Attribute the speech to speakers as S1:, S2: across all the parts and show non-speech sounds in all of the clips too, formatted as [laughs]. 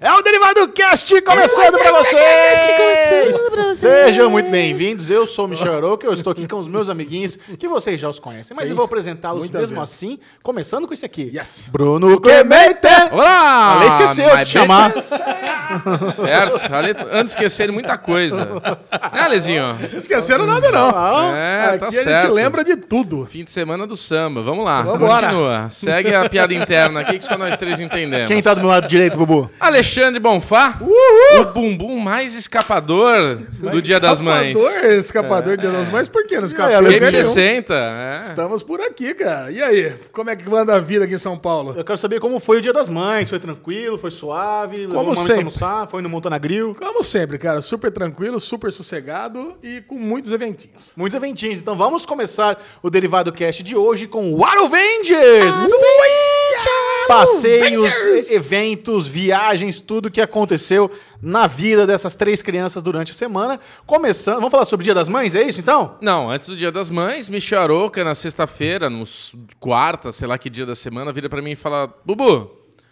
S1: É Quadcast começando pra vocês!
S2: começando pra vocês!
S1: Sejam muito bem-vindos, eu sou o Michel Aroca, eu estou aqui com os meus amiguinhos, que vocês já os conhecem, mas eu vou apresentá-los
S3: muitas
S1: mesmo
S3: vezes.
S1: assim, começando com esse aqui.
S3: Yes.
S1: Bruno Clemente!
S2: Olá!
S1: Ale esqueceu de
S2: my
S1: te chamar.
S2: Certo, Ale, antes esquecendo muita coisa. Né, Alezinho?
S3: Esqueceram nada, não.
S2: É,
S3: Aqui
S2: tá
S3: a
S2: certo.
S3: gente lembra de tudo.
S2: Fim de semana do samba, vamos lá.
S3: Vambora.
S2: Continua. Segue a piada interna aqui que só nós três entendemos.
S1: Quem tá do meu lado direito, Bubu?
S2: Alexandre Bonfá, o bumbum mais escapador do Dia das Mães. É.
S3: Escapador, escapador de Dia das Mães, por
S1: É,
S3: que não escapou?
S1: Alexandre?
S2: Quem
S1: Lugar
S2: que você
S1: nenhum.
S2: senta? É.
S3: Estamos por aqui, cara. E aí, como é que manda a vida aqui em São Paulo?
S1: Eu quero saber como foi o Dia das Mães, foi tranquilo, foi suave, levou
S3: Como
S1: mamãe pra
S3: sempre.
S1: almoçar, foi no Montana Grill.
S3: Como sempre, cara, super tranquilo, super sossegado e com muitos eventinhos.
S1: Muitos eventinhos, então vamos começar o Derivado Cast de hoje com o Arovengers! Passeios, e- eventos, viagens, tudo que aconteceu na vida dessas três crianças durante a semana. Começando, vamos falar sobre o Dia das Mães, é isso então?
S2: Não, antes do Dia das Mães, Michel Aroca, na sexta-feira, nos quarta, sei lá que dia da semana, vira pra mim e fala: Bubu,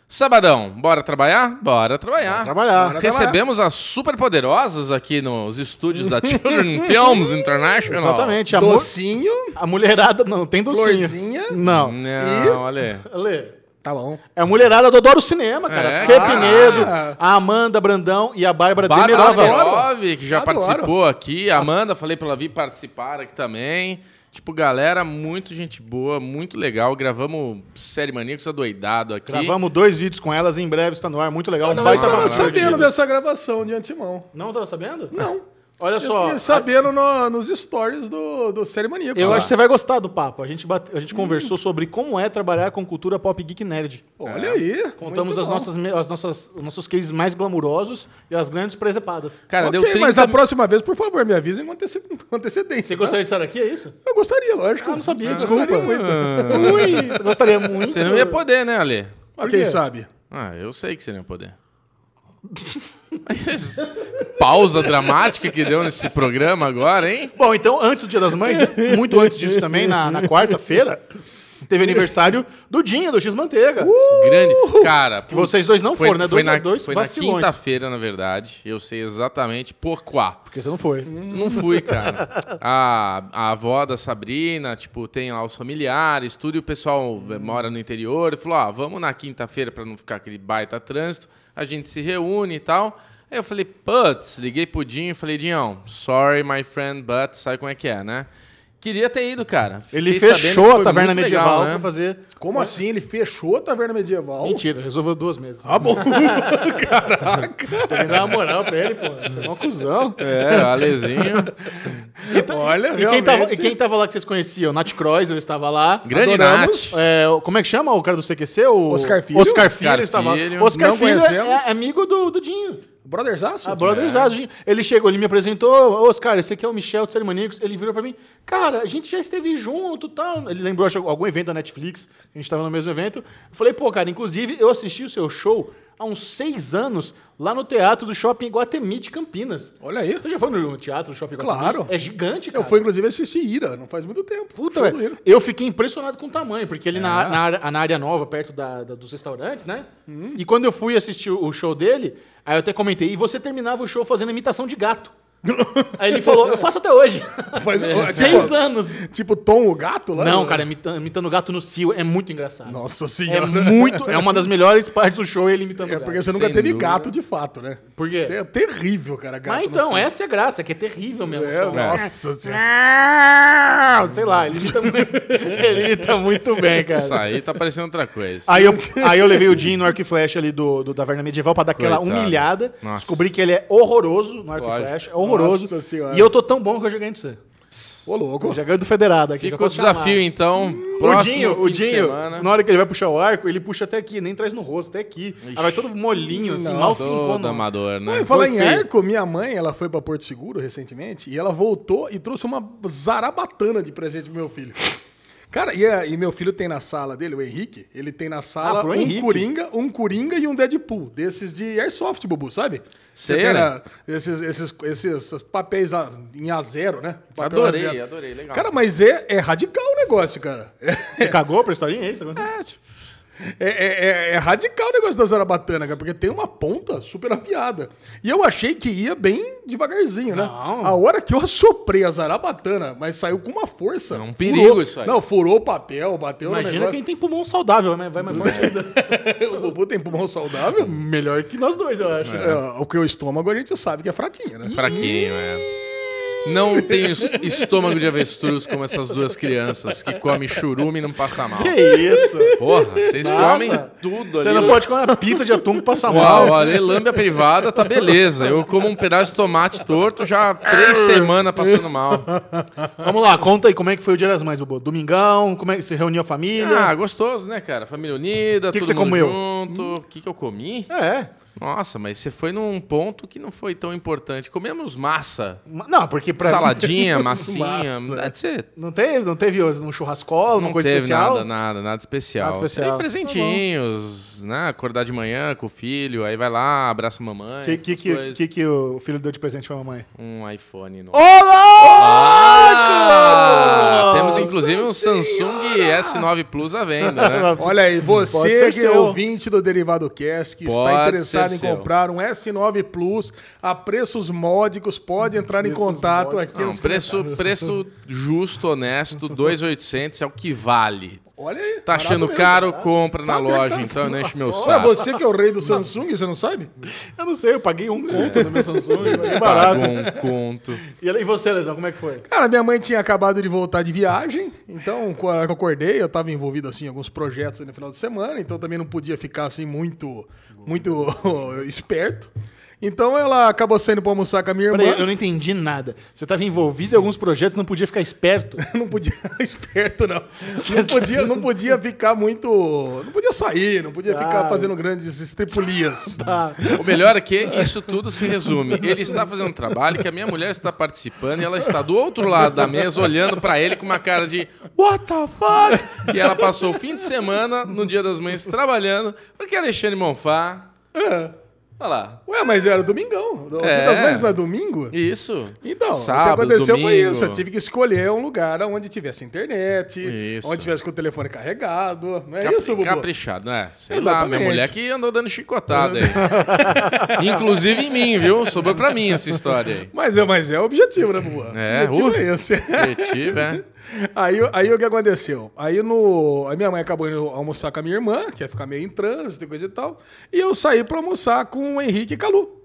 S2: sabadão, bora trabalhar? Bora trabalhar.
S1: Trabalhar.
S3: Bora trabalhar.
S2: Recebemos as superpoderosas aqui nos estúdios da Children [laughs] Films International.
S1: Exatamente, a, mu-
S3: Docinho,
S1: a mulherada não tem docinho. Hum.
S3: florzinha.
S1: Não.
S2: Hum.
S3: E-
S2: Não, olha.
S1: Ale,
S3: Tá bom.
S1: É a mulherada do Adoro Cinema, cara.
S2: É,
S1: Fê
S2: cara.
S1: Pinedo, a Amanda Brandão e a Bárbara
S2: Bárbara
S1: Demirova.
S2: Demirov, que já
S3: Adoro.
S2: participou aqui. A Amanda, falei pra ela vir participar aqui também. Tipo, galera, muito gente boa, muito legal. Gravamos Série Maníacos Adoidado aqui.
S1: Gravamos dois vídeos com elas, em breve está no ar, muito legal. um
S3: Não
S1: baita
S3: estava
S1: papo
S3: sabendo
S1: divertido.
S3: dessa gravação de antemão.
S1: Não estava sabendo?
S3: Não.
S1: Olha
S3: Eu
S1: só,
S3: fiquei sabendo no- nos stories do, do Série Maníaco.
S1: eu acho que você vai gostar do papo. A gente, bate- a gente conversou sobre como é trabalhar com cultura pop geek nerd.
S3: Olha aí.
S1: É. Contamos
S3: muito
S1: as
S3: bom.
S1: nossas, me- as nossas, os nossos cases mais glamurosos e as grandes presepadas.
S2: Cara,
S3: ok,
S2: deu 30
S3: mas a próxima vez, por favor, me avisem com anteci- com antecedência. né?
S1: Você gostaria de estar aqui, é isso?
S3: Eu gostaria, lógico.
S1: Ah, não sabia,
S3: Eu
S1: desculpa. Ah.
S3: gostaria muito.
S1: Ui, você gostaria muito.
S2: Você não ia poder, né, Ale?
S3: Mas
S1: quê?
S3: quem sabe?
S2: Ah, eu sei que você não ia poder. [laughs] Pausa dramática que deu nesse programa agora, hein?
S1: Bom, então, antes do Dia das Mães, muito antes disso também, na, na quarta-feira,
S3: [laughs]
S1: teve aniversário do Dinho, do X Manteiga.
S3: Uh!
S2: Grande. Cara, putz,
S1: vocês dois não foram,
S2: Foi
S1: né? Dois-
S2: na,
S1: dois
S2: foi na
S1: vacilões.
S2: quinta-feira, na verdade. Eu sei exatamente por quê.
S1: Porque você não foi.
S2: Não fui, cara. A, a avó da Sabrina, tipo, tem lá os familiares, tudo, e o pessoal
S1: Hum.
S2: eh, mora no interior, e falou, ah, vamos na quinta-feira pra não ficar aquele baita trânsito, a gente se reúne e tal. Aí eu falei, putz, liguei pro Dinho e falei, Dinhão, sorry, my friend, but, sabe como é que é, né? Queria ter ido, cara.
S1: Ele
S2: Fiquei sabendo que
S1: fechou
S2: foi
S1: a taverna
S2: muito
S1: medieval
S2: legal, né?
S1: pra fazer.
S3: Como assim? Ele fechou a taverna medieval?
S1: né? Mentira, resolveu duas meses.
S3: Ah,
S1: [laughs]
S3: bom.
S1: Tem que dar uma moral pra ele, pô. Você é um cuzão.
S2: É, o Alezinho.
S1: [laughs]
S3: Olha,
S1: E quem,
S3: realmente.
S1: tava, e quem tava lá que vocês conheciam? Nat Kreuser estava lá.
S2: Grande
S3: Adoramos.
S2: Nath.
S1: É, o- como é que chama o cara do CQC? O...
S3: Oscar Filho.
S1: Oscar Filho,
S2: Oscar
S1: estava
S2: Filho.
S1: lá. Oscar
S3: Não
S1: Filho
S3: conhecemos.
S1: é, é amigo do, do Dinho.
S3: Brothers Aço?
S1: A Brothers Azul, Ah, gente. Ele chegou, ele me apresentou. Ô, Oscar, esse aqui é o Michel do Cerimoníacos. Ele virou pra mim. Cara, a gente já esteve junto tal. Ele lembrou acho, algum evento da Netflix. A gente tava no mesmo evento. Eu falei, pô, cara, inclusive eu assisti o seu show há uns seis anos lá no teatro do Shopping Guatemi de Campinas.
S3: Olha aí.
S1: Você já foi no teatro do Shopping Guatemi?
S3: Claro.
S1: É gigante, cara.
S3: Eu fui, inclusive, assistir Ira, não faz muito tempo.
S1: Puta,
S3: Show do
S1: velho.
S3: Ira.
S1: Eu fiquei impressionado com o tamanho, porque ele
S3: É.
S1: na, na área- na área nova, perto da- da- dos restaurantes, né?
S3: Uhum.
S1: E quando eu fui assistir o show dele, aí eu até comentei, e você terminava o show fazendo imitação de
S3: [laughs]
S1: gato. aí ele falou, eu faço até hoje.
S3: Faz ó,
S1: É, [laughs] Seis
S3: tipo,
S1: anos.
S3: Tipo Tom, o gato lá?
S1: Não, cara, imitando, imitando gato no cio é muito engraçado.
S3: Nossa
S1: É
S3: senhora.
S1: muito, é uma das melhores partes do show ele imitando
S3: É
S1: gato.
S3: porque você
S2: Sem
S3: nunca teve
S2: dúvida.
S3: gato de fato, né?
S1: Por quê?
S3: É terrível, cara, gato.
S1: Mas
S3: no
S1: então,
S3: cinema.
S1: essa é a graça, que é terrível mesmo.
S3: É,
S1: só.
S3: nossa senhora.
S1: Ah, Sei lá, ele imita muito, [laughs] ele imita muito bem, cara.
S2: Isso aí tá parecendo outra coisa.
S1: [laughs] Aí eu, aí eu levei o Jim no arco e flecha ali do, do Taverna Medieval pra dar aquela
S2: Coitado.
S1: humilhada.
S2: Nossa.
S1: Descobri que ele é horroroso no arco
S2: Lógico.
S1: e flecha. É horroroso.
S3: Nossa senhora.
S1: e eu tô tão bom que eu já ganhei de você.
S3: Ô, louco.
S1: Eu já ganhei do Federado aqui. já
S2: Fica o
S1: posso
S2: desafio,
S1: chamar. Hum,
S2: então.
S1: O
S2: Próximo
S1: Dinho,
S2: fim
S1: o
S2: de
S1: Dinho,
S2: semana.
S1: na hora que ele vai puxar o arco, ele puxa até aqui, nem traz no rosto, até aqui. Aí vai todo molinho, assim, mal cinco
S2: Todo
S1: no-
S2: amador, né?
S3: Não, e falar
S2: Foi
S3: em
S2: feio.
S3: arco, minha mãe, ela foi pra Porto Seguro recentemente e ela voltou e trouxe uma zarabatana de presente pro meu filho. Cara, e, é- e meu filho tem na sala dele, o Henrique, ele tem na sala
S1: Ah, pro
S3: um
S1: Henrique.
S3: Coringa, um Coringa e um Deadpool, desses de Airsoft, Bubu, sabe? Você
S2: Sei,
S3: tem
S2: né?
S3: na- esses, esses, esses, esses papéis a- em A0, né? Papel
S2: Adorei,
S3: A0.
S2: adorei, legal.
S3: Cara, mas é, é radical o negócio, cara.
S1: Você cagou pra historinha? É isso?
S2: É, tipo,
S3: É, é- é radical o negócio da zarabatana, cara, porque tem uma ponta super afiada. E eu achei que ia bem devagarzinho, né?
S1: Não.
S3: A hora que eu assoprei a zarabatana, mas saiu com uma força.
S2: É um
S3: furou-
S2: perigo isso aí.
S3: Não, furou o papel, bateu no
S1: Imagina
S3: negócio.
S1: quem tem pulmão saudável, né? Vai mais forte ainda.
S3: [laughs] o Bubu tem pulmão
S1: [laughs]
S3: saudável.
S1: Melhor que nós dois, eu acho.
S3: É, o que o estômago a gente sabe que é fraquinho, né?
S2: Fraquinho, é. Não tenho es- estômago de avestruz como essas duas crianças que comem churume e não passa mal.
S1: Que isso?
S2: Porra, vocês
S1: Nossa.
S2: comem tudo
S1: Você
S2: ali.
S1: não pode comer uma pizza de atum e passar
S2: Uau,
S1: mal.
S2: olha, lâmbia privada tá beleza. Eu como um pedaço de tomate torto já há três semanas passando mal.
S1: Vamos lá, conta aí como é que foi o Dia das Mães, Bobo. Domingão, como é que você reuniu a família?
S2: Ah, gostoso, né, cara? Família unida,
S1: Que
S2: todo
S1: que você
S2: mundo
S1: comeu?
S2: junto. O que, que eu comi?
S1: É.
S2: Nossa, mas você foi num ponto que não foi tão importante. Comemos massa,
S1: Ma- Não, porque pra
S2: saladinha, massinha.
S3: Massa.
S2: Deve ser.
S1: Não teve, não teve um churrascola, uma
S2: Não
S1: coisa
S2: teve
S1: especial?
S2: nada, nada, nada especial.
S1: Nada especial.
S2: Tem presentinhos, né? Acordar de manhã com o filho, aí vai lá, abraça a mamãe.
S1: Que, que,
S2: essas
S1: que,
S2: coisas.
S1: que, que o filho deu de presente pra mamãe?
S2: Um iPhone novo.
S1: Olá!
S2: Ah, temos inclusive um Samsung S9 Plus à venda, né?
S1: [laughs]
S3: Olha aí,
S1: Pode
S3: você
S1: ser
S3: que é
S1: seu.
S3: ouvinte do Derivado Cast, que
S2: Pode
S3: está interessado
S2: ser
S3: em
S2: seu.
S3: comprar um S9 Plus a preços módicos, pode entrar em contato aqui
S2: Não,
S3: nos
S2: É um preço,
S3: comentários.
S2: preço justo, honesto, 2.800 é o que vale.
S3: Olha aí.
S2: Tá
S3: barato
S2: achando
S3: mesmo.
S2: caro? Compra na
S3: Tá pior que
S2: loja,
S3: tá.
S2: então não enche meu
S3: Olha,
S2: saco.
S3: você que é o rei do Samsung, você não sabe?
S1: Eu não sei, eu paguei um conto do
S2: [laughs]
S1: meu Samsung, paguei
S2: Paga
S1: é barato.
S2: um conto.
S1: E e você, Lesão, como é que foi?
S3: Cara, minha mãe tinha acabado de voltar de viagem, então quando eu acordei, eu tava envolvido assim em alguns projetos no final de semana, então também não podia ficar assim muito muito [laughs] esperto. Então ela acabou saindo pra almoçar com a minha irmã.
S1: Peraí, eu não entendi nada. Você estava envolvido em alguns projetos, não podia ficar
S3: [laughs]
S1: esperto.
S3: [laughs] não podia esperto não. Não podia, não podia ficar muito, não podia sair, não podia ficar
S1: Ah.
S3: fazendo grandes estripulias.
S1: Ah,
S2: O melhor é que isso tudo se resume. Ele está fazendo um trabalho que a minha mulher está participando e ela está do outro lado da mesa olhando pra ele com uma cara de What the fuck? E ela passou o fim de semana, no Dia das Mães, trabalhando. O que é Alexandre Monfá?
S3: É.
S2: Olha lá.
S3: Ué, mas era domingão. O Dia
S2: É.
S3: das Mães não é domingo?
S2: Isso.
S3: Então,
S2: Sábado,
S3: o que aconteceu foi
S2: domingo.
S3: isso. Eu tive que escolher um lugar onde tivesse internet,
S2: Isso.
S3: onde tivesse com o telefone carregado. Não é
S2: Capri-
S3: isso, Bubu?
S2: Caprichado, né? Sei lá,
S3: Exatamente.
S2: minha mulher que andou dando chicotada aí. Inclusive em mim, viu? Sobrou pra mim essa história
S3: [laughs]
S2: aí.
S3: Mas é, mas é o objetivo, né, Bubu?
S2: É,
S3: o objetivo
S2: uh.
S3: é esse. [laughs]
S2: Objetivo, é.
S3: Aí, aí o que aconteceu? Aí no, a minha mãe acabou indo almoçar com a minha irmã, que ia ficar meio em trânsito e coisa e tal. E eu saí pra almoçar com o Henrique e Calu.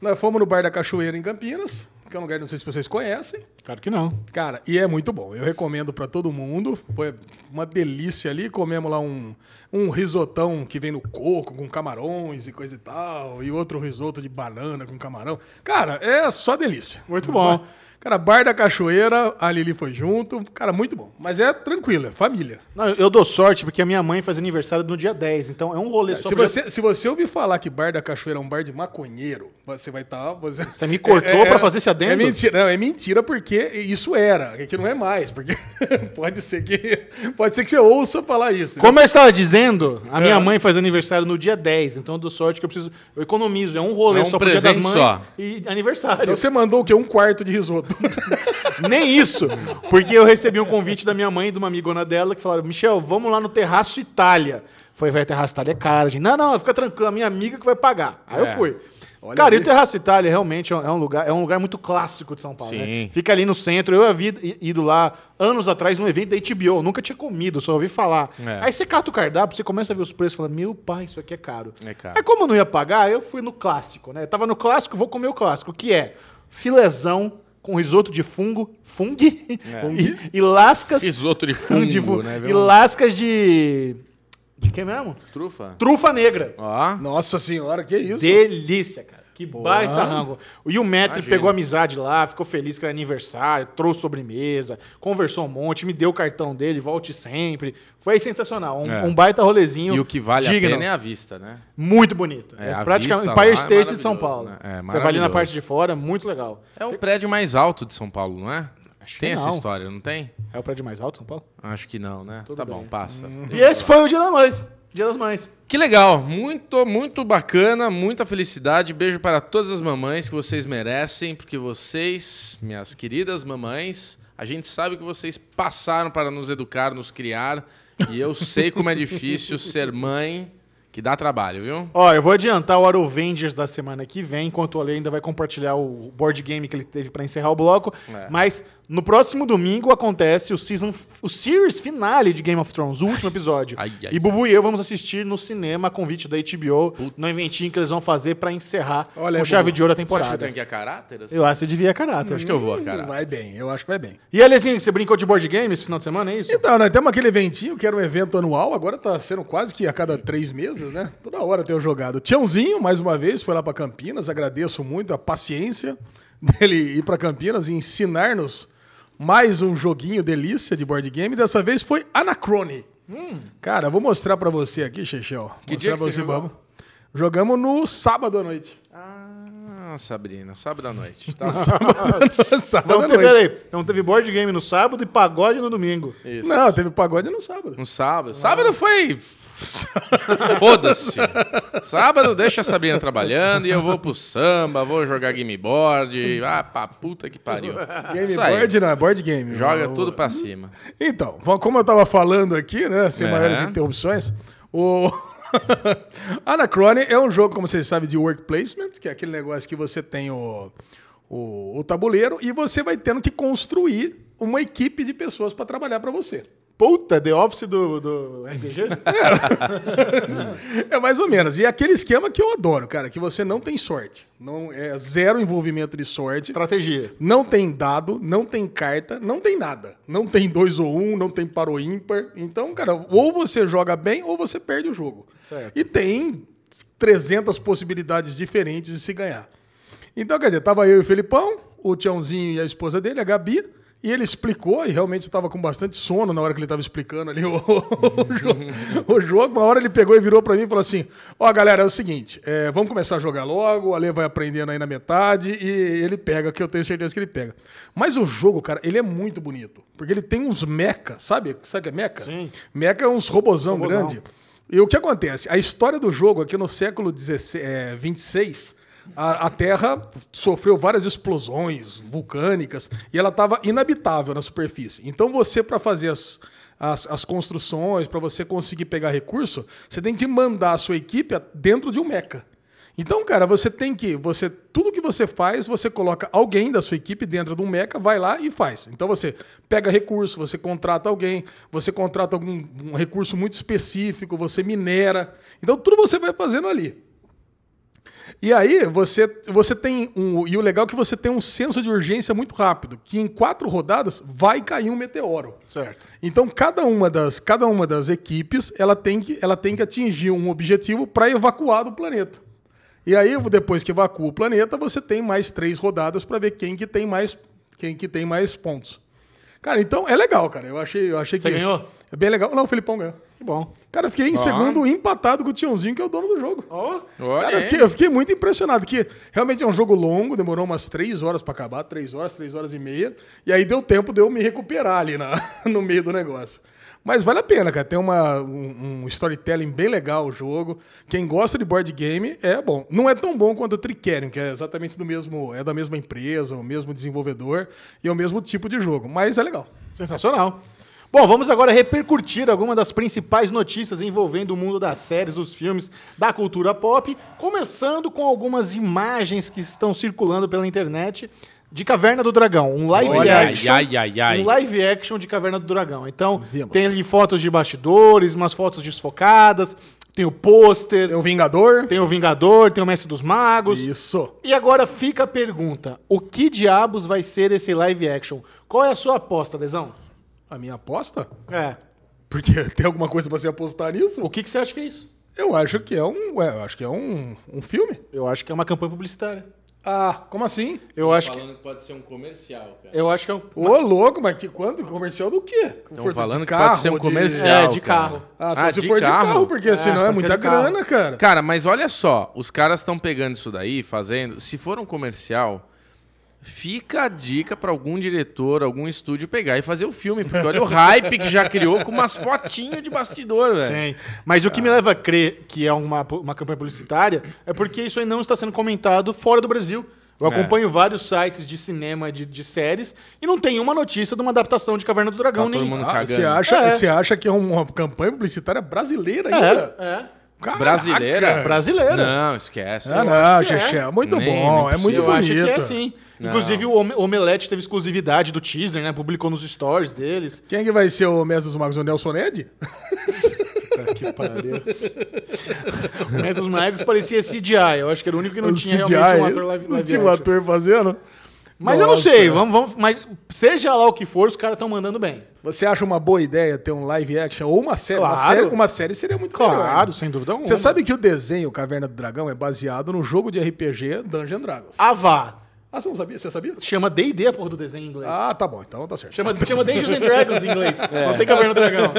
S3: Nós fomos no Bar da Cachoeira em Campinas, que é um lugar não sei se vocês conhecem.
S1: claro que não.
S3: Cara, e é muito bom. Eu recomendo pra todo mundo. Foi uma delícia ali. Comemos lá um, um risotão que vem no coco, com camarões e coisa e tal. E outro risoto de banana com camarão. Cara, é só delícia.
S1: Muito bom.
S3: Cara, Bar da Cachoeira, a Lili foi junto. Cara, muito bom. Mas é tranquilo, é família.
S1: Não, eu dou sorte porque a minha mãe faz aniversário no dia 10, então é um rolê só.
S3: Se
S1: pra-
S3: você, se você ouvir falar que Bar da Cachoeira é um bar de maconheiro, você vai estar. você...
S1: Você me cortou pra fazer esse adendo?
S3: [laughs] É mentira, não, é mentira porque isso era, é que não é mais, porque [laughs] pode ser que pode ser que você ouça falar isso. entendeu?
S1: Como eu estava dizendo, a minha
S3: É.
S1: mãe faz aniversário no dia 10, então eu dou sorte que eu preciso. Eu economizo, é um rolê
S2: É um
S1: só pro dia das
S2: presente
S1: mães
S2: só.
S1: e aniversário.
S3: Então você mandou o quê? Um quarto de risoto. [laughs]
S1: Nem isso. Porque eu recebi um convite da minha mãe e de uma amigona dela que falaram: Michel, vamos lá no Terraço Itália. Foi, vai, Terraço Itália é caro. Gente. Não, não, fica tranquilo, a minha amiga que vai pagar. Aí eu
S2: É.
S1: fui.
S3: Olha
S1: Cara,
S3: aí.
S1: e o Terraço Itália realmente é um lugar, é um lugar muito clássico de São Paulo.
S2: Sim.
S1: Né? Fica ali no centro. Eu havia i- ido lá anos atrás num evento da HBO. Eu nunca tinha comido, só ouvi falar.
S2: É.
S1: Aí você cata o cardápio, você começa a ver os preços e fala: Meu pai, isso aqui é caro.
S2: É caro.
S1: Aí, como eu não ia pagar, eu fui no clássico, né? Eu tava no clássico, vou comer o clássico, que é filezão com risoto de fungo, fungue, [laughs] e, e lascas
S2: É. Risoto
S3: Tipo,
S2: de fungo,
S1: de fu-
S2: né?
S1: e
S2: Viu?
S1: lascas de de que mesmo?
S2: Trufa.
S1: Trufa negra.
S2: Ó.
S3: Nossa senhora, que isso?
S1: Delícia, cara. Que baita rango. E o Metri
S2: Imagina.
S1: pegou amizade lá, ficou feliz que era aniversário, trouxe sobremesa, conversou um monte, me deu o cartão dele, volte sempre. Foi sensacional. Um,
S2: É.
S1: um baita rolezinho.
S2: E o que vale
S1: digno.
S2: a pena é a vista, né?
S1: Muito bonito.
S2: É,
S1: É,
S2: a
S1: praticamente
S2: vista lá
S1: Empire
S2: é
S1: State de São Paulo.
S2: maravilhoso, né? É,
S1: Você vai ali na
S2: maravilhoso.
S1: parte de fora, muito legal.
S2: É o prédio mais alto de São Paulo, não é?
S1: Acho
S2: tem
S1: que
S2: essa
S1: não.
S2: história, não tem?
S1: É o prédio mais alto de São Paulo?
S2: Acho que não, né?
S1: Tudo
S2: tá
S1: bem.
S2: bom, passa.
S1: E esse foi o Dia das Mães. Dia das Mães.
S2: Que legal, muito, muito bacana, muita felicidade. Beijo para todas as mamães que vocês merecem, porque vocês, minhas queridas mamães, a gente sabe que vocês passaram para nos educar, nos criar. E eu sei como é [laughs] difícil ser mãe, que dá trabalho, viu?
S1: Ó, eu vou adiantar o Arovengers da semana que vem, enquanto o Ale ainda vai compartilhar o board game que ele teve pra encerrar o bloco.
S2: É.
S1: Mas no próximo domingo acontece o season, o series finale de Game of Thrones, o último episódio.
S2: ai, ai,
S1: e Bubu e eu vamos assistir no cinema a convite da HBO,
S2: Putz.
S1: no inventinho que eles vão fazer pra encerrar
S3: Olha,
S1: com
S3: Bubu,
S1: chave de ouro a
S2: Você acha que eu
S1: temporada.
S2: tenho que ir a caráter? assim?
S1: Eu acho que devia caráter.
S2: Acho que eu vou a
S3: Hum,
S2: caráter.
S3: vai bem, eu acho que vai bem.
S1: E Alezinho, você brincou de board game esse final de semana, é isso?
S3: Então, nós temos aquele eventinho que era um evento anual, agora tá sendo quase que a cada três meses, né? Toda hora tem um jogado. Tiãozinho, mais uma vez, foi lá pra Campinas, agradeço muito a paciência [laughs] dele ir pra Campinas e ensinar-nos mais um joguinho delícia de board game. Dessa vez foi Anacrone. Cara, vou mostrar pra você aqui, Chechel.
S2: Hum. Que
S3: mostrar
S2: dia que
S3: pra
S2: você jogou?
S3: Babu. Jogamos no sábado à noite. [laughs]
S2: Ah, Sabrina, sábado à noite. [laughs] Tá
S3: sábado
S1: Então teve, peraí, então teve board game no sábado e pagode no domingo.
S2: isso.
S3: Não, teve pagode no sábado.
S2: Um sábado. Sábado foi. [laughs] Foda-se. Sábado deixa a Sabrina trabalhando e eu vou pro samba, vou jogar gameboard. Ah, pra puta que pariu.
S3: Game
S2: Isso aí.
S3: board, é não, board game.
S2: Joga
S3: O-
S2: tudo pra cima.
S3: Então, bom, como eu estava falando aqui, né, sem
S2: É.
S3: maiores interrupções, o [laughs] Anacrone é um jogo, como vocês sabem, de work placement, que é aquele negócio que você tem o, o, o tabuleiro e você vai tendo que construir uma equipe de pessoas para trabalhar para você.
S1: Puta, The Office do, do [laughs] RPG?
S3: É mais ou menos. E é aquele esquema que eu adoro, cara, que você não tem sorte. Não é zero envolvimento de sorte.
S1: Estratégia.
S3: Não tem dado, não tem carta, não tem nada. Não tem dois ou um, não tem par ou ímpar. Então, cara, ou você joga bem ou você perde o jogo.
S1: Certo.
S3: E tem 300 possibilidades diferentes de se ganhar. Então, quer dizer, tava eu e o Felipão, o Tiãozinho e a esposa dele, a Gabi, e ele explicou, e realmente estava com bastante sono na hora que ele estava explicando ali [laughs] o, o jogo, o jogo. Uma hora ele pegou e virou para mim e falou assim: Ó, galera, é o seguinte, é, vamos começar a jogar logo, o Ale vai aprendendo aí na metade, e ele pega, que eu tenho certeza que ele pega. Mas o jogo, cara, ele é muito bonito, porque ele tem uns meca, sabe? Sabe o que é meca?
S1: Sim.
S3: Meca é uns robozão,
S1: Robozão.
S3: grande. E o que acontece? A história do jogo aqui no século 16, é, 26, a, a Terra sofreu várias explosões vulcânicas e ela estava inabitável na superfície. Então você, para fazer as, as, as construções, para você conseguir pegar recurso, você tem que mandar a sua equipe a- dentro de um meca. Então, cara, você tem que. Você, tudo que você faz, você coloca alguém da sua equipe dentro de um meca, vai lá e faz. Então você pega recurso, você contrata alguém, você contrata algum um recurso muito específico, você minera. Então tudo você vai fazendo ali. E aí você, você tem um. E o legal é que você tem um senso de urgência muito rápido, que em quatro rodadas vai cair um meteoro.
S1: Certo.
S3: Então cada uma das, cada uma das equipes ela tem que, ela tem que atingir um objetivo para evacuar do planeta. E aí depois que evacua o planeta você tem mais três rodadas para ver quem que tem mais quem que tem mais pontos. Cara, então é legal, cara. Eu achei, eu achei
S1: Você
S3: que
S1: ganhou?
S3: é bem legal. Não, o Felipão ganhou.
S1: Que bom.
S3: Cara, eu fiquei em
S2: Ó.
S3: segundo empatado com o Tionzinho, que é o dono do jogo.
S1: Ó,
S2: Olha
S3: Cara, eu
S2: aí.
S3: fiquei, eu fiquei muito impressionado, que realmente é um jogo longo, demorou umas três horas pra acabar, três horas, três horas e meia, e aí deu tempo de eu me recuperar ali na- [laughs] no meio do negócio. Mas vale a pena, cara. Tem uma, um, um storytelling bem legal o jogo. Quem gosta de board game é bom. Não é tão bom quanto o Tricerion, que é exatamente do mesmo, é da mesma empresa, o mesmo desenvolvedor e é o mesmo tipo de jogo, mas é legal.
S1: sensacional. Bom, vamos agora repercutir algumas das principais notícias envolvendo o mundo das séries, dos filmes, da cultura pop, começando com algumas imagens que estão circulando pela internet de Caverna do Dragão, um live
S2: Olha, ai,
S1: action.
S2: ai, ai, ai.
S1: Um live action de Caverna do Dragão. Então,
S3: Vimos.
S1: tem ali fotos de bastidores, umas fotos desfocadas, tem o pôster,
S3: Tem o Vingador.
S1: tem o Vingador, tem o Mestre dos Magos.
S3: Isso.
S1: E agora fica a pergunta: o que diabos vai ser esse live action? Qual é a sua aposta, Lesão?
S3: A minha aposta?
S1: É.
S3: Porque [laughs] tem alguma coisa pra você apostar nisso?
S1: O que, que você acha que é isso?
S3: Eu acho que é um, ué, eu acho que é um, um filme.
S1: Eu acho que é uma campanha publicitária.
S3: Ah, como assim?
S1: Eu acho que,
S2: pode ser um comercial, cara.
S1: eu acho que é um.
S3: Ô, louco, mas que quanto? Comercial do quê?
S2: Estão
S3: Furto
S2: falando
S3: de
S2: que pode ser um
S3: carro, de-
S2: comercial.
S1: É, de
S2: cara.
S1: carro.
S3: Ah, só se for de carro, porque
S1: É,
S3: senão é
S1: pode ser
S3: muita
S1: de carro.
S3: grana, cara.
S2: Cara, mas olha só, os caras estão pegando isso daí, fazendo. Se for um comercial, fica a dica pra algum diretor, algum estúdio pegar e fazer o filme, porque olha o hype que já criou com umas fotinhas de bastidor, velho.
S1: Sim. Mas o que me
S2: Ah.
S1: leva a crer que é uma, uma campanha publicitária é porque isso aí não está sendo comentado fora do Brasil. Eu
S2: É.
S1: acompanho vários sites de cinema, de, de séries, e não tem uma notícia de uma adaptação de Caverna do Dragão,
S2: Tá todo
S1: nem.
S2: mundo
S3: Ah,
S2: cagando.
S3: você, acha,
S1: É.
S3: você acha que é uma campanha publicitária brasileira ainda?
S1: É,
S3: Caraca!
S2: Brasileira?
S1: Brasileira.
S2: Não, esquece.
S3: Ah,
S1: acho
S3: não,
S1: que é.
S3: Xexé. Muito
S2: Nem-
S3: bom,
S2: nem
S3: é muito
S1: eu
S3: bonito.
S2: precisa.
S1: acho que é sim.
S2: Não.
S1: Inclusive, o Ome- Omelete teve exclusividade do teaser, né? Publicou nos stories deles.
S3: Quem que vai ser o mestre dos magos? O Nelson Ned?
S1: Puta [laughs] que pariu. [laughs] o Neto dos Magos parecia CGI. Eu acho que era o único que não
S3: O
S1: tinha
S3: CGI,
S1: realmente um ator live,
S3: Não
S1: live
S3: tinha um
S1: action.
S3: ator fazendo?
S1: Mas eu não
S3: Nossa.
S1: sei, vamos, vamos, mas seja lá o que for, os caras estão mandando bem.
S3: Você acha uma boa ideia ter um live action ou uma série? Uma,
S1: Claro.
S3: série uma série seria muito legal,
S1: Claro,
S3: né?
S1: sem dúvida alguma.
S3: Você sabe que o desenho Caverna do Dragão é baseado no jogo de RPG Dungeon Dragons.
S1: Avá.
S3: Ah, você não sabia? Você sabia?
S1: Chama D&D a porra do desenho em inglês.
S3: Ah, É. tá bom, então tá certo.
S1: Chama, chama Dungeons and Dragons em
S3: [laughs]
S1: inglês. Não tem Caverna do Dragão.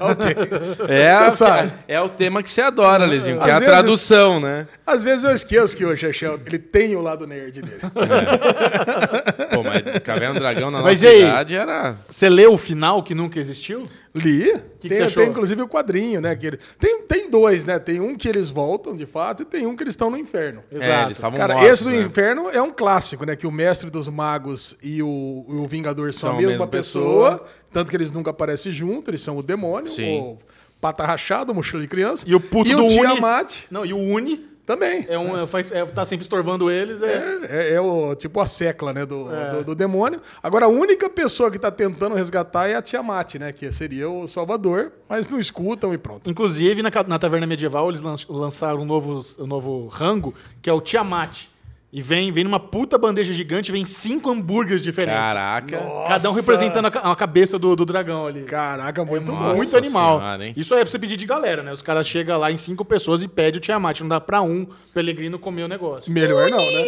S3: Ok.
S2: É,
S3: Você sabe.
S2: é o tema que você adora, Lezinho, que é
S3: Às
S2: a
S3: vezes-
S2: tradução, né?
S3: Às vezes eu esqueço que o Xexel, ele tem o lado nerd
S1: [laughs]
S3: dele.
S2: Pô, mas Caverna do Dragão na
S1: Mas
S2: nossa
S1: e aí?
S2: idade era.
S1: Você leu o final que nunca existiu?
S3: Li.
S1: que
S3: tem,
S1: você achou?
S3: tem, inclusive o quadrinho, né? Que ele- tem, tem dois, né? Tem um que eles voltam, de fato, e tem um que eles estão no inferno.
S2: É,
S1: Exato.
S2: eles estavam
S3: Cara,
S2: mortos,
S3: esse do
S2: né?
S3: inferno é um clássico, né? Que o mestre dos magos e o, e o Vingador são,
S2: São
S3: a mesma pessoa, Tanto que eles nunca aparecem juntos, eles são o demônio,
S2: Sim.
S3: o pata rachada, mochila de criança.
S1: E o puto
S3: e
S1: do
S3: o
S1: Uni-
S3: Tiamat
S1: Não, e o Uni
S3: também.
S1: é um, é, faz, é, tá sempre estorvando eles. É,
S3: É, é- é o tipo a secla, né, do, do, do demônio. Agora, a única pessoa que tá tentando resgatar é a Tiamat, né? Que seria o Salvador, mas não escutam e pronto.
S1: Inclusive, na, ca- na Taverna Medieval, eles lan- lançaram um novo, um novo rango, que é o Tiamat. E vem, vem numa puta bandeja gigante, vem cinco hambúrgueres diferentes.
S2: Caraca.
S1: Cada um
S3: Nossa!
S1: representando a, ca- a cabeça do, do dragão ali.
S3: Caraca, muito
S1: É
S2: Nossa.
S3: bom.
S1: Muito animal.
S2: Senhora, hein?
S1: Isso aí é pra você pedir de galera, né? Os caras chegam lá em cinco pessoas e pede o Tiamat. Não dá pra um pelegrino comer o negócio.
S3: Melhor não, né?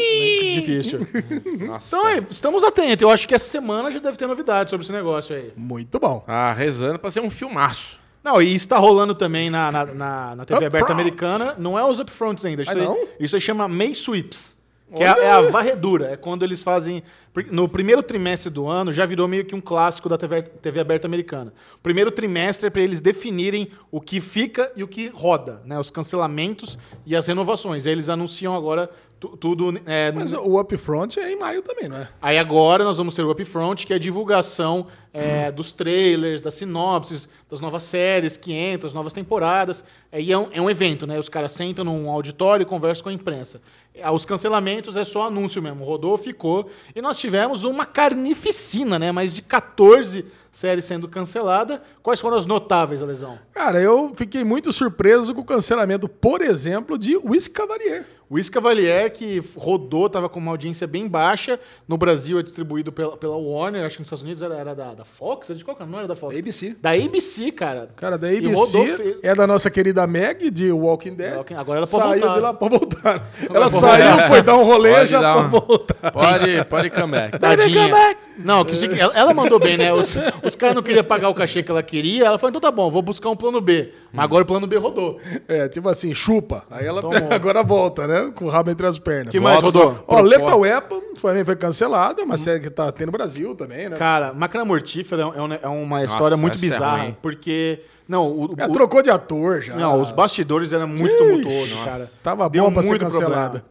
S1: Difícil.
S2: [laughs] Nossa.
S1: Então, é, estamos atentos. Eu acho que essa semana já deve ter novidade sobre esse negócio aí.
S3: Muito bom.
S2: Ah, rezando pra ser um filmaço.
S1: Não, e está rolando também na, na, na, na TV aberta
S3: Upfronts.
S1: americana. Não é os upfronts ainda. Isso,
S3: Ah,
S1: aí,
S3: não?
S1: isso aí chama May Sweeps. Que é, a- é a varredura. É quando eles fazem. porque No primeiro trimestre do ano já virou meio que um clássico da TV, TV aberta americana. O primeiro trimestre é para eles definirem o que fica e o que roda, né? Os cancelamentos e as renovações. Aí eles anunciam agora tu- tudo. é,
S3: Mas o Upfront é em maio também, não é?
S1: Aí agora nós vamos ter o Upfront, que é a divulgação é, dos trailers, das sinopses, das novas séries que entram, as novas temporadas. É, e é um, é um evento, né? Os caras sentam num auditório e conversam com a imprensa. Ah, Os cancelamentos é só anúncio mesmo. Rodou, ficou. E nós tivemos uma carnificina, né? Mais de 14 séries sendo canceladas. Quais foram as notáveis, Alesão?
S3: Cara, eu fiquei muito surpreso com o cancelamento, por exemplo, de Wiz Cavalier.
S1: O Isca Cavalier, que rodou, estava com uma audiência bem baixa. No Brasil é distribuído pela, pela Warner, acho que nos Estados Unidos era, era da, da Fox, era de qual canal? Não era da Fox.
S3: ABC.
S1: Da ABC, cara.
S3: Cara, da
S1: E rodou fe-
S3: ABC é da nossa querida Meg, de Walking Dead.
S1: Walking- agora ela pode
S3: Saiu
S1: voltar.
S3: de lá pra voltar. Ela
S1: pode
S3: saiu,
S2: voltar.
S3: foi dar um rolê,
S2: Pode
S3: já Tá,
S2: dar
S3: pra
S2: um-
S3: voltar.
S2: Pode, pode comeback.
S1: Tadinha. Não, que, se- ela, ela mandou bem, né? Os, os caras não queriam pagar o cachê que ela queria. Ela falou, então tá bom, vou buscar um plano B. Mas agora o plano B rodou.
S3: É, tipo assim, chupa. Aí ela
S1: Tomou.
S3: [laughs] agora volta, né? Com o rabo entre as pernas.
S1: Que mais
S2: Volta
S1: rodou? Hum.
S2: pro-
S3: Ó,
S2: pro-
S3: Lethal Weapon foi, foi cancelada, mas série que tá tendo no Brasil também, né?
S1: Cara, Máquina Mortífera é um- é uma
S2: Nossa,
S1: história muito
S2: essa é
S1: bizarra.
S2: ruim.
S1: porque... Não, o,
S3: Ela
S1: o-
S3: trocou de ator já.
S1: não, os bastidores eram muito tumultuosos, cara.
S3: Tava
S1: Deu
S3: bom pra ser
S1: muito problema.
S3: cancelada.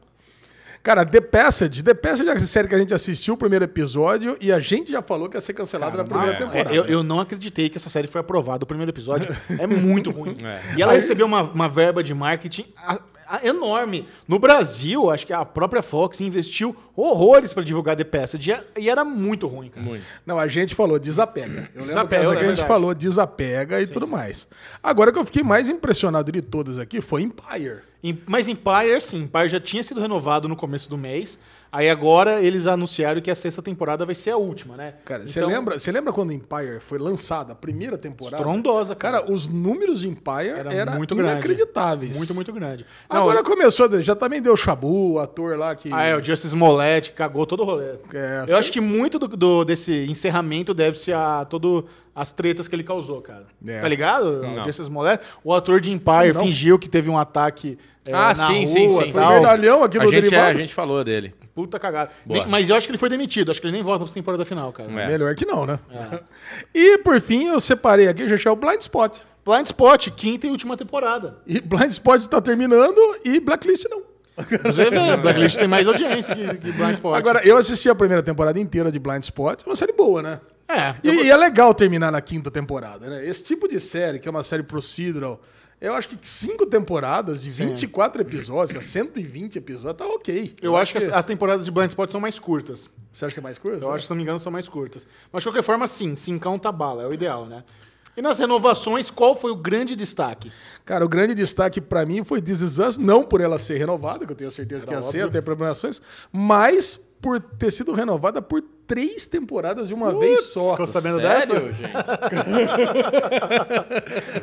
S3: Cara, The Passage. The Passage é a série que a gente assistiu o primeiro episódio e a gente já falou que ia ser cancelada na primeira
S2: é.
S3: temporada.
S1: É, eu, eu não acreditei que essa série foi aprovada. O primeiro
S3: [laughs]
S1: episódio é muito ruim.
S2: É.
S1: E ela recebeu uma, uma verba de marketing a- a- enorme. No Brasil, acho que a própria Fox investiu horrores pra divulgar The Passage. E a- E era muito ruim, cara.
S2: Muito.
S3: Não, a gente falou desapega. Eu lembro
S1: Desapega,
S3: dessa
S1: é
S3: que a gente
S1: verdade.
S3: falou desapega e tudo mais. Agora o que eu fiquei mais impressionado de todas aqui foi Empire.
S1: Em- Mas Empire, sim. Empire já tinha sido renovado no começo do mês. Aí agora eles anunciaram que a sexta temporada vai ser a última, né?
S3: Cara, você
S1: Então,
S3: lembra, você lembra quando Empire foi lançada, a primeira temporada?
S1: Estrondosa, cara.
S3: Cara, os números de Empire
S1: Era
S3: eram
S1: muito grande.
S3: inacreditáveis.
S1: Muito, muito grande. Não,
S3: Agora começou, já também deu Shabu, o ator lá que.
S1: Ah, é, o Justice Smollett cagou todo o rolê.
S3: É,
S1: eu
S3: assim-
S1: acho que muito do, do- desse encerramento deve-se a todo as tretas que ele causou, cara.
S3: É.
S1: Tá ligado?
S2: Não.
S1: O Justice Smollett, o ator de Empire
S3: Não.
S1: fingiu que teve um ataque é,
S2: Ah,
S1: na
S2: sim, sim,
S1: rua
S2: sim,
S1: e
S2: sim.
S3: Foi
S1: tal.
S3: verdalhão aqui
S2: A
S3: do
S2: gente, é, a
S3: derivado.
S2: gente falou dele.
S1: Puta cagada.
S2: Boa.
S1: Nem- mas eu acho que ele foi demitido. Acho que ele nem volta pra temporada final, cara.
S2: É.
S3: Melhor que não, né? E por fim, eu separei aqui, já é o Blind Spot.
S1: Blind Spot, quinta e última temporada.
S3: E Blind Spot tá terminando e Blacklist não.
S1: Você
S2: [laughs]
S1: vê, Blacklist tem mais audiência que, que Blind Spot.
S3: Agora, eu assisti a primeira temporada inteira de Blind Spot, é uma série boa, né?
S1: é,
S3: E, e é legal terminar na quinta temporada, né? Esse tipo de série, que é uma série procedural, eu acho que cinco temporadas de 24 episódios, que é 120 episódios, tá ok.
S1: eu acho que as, as temporadas de Blind Spot são mais curtas.
S3: Você acha que é mais coisa?
S1: Eu acho, se não me engano, são mais curtas. Mas, de qualquer forma, sim, cincão tá bala, é o ideal, né? E nas renovações, qual foi o grande destaque?
S3: Cara, o grande destaque pra mim foi This Is Us, não por ela ser renovada, que eu tenho certeza que ia ser, até programações, mas por ter sido renovada por três temporadas de uma vez só.
S1: Ficou sabendo dessa?
S2: Sério, gente?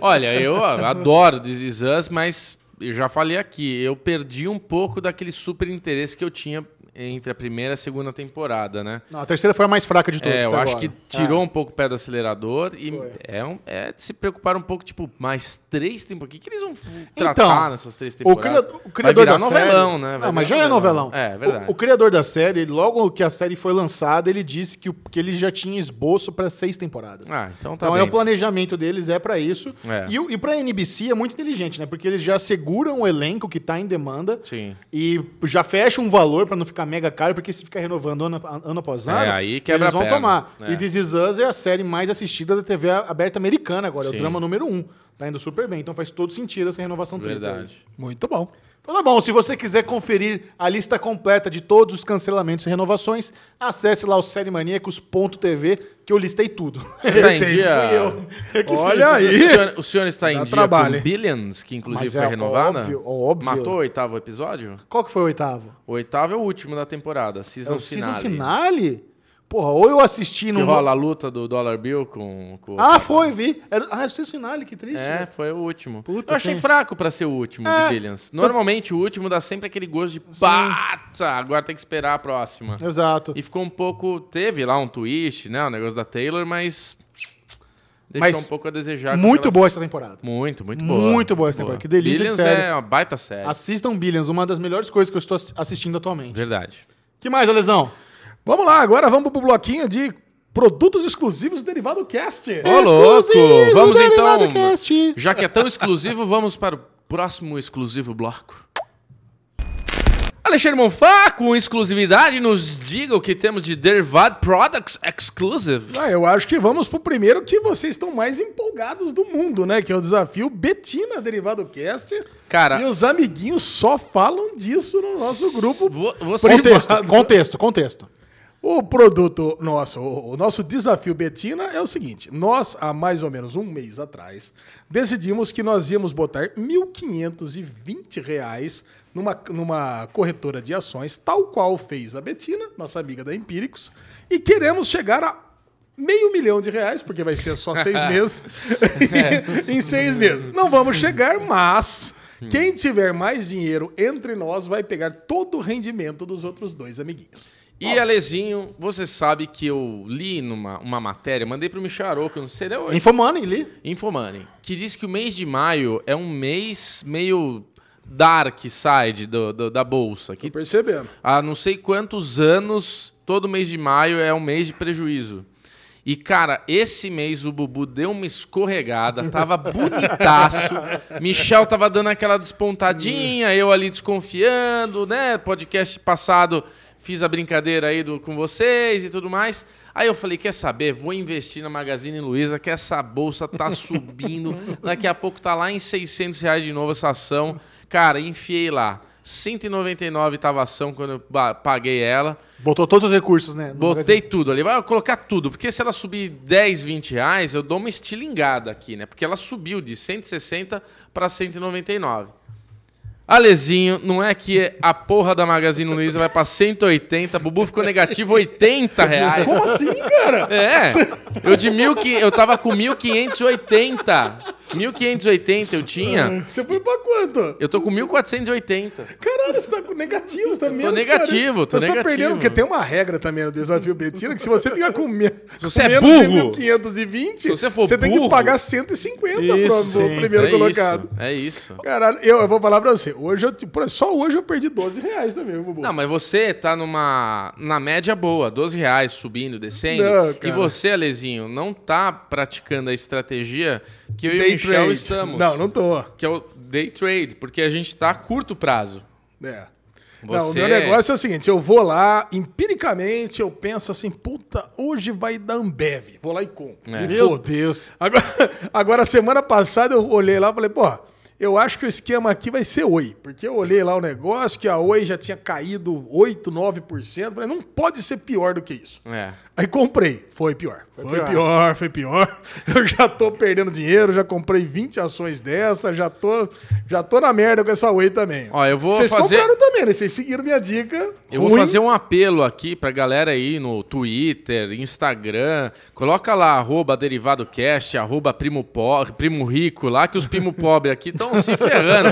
S2: Olha, eu adoro This Is Us, mas eu já falei aqui, eu perdi um pouco daquele super interesse que eu tinha entre a primeira e a segunda temporada, né?
S1: Não, a terceira foi a mais fraca de todas.
S2: É, eu
S1: até
S2: acho
S1: agora.
S2: que tirou um pouco o pé do acelerador e é, um- é de se preocupar um pouco, tipo, mais três temporadas. O que, que eles vão tratar nessas três
S1: Então, O,
S2: temporadas?
S1: cria- o
S2: Vai
S1: criador
S2: virar
S1: da
S2: novelão,
S1: série,
S2: né? Vai
S1: Não, mas já
S2: virar
S1: é novelão.
S2: É, verdade.
S1: O, o criador da série, logo que a série foi lançada, ele disse que, o- que ele já tinha esboço para seis temporadas.
S2: Ah, então tá
S1: Então é o
S2: dentro.
S1: planejamento deles, é pra isso.
S2: É.
S1: E, o- e pra NBC é muito inteligente, né? Porque eles já seguram o elenco que tá em demanda
S2: Sim.
S1: e já fecha um valor pra não ficar mega caro, porque se ficar renovando ano, ano após
S2: É,
S1: ano,
S2: aí quebra
S1: eles
S2: a
S1: vão
S2: perna.
S1: tomar.
S2: É.
S1: E This Is Us é a série mais assistida da TV aberta americana agora, é
S2: Sim.
S1: o drama número um. Tá indo super bem, então faz todo sentido essa renovação tripla aí.
S2: Verdade.
S3: Muito bom.
S1: Então tá bom, se você quiser conferir a lista completa de todos os cancelamentos e renovações, acesse lá o seriemaníacos.tv que eu listei tudo.
S2: Você tá em
S3: Perfeito,
S2: dia?
S3: fui eu.
S2: É
S3: Olha
S2: né? O
S3: aí!
S2: senhor, o senhor está em
S3: Dá
S2: dia
S3: trabalho, hein?
S2: com Billions, que inclusive
S1: Mas é
S2: foi renovada?
S1: óbvio, óbvio.
S2: Matou o oitavo episódio?
S1: Qual que foi o oitavo?
S2: O oitavo é o último da temporada,
S1: É
S2: season
S1: o season
S2: finale.
S1: finale? Porra, ou eu assisti
S2: Que
S1: no...
S2: rola a luta do Dollar Bill com... com o
S1: Ah,
S2: Papa.
S1: foi, vi. Era... Ah, é o season finale, que triste.
S2: É,
S1: né?
S2: foi o último.
S1: Puta,
S2: Eu achei
S1: sim.
S2: fraco pra ser o último
S1: É,
S2: de Billions. Normalmente o último dá sempre aquele gosto de pata, agora tem que esperar a próxima.
S1: Exato.
S2: E ficou um pouco... Teve lá um twist, né, o negócio da Taylor, mas... Deixou
S1: Mas
S2: um pouco a desejar. com
S1: Muito
S2: aquela-
S1: boa essa temporada.
S2: Muito, muito boa.
S1: Muito boa essa temporada, que delícia de
S2: Billions
S1: série.
S2: é uma baita série.
S1: Assistam Billions, uma das melhores coisas que eu estou ass- assistindo atualmente.
S2: Verdade.
S1: que mais, Alesão?
S3: Vamos lá, agora vamos pro bloquinho de produtos exclusivos derivado do cast.
S2: Ô, louco!
S1: Exclusivo
S2: Vamos
S1: Derivado
S2: então.
S1: Cast.
S2: Já que é tão exclusivo, vamos para o próximo exclusivo bloco. Alexandre Monfá, com exclusividade, nos diga o que temos de Derivado Products Exclusive.
S3: Ah, eu acho que vamos pro primeiro que vocês estão mais empolgados do mundo, né? Que é o desafio Betina Derivado Cast.
S2: Cara-
S3: E os amiguinhos só falam disso no nosso grupo.
S2: Vo- Você,
S3: Primo-
S1: Contexto, [laughs]
S3: Derivado.
S1: contexto, contexto.
S3: O produto nosso, o o nosso desafio Betina é o seguinte: nós, há mais ou menos um mês atrás, decidimos que nós íamos botar R$ 1.520 reais numa, numa corretora de ações, tal qual fez a Betina, nossa amiga da Empíricos, e queremos chegar a meio milhão de reais, porque vai ser só seis meses, em seis meses. Não vamos chegar, mas quem tiver mais dinheiro entre nós vai pegar todo o rendimento dos outros dois amiguinhos.
S2: e Alezinho, você sabe que eu li numa uma matéria, mandei pro Micharoco, não sei, eu,
S1: Infomoney, li.
S2: Infomoney, que diz que o mês de maio é um mês meio dark side do- do- da bolsa, que
S3: Tô percebendo.
S2: há não sei quantos anos, todo mês de maio é um mês de prejuízo. E, cara, esse mês o Bubu deu uma escorregada, tava bonitaço. Michel tava dando aquela despontadinha, eu ali desconfiando, né? Podcast passado fiz a brincadeira aí do, com vocês e tudo mais. Aí eu falei, quer saber? Vou investir na Magazine Luiza, que essa bolsa tá subindo. Daqui a pouco tá lá em 600 reais de novo essa ação. Cara, enfiei lá. 199 tava a ação quando eu ba- paguei ela.
S1: Botou todos os recursos, né? no
S2: Botei tudo ali. Vai colocar tudo, porque se ela subir 10, 20 reais, eu dou uma estilingada aqui, né? Porque ela subiu de 160 para 199. Alezinho, não é que a porra da Magazine Luiza vai para 180, Bubu ficou negativo 80 reais.
S3: Como assim, cara?
S2: É, eu de mil que eu tava com 1580. 1580 eu tinha.
S3: Você foi pra quanto?
S2: Eu tô com 1480.
S3: Caralho, você tá com negativo, você tá menos.
S2: negativo, tô
S3: Você tá
S2: negativo.
S3: perdendo, porque tem uma regra também no desafio Betina, que se você ficar com, me...
S2: Se você é
S3: menos de
S2: burro,
S3: 1.520,
S2: se você for
S3: você tem que
S2: burro,
S3: pagar 150
S1: Isso,
S3: pro, pro
S1: sim,
S3: primeiro
S2: é
S3: colocado.
S2: Isso, é isso.
S3: Caralho, eu, eu vou falar pra você, hoje eu, te- por- só hoje eu perdi 12 reais também, Bubu.
S2: Não, mas você tá numa. na média boa, 12 reais subindo, descendo.
S3: Não, cara.
S2: e você, Alezinho, não tá praticando a estratégia que eu e o
S3: Day
S2: Michel
S3: trade.
S2: estamos.
S3: Não, não tô.
S2: Que é o day trade, porque a gente tá a curto prazo.
S3: É. Não, o
S2: Você-
S3: meu negócio é o seguinte: eu vou lá, empiricamente, eu penso assim, puta, hoje vai dar Ambev. Vou lá e compro.
S2: É.
S3: E
S1: Meu
S3: foda.
S1: Deus.
S3: Agora, [laughs] agora, semana passada, eu olhei lá e falei, porra, eu acho que o esquema aqui vai ser Oi. Porque eu olhei lá o negócio, que a Oi já tinha caído 8, 9%. Falei, não pode ser pior do que isso.
S2: É.
S3: Aí comprei. Foi pior. Foi,
S1: pior.
S3: pior. foi pior. [laughs] Eu já tô perdendo dinheiro, já comprei 20 ações dessa, já tô, já tô na merda com essa Whey também.
S2: Ó, eu vou
S3: Vocês
S2: fazer-
S3: compraram também, né? Vocês seguiram minha dica.
S2: Eu
S3: Ruim.
S2: vou fazer um apelo aqui pra galera aí no Twitter, Instagram. Coloca lá, arroba derivadocast, arroba primo, po- primo rico lá, que os primo pobre aqui estão se
S3: [laughs]
S2: ferrando.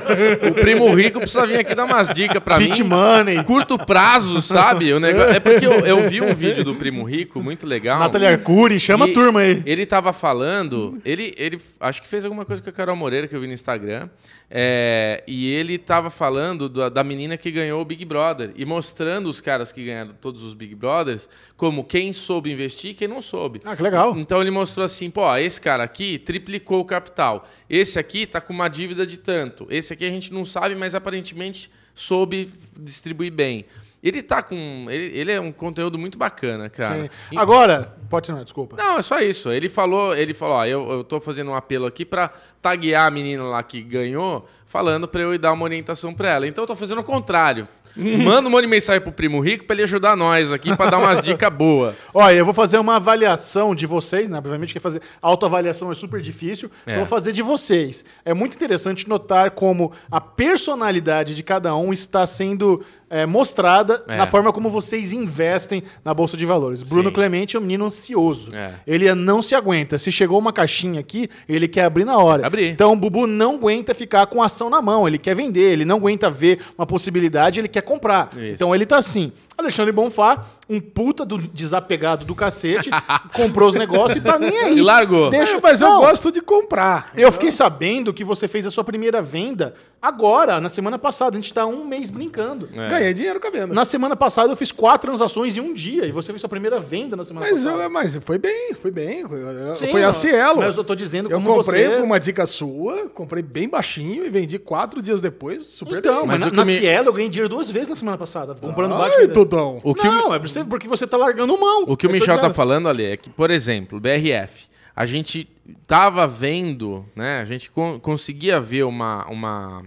S2: O primo rico precisa vir aqui dar umas dicas pra
S1: Pit
S2: mim. [laughs]
S1: Money.
S2: Curto prazo, sabe? O negócio... É porque eu, eu vi um vídeo do primo rico, muito legal.
S1: Natalia Arcuri, chama
S2: E
S1: a turma aí.
S2: Ele tava falando, ele, ele acho que fez alguma coisa com a Carol Moreira que eu vi no Instagram. é, e ele tava falando da, da menina que ganhou o Big Brother e mostrando os caras que ganharam todos os Big Brothers como quem soube investir e quem não soube.
S1: Ah, que legal.
S2: Então ele mostrou assim, pô, ó, esse cara aqui triplicou o capital. Esse aqui tá com uma dívida de tanto. Esse aqui a gente não sabe, mas aparentemente soube distribuir bem. Ele tá com. Ele, ele é um conteúdo muito bacana, cara.
S1: Sim.
S2: E-
S1: Agora, pode ser, não, desculpa.
S2: não, é só isso. Ele falou, ele falou, ó, eu, eu tô fazendo um apelo aqui pra taguear a menina lá que ganhou, falando pra eu ir dar uma orientação pra ela. Então eu tô fazendo o contrário.
S1: Uhum.
S2: Manda um monte de mensagem pro primo rico pra ele ajudar nós aqui pra dar umas
S1: [laughs]
S2: dicas boas.
S1: Olha, eu vou fazer uma avaliação de vocês, né? Obviamente que fazer autoavaliação é super difícil. Então
S2: É.
S1: eu vou fazer de vocês. É muito interessante notar como a personalidade de cada um está sendo é, mostrada
S2: É.
S1: na forma como vocês investem na Bolsa de Valores. Bruno
S2: Sim.
S1: Clemente é um menino ansioso.
S2: É.
S1: Ele não se aguenta. Se chegou uma caixinha aqui, ele quer abrir na hora.
S2: Abrir.
S1: Então o Bubu não aguenta ficar com a ação na mão. Ele quer vender, ele não aguenta ver uma possibilidade, ele quer comprar.
S2: Isso.
S1: Então ele tá assim. Alexandre Bonfá, um puta do desapegado
S2: [laughs]
S1: do cacete, comprou os negócios e tá nem aí.
S2: E largou.
S1: Deixa,
S3: É, mas eu
S1: Não,
S3: gosto de comprar.
S1: Eu fiquei sabendo que você fez a sua primeira venda agora, na semana passada. A gente tá um mês brincando.
S2: É.
S3: Ganhei dinheiro com a venda.
S1: Na semana passada eu fiz quatro transações em um dia e você fez sua primeira venda na semana
S3: Mas,
S1: passada.
S3: eu, mas foi bem, foi bem. Eu- eu-
S1: Sim,
S3: foi a
S1: ó,
S3: Cielo.
S1: Mas eu tô dizendo
S3: Eu
S1: como
S3: comprei
S1: você...
S3: por uma dica sua, comprei bem baixinho e vendi quatro dias depois, super
S1: Então,
S3: bem.
S2: Mas
S1: mas,
S2: o
S1: na,
S2: que
S1: na
S2: me- Ah,
S1: Cielo eu ganhei dinheiro duas vezes na semana passada, comprando baixo.
S3: Ai,
S1: ainda.
S3: Tudão.
S2: O que o
S1: não, é pra você- porque você tá largando mão.
S2: O que o
S1: Eu tô
S2: Michel tá
S1: dizendo.
S2: falando ali é que, por exemplo, BRF, a gente tava vendo, né? A gente con- conseguia ver uma, uma.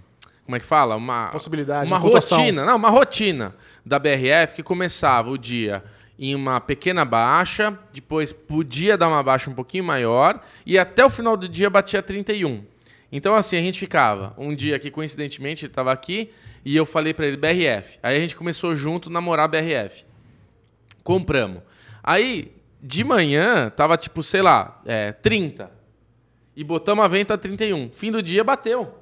S2: Como é que fala? Uma.
S1: Possibilidade,
S2: Uma
S1: uma cotação.
S2: rotina. Não, uma rotina da BRF que começava o dia em uma pequena baixa, depois podia dar uma baixa um pouquinho maior e até o final do dia batia 31. Então, assim, a gente ficava. Um dia que, coincidentemente, ele tava aqui e eu falei pra ele BRF. Aí a gente começou junto a namorar BRF. Compramos. Aí, de manhã, tava tipo, sei lá, é, 30. E botamos a venda a 31. Fim do dia, bateu.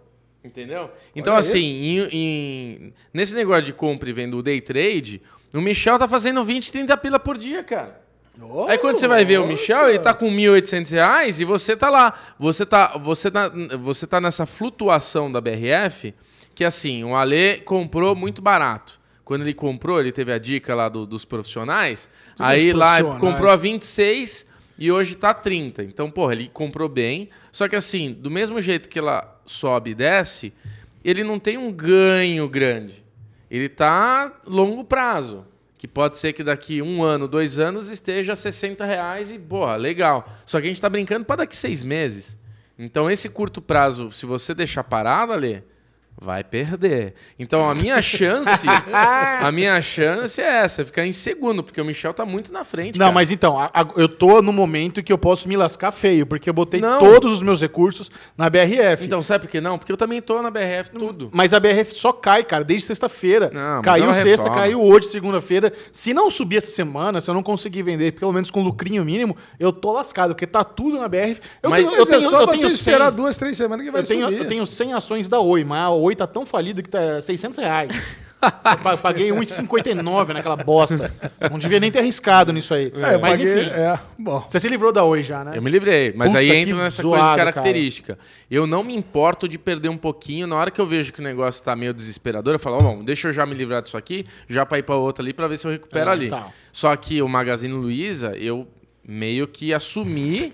S2: Entendeu? Então,
S3: aí.
S2: assim, em- em- nesse negócio de compra e venda, o day trade, o Michel tá fazendo 20, 30 pila por dia, cara.
S3: Oh,
S2: Aí quando você vai ver o Michel, ele
S3: cara.
S2: tá com 1.800 reais e você tá lá. Você tá, você tá, você tá nessa flutuação da BRF que, assim, o Ale comprou muito barato. Quando ele comprou, ele teve a dica lá do- dos profissionais.
S3: Dos
S2: aí lá ele
S3: profissionais.
S2: comprou a 26 e hoje tá 30. Então, porra, ele comprou bem. Só que, assim, do mesmo jeito que ela sobe e desce, ele não tem um ganho grande. Ele tá longo prazo. Que pode ser que daqui um ano, dois anos esteja a 60 reais e, porra, legal. Só que a gente tá brincando para daqui seis meses. Então, esse curto prazo, se você deixar parado, Ale, vai perder. Então, a minha chance, a minha chance é essa, ficar em segundo, porque o Michel tá muito na frente.
S1: Não,
S2: cara.
S1: mas então, a- a- eu tô no momento que eu posso me lascar feio, porque eu botei
S2: Não.
S1: todos os meus recursos na BRF.
S2: Então, sabe por que não? Porque eu também tô na BRF tudo.
S1: Mas a BRF só cai, cara, desde sexta-feira.
S2: Não, mas
S1: Caiu
S2: ela
S1: sexta,
S2: retoma.
S1: caiu hoje, segunda-feira. Se não subir essa semana, se eu não conseguir vender, pelo menos com lucrinho mínimo, eu tô lascado, porque tá tudo na BRF. Eu
S2: Mas-
S1: tenho,
S3: Mas
S1: eu tenho,
S3: é só
S1: eu
S3: você
S1: tenho
S3: esperar
S1: 100.
S3: duas, três semanas que vai
S1: Eu tenho,
S3: subir.
S1: eu tenho 100 ações da Oi, mas a Oi tá tão falida que tá 600 reais. Eu pa- paguei 1,59 naquela bosta. Não devia nem ter arriscado nisso aí.
S3: É, eu
S1: mas
S3: paguei-
S1: enfim,
S3: é, bom.
S1: você se livrou da Oi já, né?
S2: Eu me livrei, mas
S1: Puta,
S2: aí
S1: que
S2: entra nessa
S1: zoado,
S2: coisa de
S1: cara.
S2: característica. Eu não me importo de perder um pouquinho na hora que eu vejo que o negócio tá meio desesperador, eu falo, ó, bom, deixa eu já me livrar disso aqui, já pra ir pra outra ali pra ver se eu recupero
S1: É,
S2: ali.
S1: tá.
S2: Só que o Magazine Luiza, eu meio que assumi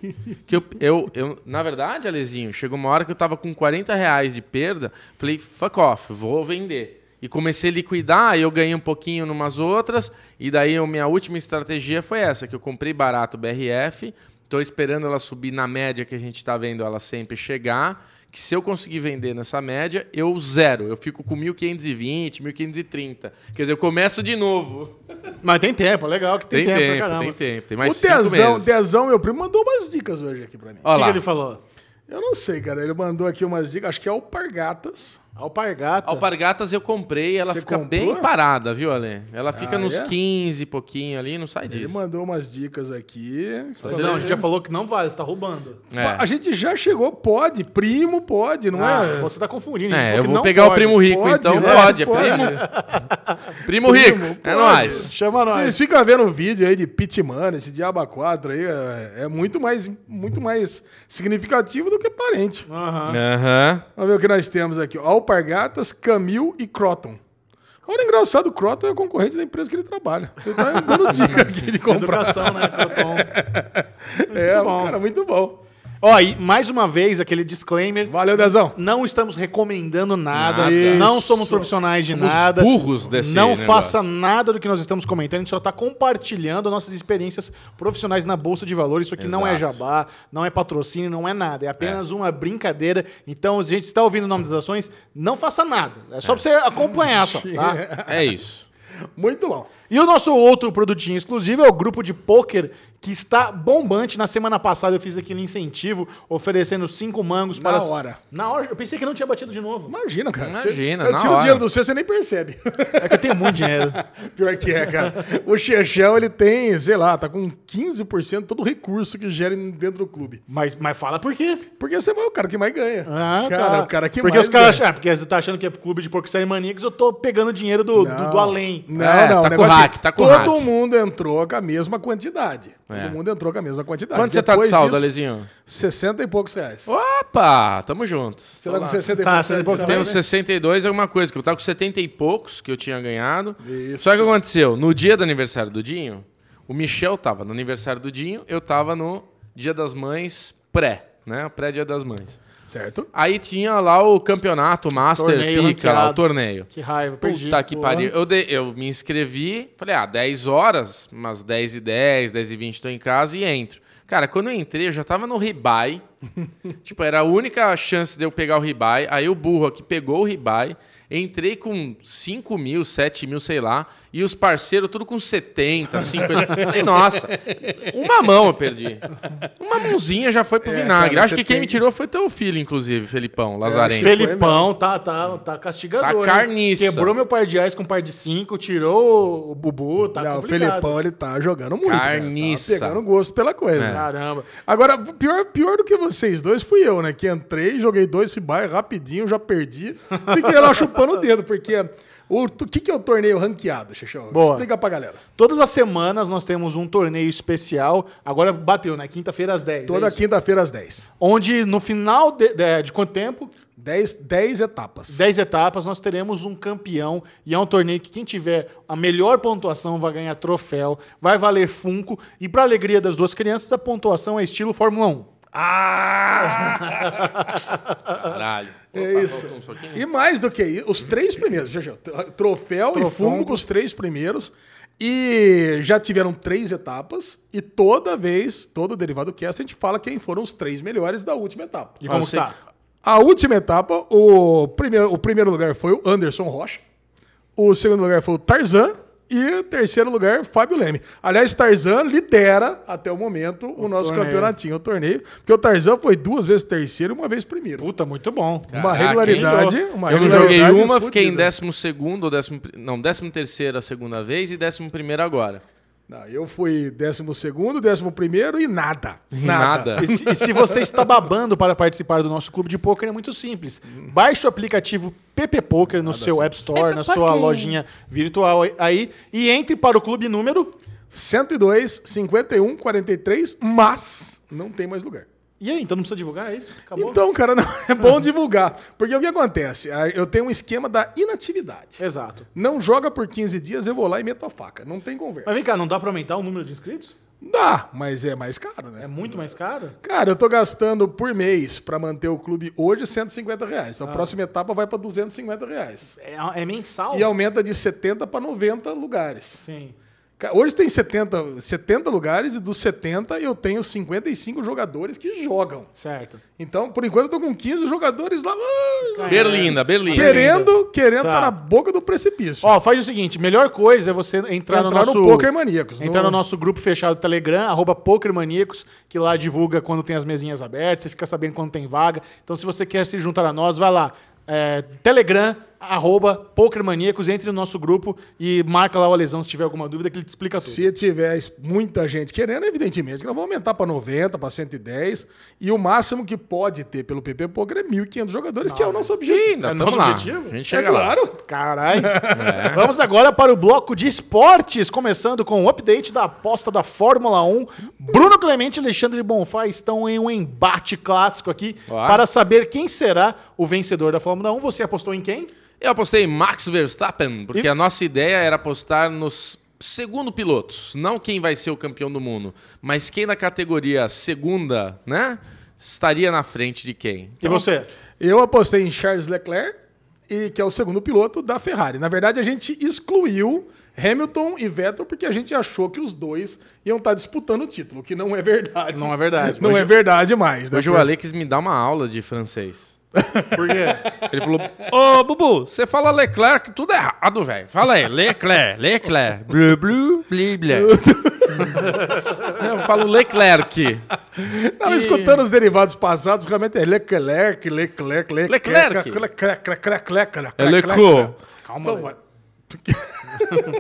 S2: que eu, eu, eu- Na verdade, Alezinho, chegou uma hora que eu tava com 40 reais de perda, falei, fuck off, vou vender. e comecei a liquidar, aí eu ganhei um pouquinho numas outras, e daí a minha última estratégia foi essa, que eu comprei barato BRF, estou esperando ela subir na média que a gente está vendo ela sempre chegar, que se eu conseguir vender nessa média, eu zero, eu fico com 1.520, 1.530, quer dizer, eu começo de novo.
S1: Mas tem tempo, legal que tem,
S2: Tem, tempo,
S1: pra caramba.
S2: tem tempo, tem mais
S3: o
S2: cinco
S3: Dezão,
S2: meses.
S3: Dezão, meu primo, mandou umas dicas hoje aqui pra mim.
S1: O que
S2: Olha
S1: que,
S2: lá,
S1: ele falou?
S3: Eu não sei, cara. Ele mandou aqui umas dicas, acho que é alpargatas.
S1: Alpargatas.
S2: Alpargatas eu comprei, ela
S3: Você
S2: fica
S3: comprou?
S2: bem parada, viu, Ale? Ela fica
S3: Ah,
S2: nos
S3: é?
S2: 15 e pouquinho ali, não sai
S3: Ele
S2: disso.
S3: mandou umas dicas aqui.
S1: Mas Não, a gente já falou que não vale, você tá roubando.
S2: É.
S3: A gente já chegou, pode, primo, pode, não
S1: Ah,
S3: é?
S1: você tá confundindo. a gente
S2: É,
S1: falou
S2: eu
S1: que
S2: vou
S1: não
S2: pegar o
S1: pode.
S2: primo rico,
S3: Pode,
S2: então
S3: né?
S2: pode, é
S3: Pode.
S2: primo. Primo rico, é
S3: pode.
S2: nóis.
S1: Chama
S3: Vocês
S1: nós.
S3: ficam vendo o vídeo aí de Pitman, esse Diaba 4 aí, é, é muito, mais, muito mais significativo do que parente.
S1: Aham.
S2: Aham.
S3: Vamos ver o que nós temos aqui. ó. Alpargatas, Camil e Croton. Olha, engraçado, o Croton é concorrente da empresa que ele trabalha. Ele tá
S1: [laughs]
S3: dando dica aqui de comprar.
S1: Educação, né? Croton.
S3: É,
S1: bom.
S3: um cara, muito bom.
S1: Ó, e mais uma vez aquele disclaimer.
S3: Valeu, Dezão.
S1: Não estamos recomendando nada,
S3: Nada.
S1: não
S3: Isso.
S1: somos profissionais de
S2: Os
S1: nada.
S2: burros desse
S1: Não
S2: negócio.
S1: faça nada do que nós estamos comentando, a gente só está compartilhando nossas experiências profissionais na Bolsa de Valores. Isso aqui não é
S2: Exato.
S1: jabá, não é patrocínio, não é nada. É apenas uma brincadeira. Então, se a gente está ouvindo o nome das ações, não faça nada. É só para você acompanhar só,
S3: [laughs]
S1: tá?
S2: É isso.
S3: Muito bom.
S1: E o nosso outro produtinho exclusivo é o grupo de pôquer que está bombante. Na semana passada eu fiz aquele incentivo oferecendo cinco mangos
S3: Na
S1: para...
S3: hora.
S1: Na hora. Eu pensei que não tinha batido de novo.
S3: Imagina, cara.
S2: Imagina,
S3: Você, eu
S2: na
S3: tiro
S2: hora.
S3: dinheiro do seu, você nem percebe. [laughs]
S1: É que eu tenho muito dinheiro.
S3: Pior que é, cara. O Chechel, ele tem, sei lá, tá com 15% todo o recurso que gera dentro do clube.
S1: Mas, mas fala por quê.
S3: Porque você é o cara que mais ganha.
S1: Ah,
S3: cara,
S1: tá.
S3: o cara que
S1: porque
S3: mais
S1: os caras
S3: ganha.
S1: acham, ah, porque você tá achando que é clube de porco maníacos, eu tô pegando dinheiro do, do,
S3: Não.
S1: do além.
S3: Não,
S2: É,
S3: não.
S2: tá com
S3: o negócio é
S2: hack, tá com
S3: Todo
S2: hack.
S3: mundo entrou com a mesma quantidade.
S2: É.
S3: Todo mundo entrou com a mesma quantidade.
S2: Quanto você tá de
S3: Depois
S2: saldo,
S3: disso,
S2: Alezinho?
S3: 60 e poucos reais.
S2: Opa, tamo junto.
S3: Você tá com 60 e
S1: Tá,
S3: poucos
S1: 60 e poucos,
S3: reais. de
S2: Tenho
S3: salário, né?
S2: 62 alguma coisa, que eu tava com 70 e poucos que eu tinha ganhado.
S3: Isso.
S2: Só que o que aconteceu, no dia do aniversário do Dinho, o Michel tava no aniversário do Dinho, eu tava no Dia das Mães pré, né? Pré-Dia das Mães.
S3: Certo?
S2: Aí tinha lá o campeonato, o Master
S1: Torneio
S2: Pica, lá,
S1: ranqueado.
S2: o torneio.
S1: Que raiva, perdi.
S2: Puta que
S1: Pô.
S2: pariu. Eu, dei- eu me inscrevi, falei, ah, 10 horas, umas 10 e 10, 10 e 20 tô em casa e entro. Cara, quando eu entrei, eu já tava no
S3: [laughs]
S2: ribai. tipo, era a única chance de eu pegar o ribai. Aí o burro aqui pegou o ribai. Entrei com 5 mil, 7 mil, sei lá. E os parceiros tudo com 70,
S3: [laughs]
S2: 50. falei, nossa, uma mão eu perdi. Uma mãozinha já foi pro
S3: É,
S2: vinagre.
S3: cara,
S2: Acho
S3: você
S2: que quem
S3: tem É,
S2: me
S3: que-
S2: tirou foi teu filho, inclusive, Felipão, Lazarento.
S1: Felipão tá, tá, tá castigador.
S2: Tá
S1: hein?
S2: carniça.
S1: Quebrou meu par de reais com um par de cinco, tirou o Bubu, tá
S3: não, o
S1: complicado.
S3: Felipão, ele tá jogando muito. cara.
S2: Carniça. É.
S3: Tá pegando gosto pela coisa.
S1: Caramba.
S3: Agora, pior, pior do que vocês dois fui eu, né? Que entrei, joguei dois ribai rapidinho, já perdi. Fiquei lá chupando o dedo, porque o o que, que é o torneio ranqueado, Xixão?
S1: Boa.
S3: Explica pra galera.
S1: Todas as semanas nós temos um torneio especial. Agora bateu, né? Quinta-feira às 10.
S3: Toda
S1: é isso?
S3: quinta-feira às 10.
S1: Onde no final de, de- de quanto tempo?
S3: 10, 10 etapas.
S1: 10 etapas, nós teremos um campeão e é um torneio que quem tiver a melhor pontuação vai ganhar troféu, vai valer Funko e para alegria das duas crianças a pontuação é estilo Fórmula 1.
S2: Caralho. tá
S3: É isso.
S2: um
S3: E mais do que isso, os três primeiros, Xixão. Tr- Troféu e fungo, os três primeiros. E já tiveram três etapas. E toda vez, todo derivado cast, a gente fala quem foram os três melhores da última etapa.
S1: E
S2: Ah,
S1: como
S2: eu sei
S1: tá?
S2: que-
S3: A última etapa, o primeiro, o primeiro lugar foi o Anderson Rocha. O segundo lugar foi o Tarzan. E o terceiro lugar, Fábio Leme. Aliás, Tarzan lidera até o momento o, nosso
S1: torneio.
S3: campeonatinho, o torneio. Porque o Tarzan foi duas vezes terceiro e uma vez primeiro.
S1: Puta, muito bom.
S3: uma regularidade. Uma
S2: eu não joguei
S3: regularidade
S2: uma, fiquei em
S3: fodida.
S2: décimo segundo, ou décimo, pri- não, décimo terceiro a segunda vez e décimo primeiro agora.
S3: Não, eu fui décimo segundo, décimo primeiro e nada. Nada.
S2: Nada.
S1: E se, e se você está babando para participar do nosso clube de pôquer, é muito simples. Baixe o aplicativo PP Poker no seu App Store, na sua lojinha virtual aí, e entre para o clube número.
S3: 102, 51, 43, mas não tem mais lugar.
S1: E aí, então não precisa divulgar, é isso? Acabou?
S3: Então, cara, não, é bom divulgar. Porque o que acontece? Ah, Eu tenho um esquema da inatividade.
S1: Exato.
S3: Não joga por 15 dias, eu vou lá e meto a faca. Não tem conversa.
S1: Mas vem cá, não dá para aumentar o número de inscritos?
S3: Dá, mas é mais caro, né?
S1: É muito mais caro?
S3: Cara, eu tô gastando por mês pra manter o clube hoje 150 reais. A próxima etapa vai pra 250 reais.
S1: É, é mensal?
S3: E aumenta de 70 pra 90 lugares.
S1: Sim.
S3: Ca- Hoje tem 70, 70 lugares e dos 70 eu tenho 55 jogadores que jogam.
S1: Certo.
S3: Então, por enquanto, eu tô com 15 jogadores lá. ah,
S1: É.
S2: Berlinda, Berlinda.
S3: Querendo, querendo
S1: Tá.
S3: tá. na boca do precipício.
S1: Ó, faz o seguinte, melhor coisa é você entrar,
S3: entrar
S1: no nosso...
S3: no Poker Maníacos.
S1: Entrar no nosso grupo fechado do Telegram, arroba PokerManíacos, que lá divulga quando tem as mesinhas abertas, você fica sabendo quando tem vaga. Então, se você quer se juntar a nós, vai lá. É, Telegram, arroba PokerManíacos, entre no nosso grupo e marca lá o Alesão se tiver alguma dúvida, que ele te explica tudo.
S3: Se tiver es- muita gente querendo, evidentemente que nós vamos aumentar para 90, para 110. E o máximo que pode ter pelo PP Poker é 1.500 jogadores, que é o nosso objetivo.
S2: Ainda,
S1: É
S2: tamo
S1: nosso
S2: lá.
S1: objetivo?
S2: A gente
S3: É
S2: chega lá.
S3: claro.
S1: Caralho. Vamos agora para o bloco de esportes, começando com o update da aposta da Fórmula 1. Bruno Clemente e Alexandre Bonfá estão em um embate clássico aqui
S2: Ó.
S1: para saber quem será o vencedor da Fórmula 1. Você apostou em quem?
S2: Eu apostei em Max Verstappen, porque a nossa ideia era apostar nos segundo pilotos, não quem vai ser o campeão do mundo, mas quem na categoria segunda, né, estaria na frente de quem.
S1: E
S2: Então,
S1: você?
S3: Eu apostei em Charles Leclerc, e que é o segundo piloto da Ferrari. Na verdade, a gente excluiu Hamilton e Vettel porque a gente achou que os dois iam estar disputando o título, que não é verdade.
S1: Não é verdade.
S3: Não
S1: Hoje-
S3: é verdade mais. né?
S2: Hoje o Alex me dá uma aula de francês.
S1: Por quê?
S2: Ele falou: Ô, Bubu, você fala Leclerc, tudo errado, velho. Fala aí, Leclerc, Leclerc. Blu, blu, bli, blé. Eu falo Leclerc.
S3: Não,
S2: E-
S3: escutando os derivados passados, realmente é Leclerc, Leclerc, Leclerc,
S2: Leclerc.
S3: Leclerc, Leclerc, Leclerc, Leclerc.
S2: É Leclerc.
S1: Calma,
S3: Então
S1: Lê.
S3: vai.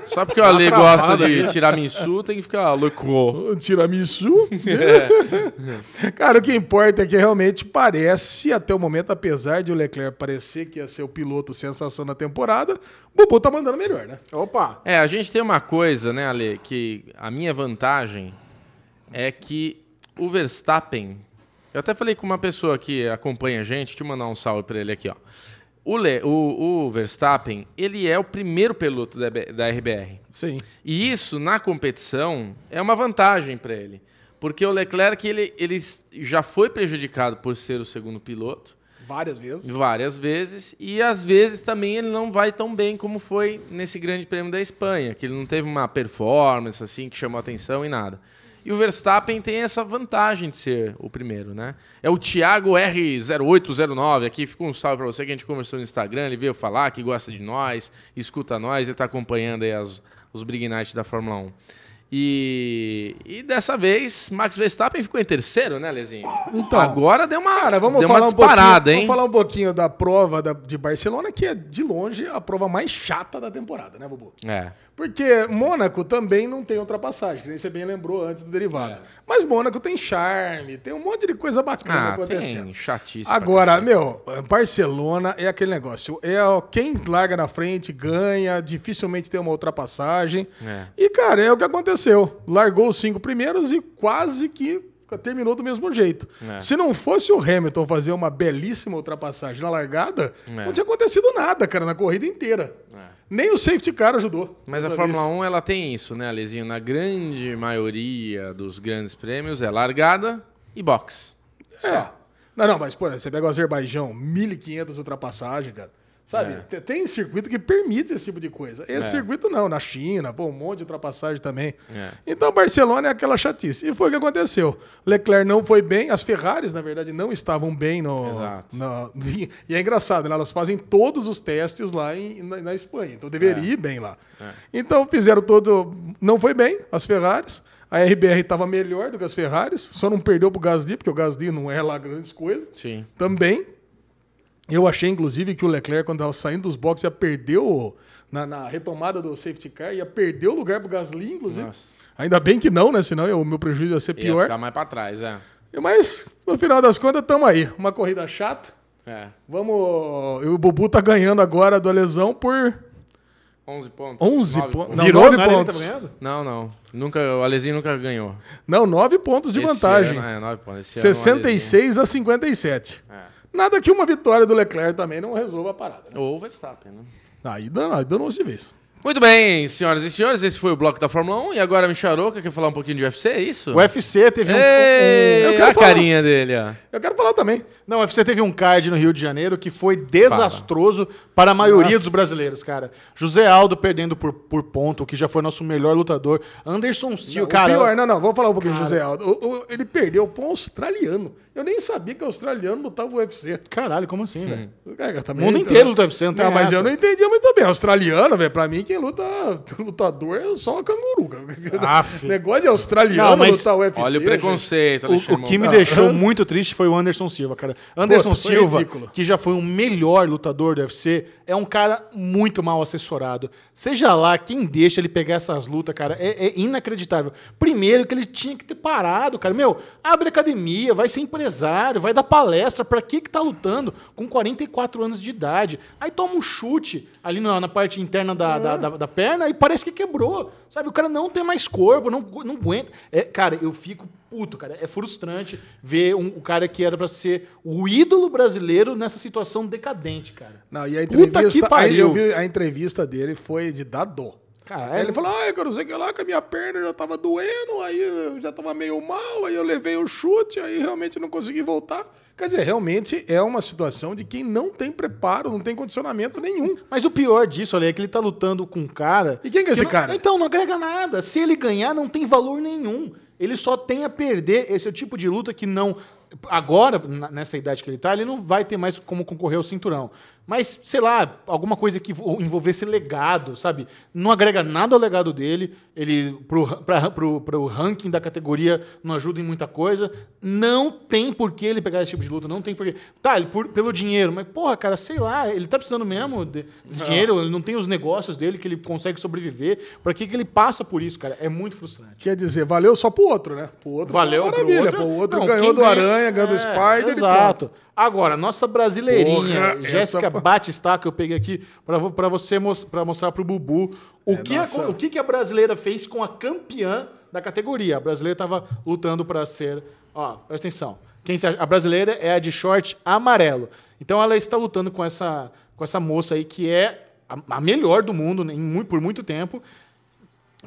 S2: Só porque o Ale
S1: travada
S2: gosta de
S1: ali.
S2: tirar minsu, tem que ficar Leclerc.
S3: Um Tiramisu?
S2: [laughs]
S3: Cara, o que importa é que realmente parece, até o momento, apesar de o Leclerc parecer que ia ser o piloto sensação na temporada, o Bubu tá mandando melhor, né?
S1: Opa!
S2: É, a gente tem uma coisa, né, Ale, que a minha vantagem é que o Verstappen. Eu até falei com uma pessoa que acompanha a gente, deixa eu mandar um salve pra ele aqui, ó. O, Le- o- o Verstappen, ele é o primeiro piloto da, B- da RBR.
S3: Sim.
S2: E isso, na competição, é uma vantagem para ele. Porque o Leclerc ele, ele s- já foi prejudicado por ser o segundo piloto
S3: Várias vezes.
S2: várias vezes. E às vezes também ele não vai tão bem como foi nesse grande prêmio da Espanha, que ele não teve uma performance assim que chamou atenção e nada. E o Verstappen tem essa vantagem de ser o primeiro, né? É o Thiago R0809 aqui, fica um salve pra você que a gente conversou no Instagram, ele veio falar que gosta de nós, escuta nós e tá acompanhando aí as- os Big Nights da Fórmula 1. E, e dessa vez, Max Verstappen ficou em terceiro, né, Lezinho?
S3: Então,
S2: agora deu uma,
S3: Cara, vamos
S2: deu
S3: falar
S2: uma
S3: um pouquinho,
S2: disparada, hein?
S3: Vamos falar um pouquinho da prova da- de Barcelona, que é de longe a prova mais chata da temporada, né, Bubu?
S2: É.
S3: Porque Mônaco também não tem ultrapassagem, que nem você bem lembrou antes do derivado.
S2: É.
S3: Mas Mônaco tem charme, tem um monte de coisa bacana
S2: Ah,
S3: acontecendo.
S2: tem chatice.
S3: Agora, meu, Barcelona é aquele negócio. É ó, quem larga na frente ganha, dificilmente tem uma ultrapassagem.
S2: É.
S3: E, cara, é o que aconteceu. Largou os cinco primeiros e quase que terminou do mesmo jeito.
S2: É.
S3: Se não fosse o Hamilton fazer uma belíssima ultrapassagem na largada,
S2: É.
S3: não tinha acontecido nada, cara, na corrida inteira. Nem o safety car ajudou.
S2: Mas a
S3: Sabe
S2: Fórmula
S3: isso?
S2: 1 ela tem isso, né, Alezinho? Na grande maioria dos grandes prêmios é largada e box.
S3: É. Não, não, mas, pô, você pega o Azerbaijão, 1.500 ultrapassagem, cara. Sabe?
S2: É.
S3: Tem- Tem circuito que permite esse tipo de coisa. Esse circuito não, na China, pô, um monte de ultrapassagem também.
S2: É.
S3: Então, Barcelona é aquela chatice. E foi o que aconteceu. Leclerc não foi bem, as Ferraris, na verdade, não estavam bem no.
S2: Exato.
S3: no- [laughs] e é engraçado, né? Elas fazem todos os testes lá em- na, na Espanha. Então,
S2: É.
S3: deveria ir bem lá. Então, fizeram todo. Não foi bem, as Ferraris. A RBR estava melhor do que as Ferraris, só não perdeu pro Gasly, porque o Gasly não é lá grandes coisas.
S2: Sim.
S3: Também. Eu achei, inclusive, que o Leclerc, quando estava saindo dos boxes, ia perder o- na, na retomada do safety car, ia perder o lugar pro Gasly, inclusive.
S2: Nossa.
S3: Ainda bem que não, né? Senão eu- o meu prejuízo ia ser
S2: Ia
S3: pior.
S2: ficar mais pra trás, é.
S3: Mas, no final das contas, estamos aí. Uma corrida chata.
S2: É.
S3: Vamos. e O Bubu tá ganhando agora do lesão por
S2: 11 pontos.
S3: 11
S2: nove
S3: pontos.
S2: Não.
S3: Não,
S1: Virou,
S3: 9
S1: não era ele que
S3: pontos.
S1: tava ganhando?
S2: não, Nunca, o Alezinho nunca ganhou.
S3: Não, 9 pontos de
S2: Esse
S3: vantagem.
S2: ano- é, 9 pontos. Esse ano o Alezinho-
S3: 66 a 57. Nada que uma vitória do Leclerc também não resolva a parada. né?
S2: Ou o Verstappen, né?
S3: Aí danou, aí danou de vez.
S2: Muito bem, senhoras e senhores, esse foi o bloco da Fórmula 1 e agora a Micharoca quer falar um pouquinho de UFC, é isso?
S1: O UFC teve um.
S2: Ei,
S1: um-
S3: Eu quero
S2: a
S3: falar.
S2: carinha dele, ó.
S3: Eu quero falar também.
S1: Não, o UFC teve um card no Rio de Janeiro que foi desastroso para a maioria dos brasileiros, cara. José Aldo perdendo por, por ponto, que já foi nosso melhor lutador. Anderson Silva, cara.
S3: o pior, não, não, vamos falar um pouquinho do José Aldo. O- o- ele perdeu pra um australiano. Eu nem sabia que australiano lutava UFC.
S1: Caralho, como assim, velho?
S3: Cara,
S1: O
S3: também-
S1: mundo inteiro luta UFC, não tem
S3: Hum. Então. Não, mas
S1: essa.
S3: eu não entendia muito bem. Australiano, velho, pra mim quem luta lutador é só canguru. [laughs] cara.
S1: Aff.
S3: Negócio de australiano
S1: Ah, Não, mas
S3: lutar UFC.
S2: Olha o
S3: gente.
S2: preconceito,
S1: O,
S2: Alexandre
S1: o que me
S2: Moura.
S1: deixou muito triste foi o Anderson Silva, cara. Anderson
S3: Puta, foi
S1: Silva,
S3: ridículo.
S1: que já foi o melhor lutador do UFC, é um cara muito mal assessorado. Seja lá quem deixa ele pegar essas lutas, cara, é, é inacreditável. Primeiro que ele tinha que ter parado, cara. Meu, abre academia, vai ser empresário, vai dar palestra. Pra que que tá lutando com 44 anos de idade? Aí toma um chute ali na, na parte interna da, da, da- da perna e parece que quebrou. Sabe, o cara não tem mais corpo, não, não aguenta. É, cara, eu fico puto, cara. É frustrante ver um, o cara que era pra ser o ídolo brasileiro nessa situação decadente, cara.
S3: Não, e a
S1: Puta que
S3: entrevista, aí
S1: pariu.
S3: eu vi a entrevista dele foi de dar dó.
S1: Cara,
S3: Aí
S1: é-
S3: ele falou, ah, eu não sei o que lá, que a minha perna já tava doendo, aí eu já tava meio mal, aí eu levei o chute, aí realmente não consegui voltar. Quer dizer, realmente é uma situação de quem não tem preparo, não tem condicionamento nenhum.
S1: Mas o pior disso, olha, é que ele tá lutando com um cara.
S3: E quem que é esse
S1: não-
S3: cara?
S1: Então, não agrega nada. Se ele ganhar, não tem valor nenhum. Ele só tem a perder. Esse é o tipo de luta que não. Agora, na- nessa idade que ele tá, ele não vai ter mais como concorrer ao cinturão. Mas, sei lá, alguma coisa que vo- envolvesse legado, sabe? Não agrega nada ao legado dele. Ele, pro, ra- pra, pro, pro ranking da categoria, não ajuda em muita coisa. Não tem por que ele pegar esse tipo de luta, não tem por que. Tá, ele por- pelo dinheiro, mas, porra, cara, sei lá, ele tá precisando mesmo de- desse dinheiro, ele não tem os negócios dele que ele consegue sobreviver. Pra que, que ele passa por isso, cara? É muito frustrante.
S3: Quer dizer, valeu só pro outro, né? Pro outro foi uma
S1: Valeu, pro
S3: maravilha. Pro outro
S1: Não,
S3: ganhou
S1: quem
S3: do Aranha, ganhou do
S1: É,
S3: Spider e
S1: Exato.
S3: pronto.
S1: Agora, nossa brasileirinha,
S3: Porra,
S1: Jéssica
S3: essa-
S1: Batista, que eu peguei aqui pra, vo- pra você mos- pra mostrar pro Bubu o, que a,
S3: É, nossa.
S1: o que, que a brasileira fez com a campeã da categoria. A brasileira tava lutando pra ser. Ó, presta atenção. Quem se- a brasileira é a de short amarelo. Então ela está lutando com essa, com essa moça aí que é a, a melhor do mundo né, em mui- por muito tempo.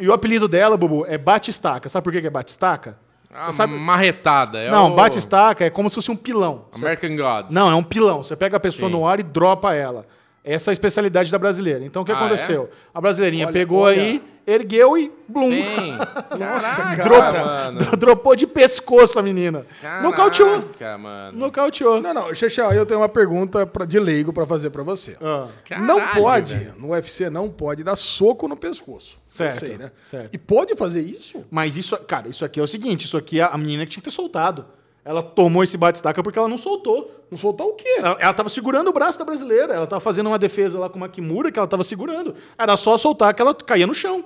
S1: E o apelido dela, Bubu, é Batistaca. Sabe por que que é Batistaca?
S2: Ah, marretada. É
S1: Não,
S2: o
S1: bate-estaca é como se fosse um pilão.
S2: American Gods.
S1: Não, é um pilão. Você pega a pessoa
S2: Sim.
S1: no ar e dropa ela. Essa é a especialidade da brasileira. Então o que
S2: Ah,
S1: aconteceu? A brasileirinha
S3: é? Olha,
S1: pegou
S3: olha.
S1: aí, ergueu e blum.
S2: Tem.
S3: Nossa,
S2: Caraca,
S3: droga.
S2: mano.
S1: [laughs] Dropou de pescoço a menina. Nocauteou.
S2: Caraca, mano.
S1: Nocauteou.
S3: Não, não, Xexel, eu tenho uma pergunta pra, de leigo pra fazer pra você.
S1: Ah,
S2: Caralho,
S3: não pode,
S2: velho.
S3: no UFC não pode dar soco no pescoço. Eu
S1: Certo,
S3: sei, né?
S1: certo.
S3: E pode fazer isso?
S1: Mas isso, cara, isso aqui é o seguinte: isso aqui é a menina que tinha que ter soltado. Ela tomou esse bate-estaca porque ela não soltou.
S3: Não soltar o quê?
S1: Ela, ela tava segurando o braço da brasileira. Ela tava fazendo uma defesa lá com uma Kimura que ela tava segurando. Era só soltar que ela caía no chão.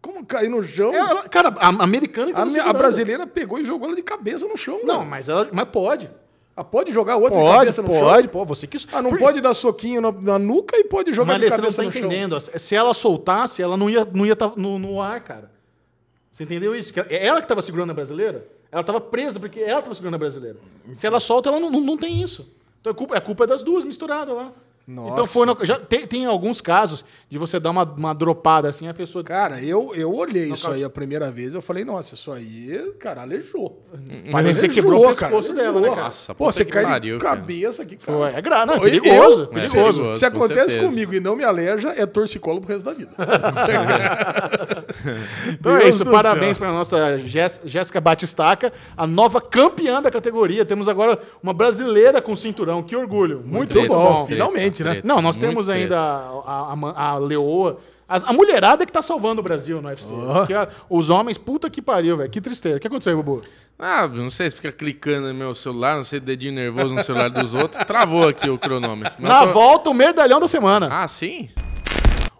S3: Como cair no chão?
S1: É, ela- cara, a a americana
S3: Então. a,
S1: então
S3: minha- a brasileira pegou e jogou ela de cabeça no chão.
S1: Não,
S3: velho.
S1: mas ela. Mas pode.
S3: Ah, pode jogar outra de
S1: Pode,
S3: cabeça no chão?
S1: pode, pode. Você que
S3: Ah, não
S1: Por-
S3: pode dar soquinho na, na nuca e pode jogar
S1: Mas
S3: de
S1: você não
S3: cabeça
S1: tá
S3: no chão.
S1: entendendo. Se ela soltasse, ela não ia não ia tá no, no ar, cara. Você entendeu isso? Que É ela que tava segurando a brasileira? Ela tava presa porque ela tava segurando a brasileira. Se ela solta, ela não, não, não tem isso. Então é culpa, é culpa das duas misturadas lá.
S3: Nossa.
S1: Então foi no- já tem, tem alguns casos de você dar uma, uma dropada assim, a pessoa.
S3: Cara, eu, eu olhei isso aí a primeira vez eu falei, nossa, isso aí, cara, aleijou.
S1: Parecia que
S3: Aleijou,
S1: quebrou o
S3: cara,
S1: pescoço dela, né,
S3: aleijou.
S1: cara?
S2: Nossa,
S3: Pô,
S2: puta
S3: você
S2: que
S3: cai
S2: pariu,
S3: de
S2: cara.
S3: cabeça aqui, cara.
S1: Foi, é grave, não, é
S3: Eu-
S1: perigoso.
S3: eu-
S1: perigoso.
S3: se-
S2: perigoso,
S3: Se
S2: com
S3: acontece
S2: certeza.
S3: comigo e não me aleja, é torcicolo pro resto
S1: [laughs]
S3: da vida.
S1: Então é
S3: Deus
S1: isso,
S3: do
S1: parabéns
S3: céu.
S1: para nossa Jés- Jéssica Batistaca, a nova campeã da categoria. Temos agora uma brasileira com cinturão, que orgulho. Muito,
S2: treta,
S1: bom.
S2: muito treta.
S3: finalmente, né?
S2: Treta.
S1: Não, nós
S2: Muito
S1: temos
S2: treta.
S1: ainda a, a- a man- a Leoa, As- a, mulherada que tá salvando o Brasil no UFC. Porque a- os homens, puta que pariu, velho. Que tristeza. O que aconteceu aí, Bubu?
S2: Ah, não sei, se fica clicando no meu celular, não sei, dedinho nervoso no celular dos outros. Travou aqui o cronômetro. Mas
S1: Na
S2: tô-
S1: volta, o merdalhão da semana.
S2: Ah, sim?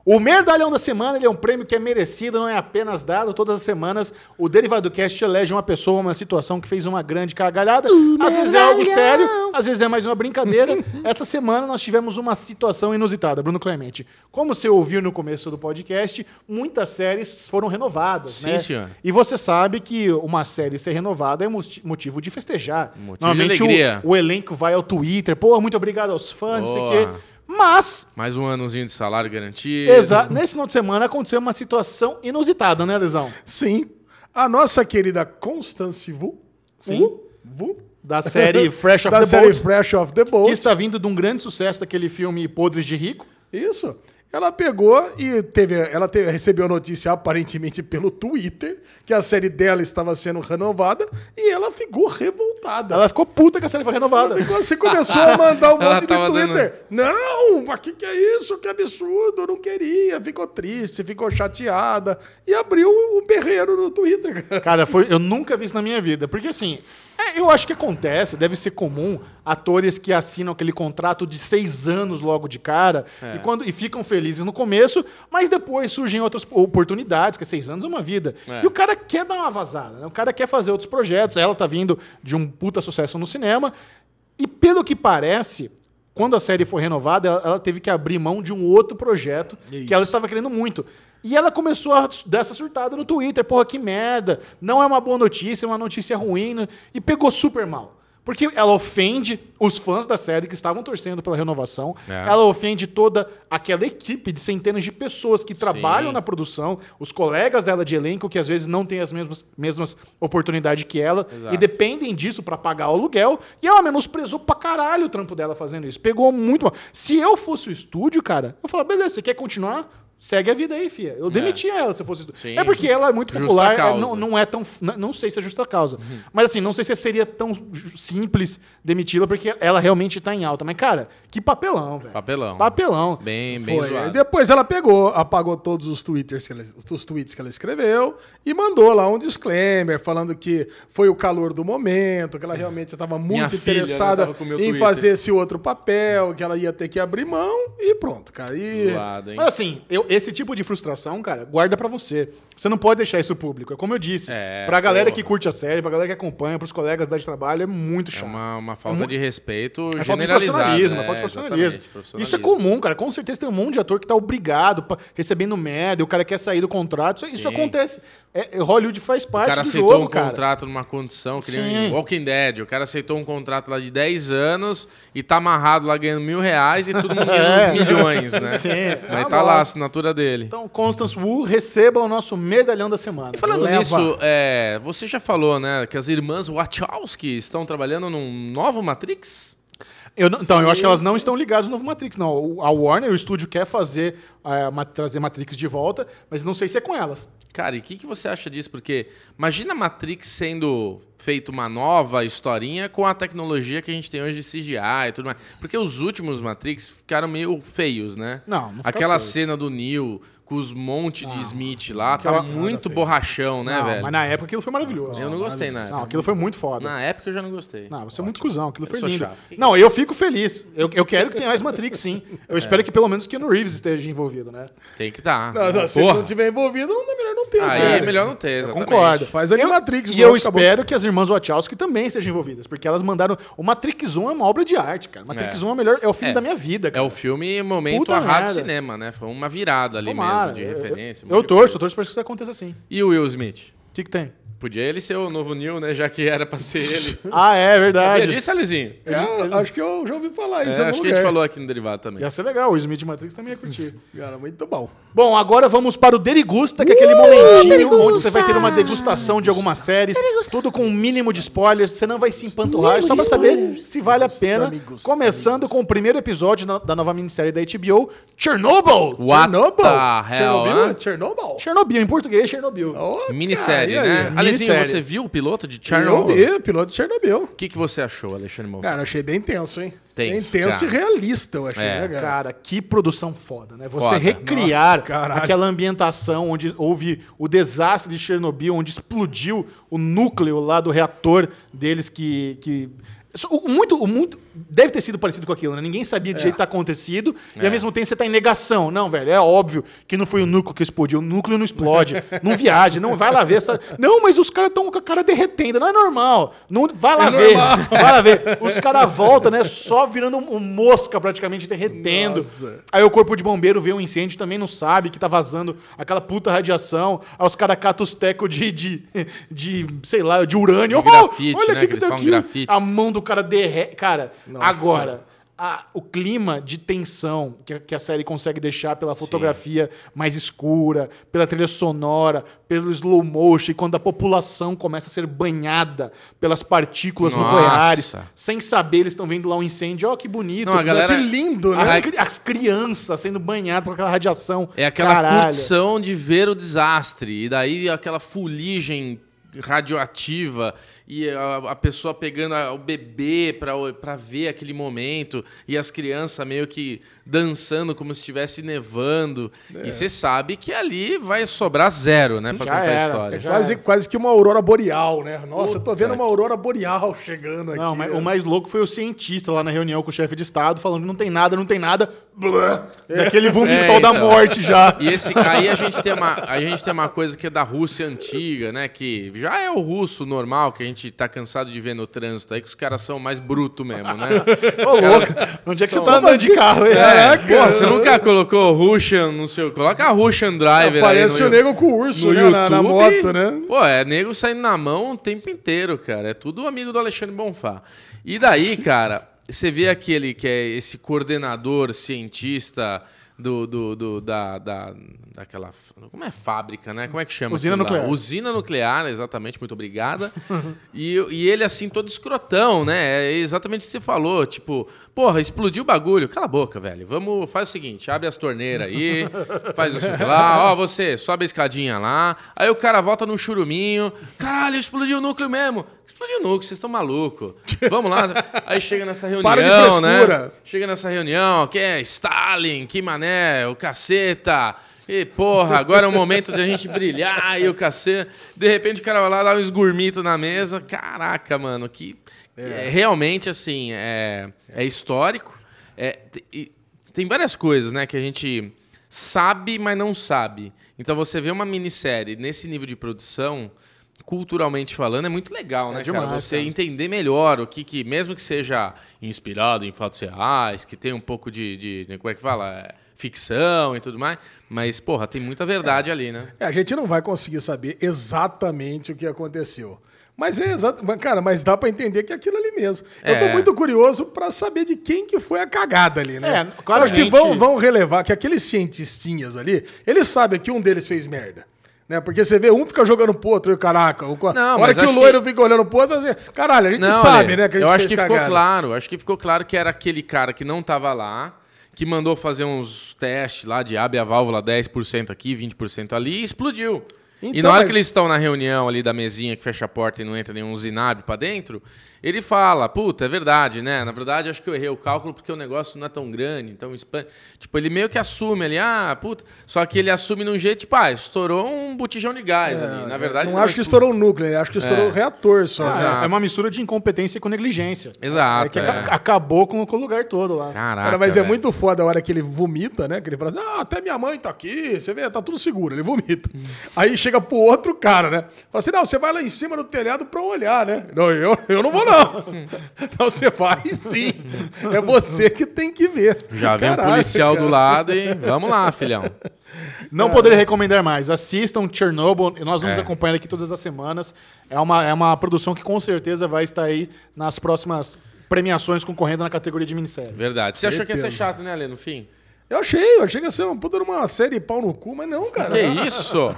S1: O Merdalhão da Semana ele é um prêmio que é merecido, não é apenas dado. Todas as semanas, o Derivado Cast elege uma pessoa, uma situação que fez uma grande cagalhada. às vezes é algo sério, às vezes é mais uma brincadeira. Essa semana nós tivemos uma situação inusitada, Bruno Clemente. Como você ouviu no começo do podcast, muitas séries foram renovadas.
S2: Sim,
S1: né?
S2: senhor.
S1: E você sabe que uma série ser renovada é moti- motivo de festejar.
S2: Motivo de
S1: Normalmente o-
S2: alegria.
S1: o, elenco vai ao Twitter, pô, muito obrigado aos fãs, não sei o
S2: Boa.
S1: quê. Mas,
S2: Mais um anozinho de salário garantido.
S1: exa- nesse final de semana aconteceu uma situação inusitada, né, Lesão?
S3: Sim. A nossa querida Constance Vu.
S1: Sim.
S3: Vu? Vu?
S1: Da [laughs]
S3: [laughs]
S1: série Fresh of
S3: da
S1: the
S3: série
S1: Boat,
S3: Fresh of the
S1: que
S3: Boat.
S1: está vindo de um grande sucesso daquele filme Podres de Rico.
S3: Isso. Ela pegou e teve, ela teve- recebeu a notícia aparentemente pelo Twitter que a série dela estava sendo renovada e ela ficou revoltada.
S1: Ela ficou puta que a série foi [laughs] renovada.
S3: Ela ficou- Você começou a mandar um
S2: Ela
S3: monte de
S2: tava
S3: Twitter. Não, mas que que é isso? Que absurdo, eu não queria. Ficou triste, ficou chateada. E abriu o berreiro no Twitter, cara.
S1: Cara, foi, eu nunca vi isso na minha vida. Porque assim, é, eu acho que acontece, deve ser comum atores que assinam aquele contrato de seis anos logo de cara e, quando, e ficam felizes no começo, mas depois surgem outras oportunidades, que seis anos é uma vida.
S2: É.
S1: E o cara quer dar uma vazada, né? O cara quer fazer outros projetos. Ela tá vindo de um puta sucesso no cinema. E pelo que parece. Quando a série foi renovada, ela, ela teve que abrir mão de um outro projeto que ela estava querendo muito. E ela começou a dar essa surtada no Twitter. Porra, que merda. Não é uma boa notícia, é uma notícia ruim. né? E pegou super mal. Porque ela ofende os fãs da série que estavam torcendo pela renovação.
S2: É.
S1: Ela ofende toda aquela equipe de centenas de pessoas que trabalham na produção, os colegas dela de elenco que às vezes não têm as mesmas, mesmas oportunidades que ela
S2: Exato.
S1: e dependem disso pra pagar o aluguel. E ela menosprezou pra caralho o trampo dela fazendo isso. Pegou muito mal. Se eu fosse o estúdio, cara, eu falava, beleza, você quer continuar? Segue a vida aí, fia. Eu demitia ela se eu fosse. o estúdio.
S2: É. Sim.
S1: É porque ela é muito
S2: Justa
S1: popular, é,
S2: causa. Uhum.
S1: não, não é tão. n- Não sei se é justa causa. Mas assim, não sei se seria tão ju- simples demiti-la, porque ela realmente tá em alta. Mas, cara, que papelão, velho.
S2: Papelão.
S1: Papelão.
S2: Bem, bem
S3: Foi. Aí
S2: zoado.
S3: Depois ela pegou, apagou todos os, twitters que ela, os tweets que ela escreveu e mandou lá um disclaimer falando que foi o calor do momento, que ela realmente estava
S2: Minha
S3: muito
S2: filha, né,
S3: interessada
S2: tava com o meu
S3: em
S2: Twitter.
S3: fazer esse outro papel, que ela ia ter que abrir mão e pronto, cara. E
S2: Zoado, hein?
S1: Mas assim, eu- esse tipo de frustração, cara, guarda pra você. Você não pode deixar isso público. É como eu disse.
S2: É,
S1: pra galera
S2: porra.
S1: que curte a série, pra galera que acompanha, pros colegas da de trabalho, é muito
S2: É
S1: chato.
S2: uma, uma falta de respeito
S1: Hum? É falta de
S2: generalizada.
S1: profissionalismo, é
S2: né?
S1: falta de
S2: Exatamente,
S1: profissionalismo. Isso é
S2: profissionalismo.
S1: comum, cara. Com certeza tem um monte de ator que tá obrigado, pa- recebendo merda, e o cara quer sair do contrato. Isso, isso
S2: Sim.
S1: acontece. É, Hollywood faz
S2: O
S1: parte
S2: cara
S1: do
S2: aceitou
S1: jogo,
S2: um
S1: cara.
S2: contrato numa condição, que
S1: Sim.
S2: nem em Walking Dead. O cara aceitou um contrato lá de 10 anos e tá amarrado lá ganhando mil reais e todo
S1: [laughs]
S2: mundo
S1: É.
S2: ganhando milhões, né?
S1: Sim.
S2: Aí
S1: Ah,
S2: tá lá a
S1: nossa.
S2: assinatura dele.
S1: Então, Constance Wu, receba o nosso merdalhão da semana.
S2: Falando
S3: Leva.
S2: nisso, é, você já falou, né, que as irmãs Wachowski estão trabalhando num novo Matrix?
S1: Eu não- então, eu acho que elas não estão ligadas no novo Matrix, não. O- A Warner, o estúdio, quer fazer, é, ma- trazer Matrix de volta, mas não sei se é com elas.
S2: Cara, e o que, que você acha disso? Porque imagina a Matrix sendo feita uma nova historinha com a tecnologia que a gente tem hoje de CGI e tudo mais. Porque os últimos Matrix ficaram meio feios, né?
S1: Não, não ficaram
S2: Aquela
S1: feios.
S2: cena do Neo com os monte
S3: Ah,
S2: de Smith lá,
S1: aquela-
S2: tá muito borrachão, né,
S1: não,
S2: velho?
S1: Mas na época aquilo foi maravilhoso.
S2: Eu não gostei na época.
S1: Não, aquilo foi muito foda.
S2: Na época eu já não gostei.
S1: Não, você é muito cuzão, aquilo foi
S2: sou
S1: lindo.
S2: chato.
S1: Não, eu fico feliz. Eu, eu quero que tenha mais Matrix, sim.
S2: É.
S1: Eu espero que pelo menos Keanu Reeves esteja envolvido, né?
S2: Tem que estar.
S3: Não, não, se ele não tiver envolvido, não, é melhor não ter.
S2: Aí
S3: sério.
S2: é melhor não ter,
S1: Eu
S2: exatamente.
S1: concordo.
S3: Faz a
S1: Eu-
S3: Matrix,
S1: E
S3: pronto,
S1: eu
S3: acabou.
S1: espero que as irmãs Wachowski também sejam envolvidas, porque elas mandaram. O Matrix 1 é uma obra de arte, cara. Matrix
S2: É.
S1: 1 é, o melhor, é o filme
S2: É.
S1: da minha vida,
S2: É
S1: cara.
S2: o filme momento
S1: Puta
S2: arrado
S1: merda.
S2: cinema, né? Foi uma virada ali
S1: Tomara.
S2: mesmo, de
S1: Eu-
S2: referência. um
S1: Eu,
S2: monte
S1: eu
S2: de
S1: torço,
S2: coisa.
S1: eu torço pra que isso aconteça assim.
S2: E o Will Smith?
S1: O que, que tem?
S2: Podia ele ser o novo Neil, né? Já que era pra ser ele.
S1: Ah, é [laughs] verdade.
S2: Sabia disso, Alizinho?
S3: É, acho que eu já ouvi falar
S2: É,
S3: isso. em algum
S2: acho que a gente
S3: lugar.
S2: falou aqui no Derivado também.
S1: Ia ser legal, o Smith Matrix também ia curtir.
S3: Cara, muito bom.
S1: Bom, agora vamos para o Derigusta, que é aquele momentinho onde você vai ter uma degustação de algumas séries, tudo com um mínimo de spoilers, você não vai se empanturrar, só para saber se vale a pena.
S3: amigos,
S1: Começando com o primeiro episódio na- da nova minissérie da HBO, Chernobyl!
S2: What
S3: Chernobyl?
S2: the hell,
S3: Chernobyl?
S2: hã?
S3: é Chernobyl?
S1: Chernobyl, em português, Chernobyl.
S3: Oh,
S2: Minissérie,
S3: cara, e aí?
S2: né? Alizinho,
S1: Minissérie.
S2: você viu o piloto de
S3: Eu
S2: Chernobyl?
S3: vi, piloto de Chernobyl.
S2: O que, que você achou, Alexandre Moura?
S3: Cara, eu achei bem tenso, hein?
S2: Tenso,
S3: bem tenso
S2: cara.
S3: e realista, eu achei,
S2: É.
S3: né, cara?
S1: Cara, que produção foda, né? Você
S2: Foda.
S1: recriar
S3: Nossa, caralho.
S1: aquela ambientação onde houve o desastre de Chernobyl, onde explodiu o núcleo lá do reator deles que. que... Isso, o- o Muito, o muito deve ter sido parecido com aquilo, né? Ninguém sabia de
S3: É.
S1: jeito que tá acontecido, e
S2: É.
S1: ao mesmo tempo você tá em negação. Não, velho, é óbvio que não foi o núcleo que explodiu. O núcleo não
S3: [laughs]
S1: explode, não viaja, não vai lá ver essa. Não, mas os caras estão com a cara derretendo, não é normal. Não, vai lá
S3: É
S1: ver.
S3: normal.
S1: Para
S3: [laughs]
S1: ver, os caras voltam, né? Só virando um um mosca praticamente derretendo.
S3: Nossa.
S1: Aí o corpo de bombeiro vê um incêndio também não sabe que tá vazando aquela puta radiação. Aí os caras catam os tecos de, de, de, sei lá, de urânio. Oh,
S2: De grafite,
S1: olha
S2: né,
S1: que
S2: que
S1: que
S2: eles
S1: deu
S2: falam
S1: aqui.
S2: grafite.
S1: A mão do cara derrete. Cara,
S3: Nossa.
S1: agora. a- o clima de tensão que, a- que a série consegue deixar pela fotografia mais escura, pela trilha sonora, pelo slow motion, e quando a população começa a ser banhada pelas partículas
S2: Nossa.
S1: nucleares, sem saber, eles estão vendo lá um incêndio, ó, que bonito.
S2: Não, a galera-
S3: Que lindo, né?
S1: As,
S2: a-
S1: cri- as crianças sendo banhadas por aquela radiação.
S2: É aquela
S1: Caralho.
S2: curtição de ver o desastre. E daí aquela fuligem radioativa e a, a pessoa pegando a- o bebê pra o- pra ver aquele momento e as crianças meio que dançando como se estivesse nevando e você sabe que ali vai sobrar zero né pra
S1: Já
S2: contar a
S1: era.
S2: história
S1: Já
S3: Quase,
S1: era.
S3: quase que uma aurora boreal, né? Nossa, eu tô vendo
S2: Puta
S3: uma aurora boreal [laughs] chegando aqui.
S1: Não, mas
S3: né?
S1: o mais louco foi o cientista lá na reunião com o chefe de Estado falando que não tem nada, não tem nada. Blá, Daquele vômito
S2: É,
S1: da
S2: então.
S1: morte já.
S2: E esse aí a gente tem uma a gente tem uma coisa que é da Rússia antiga, né? Que já é o russo normal que a gente tá cansado de ver no trânsito aí que os caras são mais bruto mesmo, né?
S1: [laughs] Ô, louco. Onde é que você
S2: são-
S1: tá andando de carro? hein?
S2: É, porra, você nunca colocou Russian, não sei, coloca a Russian Driver
S3: Parece
S2: aí
S3: o
S2: no,
S3: nego com o urso
S2: no
S3: né?
S2: YouTube.
S3: na, na moto, né?
S2: Pô, é nego saindo na mão o tempo inteiro, cara. É tudo amigo do Alexandre Bonfá. E
S3: [laughs]
S2: daí, cara, você vê aquele que é esse coordenador cientista do, do, do- da, da, daquela. f- Como é fábrica, né? Como é que chama?
S1: Usina
S2: aquilo lá?
S1: nuclear.
S2: Usina nuclear, exatamente, muito
S3: [laughs]
S2: obrigada. e, e ele, assim, todo escrotão, né? É exatamente o que você falou. Tipo, porra, explodiu o bagulho. Cala a boca, velho. Vamos, faz o seguinte: abre as torneiras
S3: [laughs]
S2: aí, faz o sei lá, ó, você, sobe a escadinha lá. Aí o cara volta no churuminho. Caralho, explodiu o núcleo mesmo. Explodiu o núcleo, vocês estão malucos. Vamos lá. Aí chega nessa reunião,
S3: Para de
S2: né?
S3: frescura.
S2: Chega nessa reunião, que é Stalin, que mané, o caceta. E porra, agora é o momento de a gente brilhar e o caceta. De repente o cara vai lá dar um esgurmito na mesa. Caraca, mano, que. é, realmente, assim, é, é histórico. É, te- e tem várias coisas, né, que a gente sabe, mas não sabe. Então você vê uma minissérie nesse nível de produção, culturalmente falando, é muito legal, né, cara?
S1: demais,
S2: Você
S1: cara.
S2: entender melhor o que, que mesmo que seja inspirado em fatos reais, que tem um pouco de, de- de- como é que fala, É, ficção e tudo mais, mas porra, tem muita verdade ali, né?
S3: É, a gente não vai conseguir saber exatamente o que aconteceu. Mas é exato, mas, cara, mas dá pra entender que é aquilo ali mesmo. Eu tô
S2: É.
S3: muito curioso pra saber de quem que foi a cagada ali, né?
S1: É,
S3: Eu Acho que
S1: claramente-
S3: vão, vão relevar que aqueles cientistinhas ali, eles sabem que um deles fez merda. Né? Porque você vê, um fica jogando pro outro, e caraca, o- a
S2: Não,
S3: hora
S2: mas
S3: que o
S2: acho
S3: loiro fica olhando pro outro, assim, caralho, a gente sabe,
S2: Ale,
S3: né? Que a
S2: eu
S3: gente
S2: acho
S3: fez
S2: que ficou
S3: cagada.
S2: claro, acho que ficou claro que era aquele cara que não tava lá, que mandou fazer uns testes lá de abre a válvula 10% aqui, 20% ali e explodiu. e
S3: Então,
S2: na hora
S3: mas-
S2: que eles estão na reunião ali da mesinha que fecha a porta e não entra nenhum zinabe pra dentro, ele fala, puta, é verdade, né? Na verdade, acho que eu errei o cálculo porque o negócio não é tão grande, então... expande." Tipo, ele meio que assume ali, ah, puta... Só que ele assume num jeito, tipo, ah, estourou um botijão de gás ali. Na verdade...
S3: É,
S2: É.
S3: não acho que estourou o núcleo, né? acho que estourou o reator só.
S1: Ah,
S3: né?
S2: Exato.
S1: É uma mistura de incompetência com negligência.
S2: Exato,
S1: É que
S2: é.
S1: aca- acabou com o lugar todo lá.
S2: Caraca,
S3: Cara, mas é
S2: velho.
S3: muito foda a hora que ele vomita, né? Que ele fala assim, ah, até minha mãe tá aqui, você vê, tá tudo seguro. Ele vomita. Aí chega pro outro cara, né? Fala assim, não, você vai lá em cima do telhado pra olhar, né? Não, eu, eu não
S2: [laughs]
S3: vou não. não, você vai sim. É você que tem que ver.
S2: Já vem um
S3: Caralho,
S2: policial
S3: cara.
S2: do lado e vamos lá, filhão.
S1: Não poderia recomendar mais. Assistam Chernobyl. Nós vamos
S2: É.
S1: acompanhar aqui todas as semanas. É uma, é uma produção que com certeza vai estar aí nas próximas premiações concorrendo na categoria de minissérie.
S2: Verdade. Você achou que ia ser
S3: Certeza.
S2: chato, né, Alê, no fim?
S3: Eu achei, eu achei que ia ser uma puta numa série pau no cu, mas não, cara.
S2: Que isso?
S3: Eu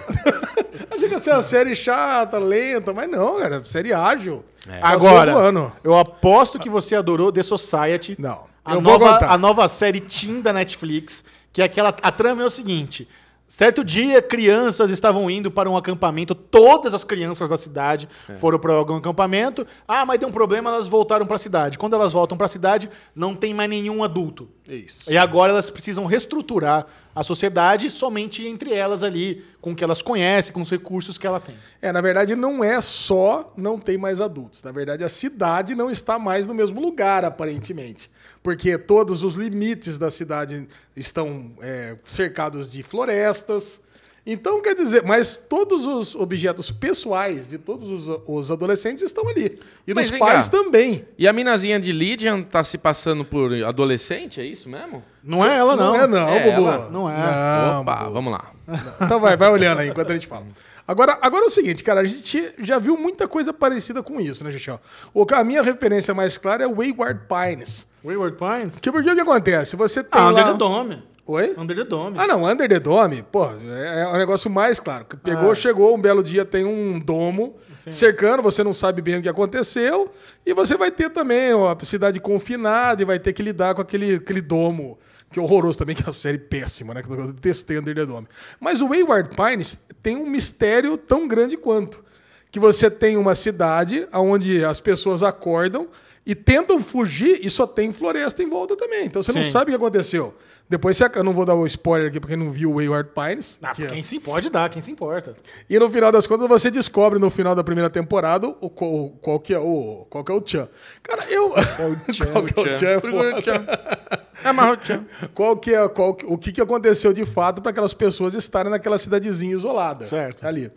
S3: [laughs] achei que ia ser uma série chata, lenta, mas não, cara. Série ágil.
S2: É.
S3: Passou um
S1: Agora,
S3: voando.
S1: eu aposto que você adorou The Society.
S3: Não,
S1: A,
S3: eu vou
S1: nova,
S3: aguentar.
S1: a nova série Teen da Netflix, que é aquela. A trama é o seguinte. Certo dia, crianças estavam indo para um acampamento. Todas as crianças da cidade foram para algum acampamento. Ah, mas deu um problema, elas voltaram para a cidade. Quando elas voltam para a cidade, não tem mais nenhum adulto.
S3: Isso.
S1: E agora elas precisam reestruturar a sociedade somente entre elas ali, com o que elas conhecem, com os recursos que ela tem.
S3: É, na verdade, não é só não tem mais adultos. Na verdade, a cidade não está mais no mesmo lugar, aparentemente. Porque todos os limites da cidade estão é, cercados de florestas. Então, quer dizer, mas todos os objetos pessoais de todos os, os adolescentes estão ali. E
S2: Mas
S3: dos
S2: vem
S3: pais
S2: cá.
S3: também.
S2: E a minazinha de Lydian tá se passando por adolescente, é isso mesmo?
S1: Não é ela, não.
S3: é não,
S2: É
S3: Bubu.
S2: ela?
S1: Não é.
S3: Não,
S2: Opa,
S3: Bubu.
S2: vamos lá.
S3: Então vai, vai olhando aí enquanto a gente fala. Agora, agora é o seguinte, cara, a gente já viu muita coisa parecida com isso, né, gente? Ó, A minha referência mais clara é Wayward Pines.
S1: Wayward Pines?
S3: Que porque o que acontece? Você tem
S1: Ah, Under
S3: lá...
S1: the Dome.
S3: Oi?
S1: Under the Dome.
S3: Ah, não, Under the Dome, pô, é é um negócio mais claro. que Pegou, chegou, um belo dia tem um domo cercando, você não sabe bem o que aconteceu, e você vai ter também ó, a cidade confinada e vai ter que lidar com aquele, aquele domo, que é horroroso também, [laughs] que é uma série péssima, né? Que eu testei Under the Dome. Mas o Wayward Pines tem um mistério tão grande quanto que você tem uma cidade onde as pessoas acordam e tentam fugir e só tem floresta em volta também. Então você não
S1: Sim.
S3: sabe o que aconteceu. Depois você, ac- eu não vou dar o spoiler aqui pra quem não viu o Wayward Pines.
S1: Ah,
S3: que é-
S1: quem se pode dar, quem se importa.
S3: E no final das contas você descobre no final da primeira temporada o, qual- o- qual que é o qual que é o Chan. Cara, eu [laughs] qual que é o Chan? é foda.
S2: É Marrochan.
S3: Qual que é qual que- o que, que aconteceu de fato para aquelas pessoas estarem naquela cidadezinha isolada?
S1: Certo.
S3: Ali.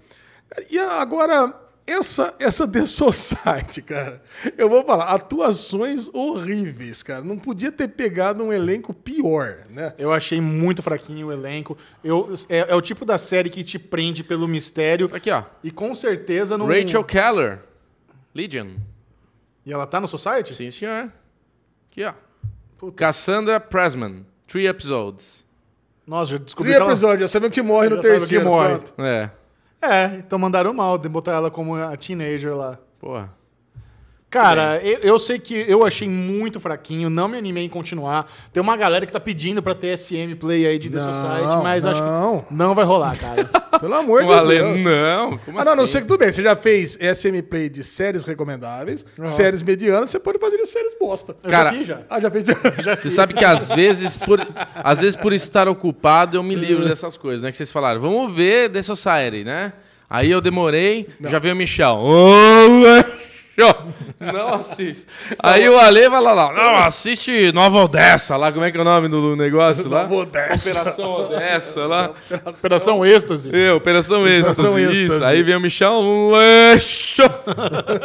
S3: E agora, essa, essa [laughs] The Society, cara, eu vou falar, atuações horríveis, cara. Não podia ter pegado um elenco pior, né?
S1: Eu achei muito fraquinho o elenco. Eu, é, é o tipo da série que te prende pelo mistério.
S2: Aqui, ó.
S1: E com certeza não.
S2: Rachel Keller. Lydian.
S1: E ela tá no Society?
S2: Sim, senhor. Aqui, ó. Cassandra Pressman. Three episodes.
S1: Nossa, já descobri
S3: Três
S1: que ela...
S3: episódios, já sabemos que morre
S1: Já
S3: no
S1: sabe que
S3: terceiro.
S1: morre.
S3: pronto.
S2: É.
S1: É, então mandaram mal de botar ela como a teenager lá.
S2: Porra.
S1: Cara,
S2: É.
S1: eu, eu sei que eu achei muito fraquinho, não me animei em continuar. Tem uma galera que tá pedindo pra ter SM Play aí de The
S3: Não,
S1: Society, mas acho
S3: não.
S1: que não vai
S2: [laughs]
S1: rolar, cara.
S3: Pelo amor de
S2: Ale-
S3: Deus.
S2: Não, como
S3: ah, não, não
S2: assim?
S3: sei que tudo bem. Você já fez SM Play de séries recomendáveis, séries medianas, você pode fazer de séries bosta.
S1: Ah. Eu
S2: Cara,
S1: já fiz já.
S3: Ah, já fez.
S1: [laughs] Já
S2: Você
S1: fiz.
S2: sabe que às vezes, por, às vezes, por estar ocupado, eu me
S3: É.
S2: livro dessas coisas, né? Que vocês falaram, vamos ver The Society, né? Aí eu demorei, já veio o Michel. Ô, Michel, Não assiste. Aí o Ale vai lá, lá, não, assiste Nova Odessa lá, como é que é o nome do do negócio lá?
S3: Nova Odessa.
S2: Operação Odessa lá.
S1: Operação
S2: [laughs]
S1: Êxtase.
S2: É, Operação Êxtase.
S3: Operação
S2: Isso,
S3: Êxtase.
S2: aí vem o Michel. Leixo.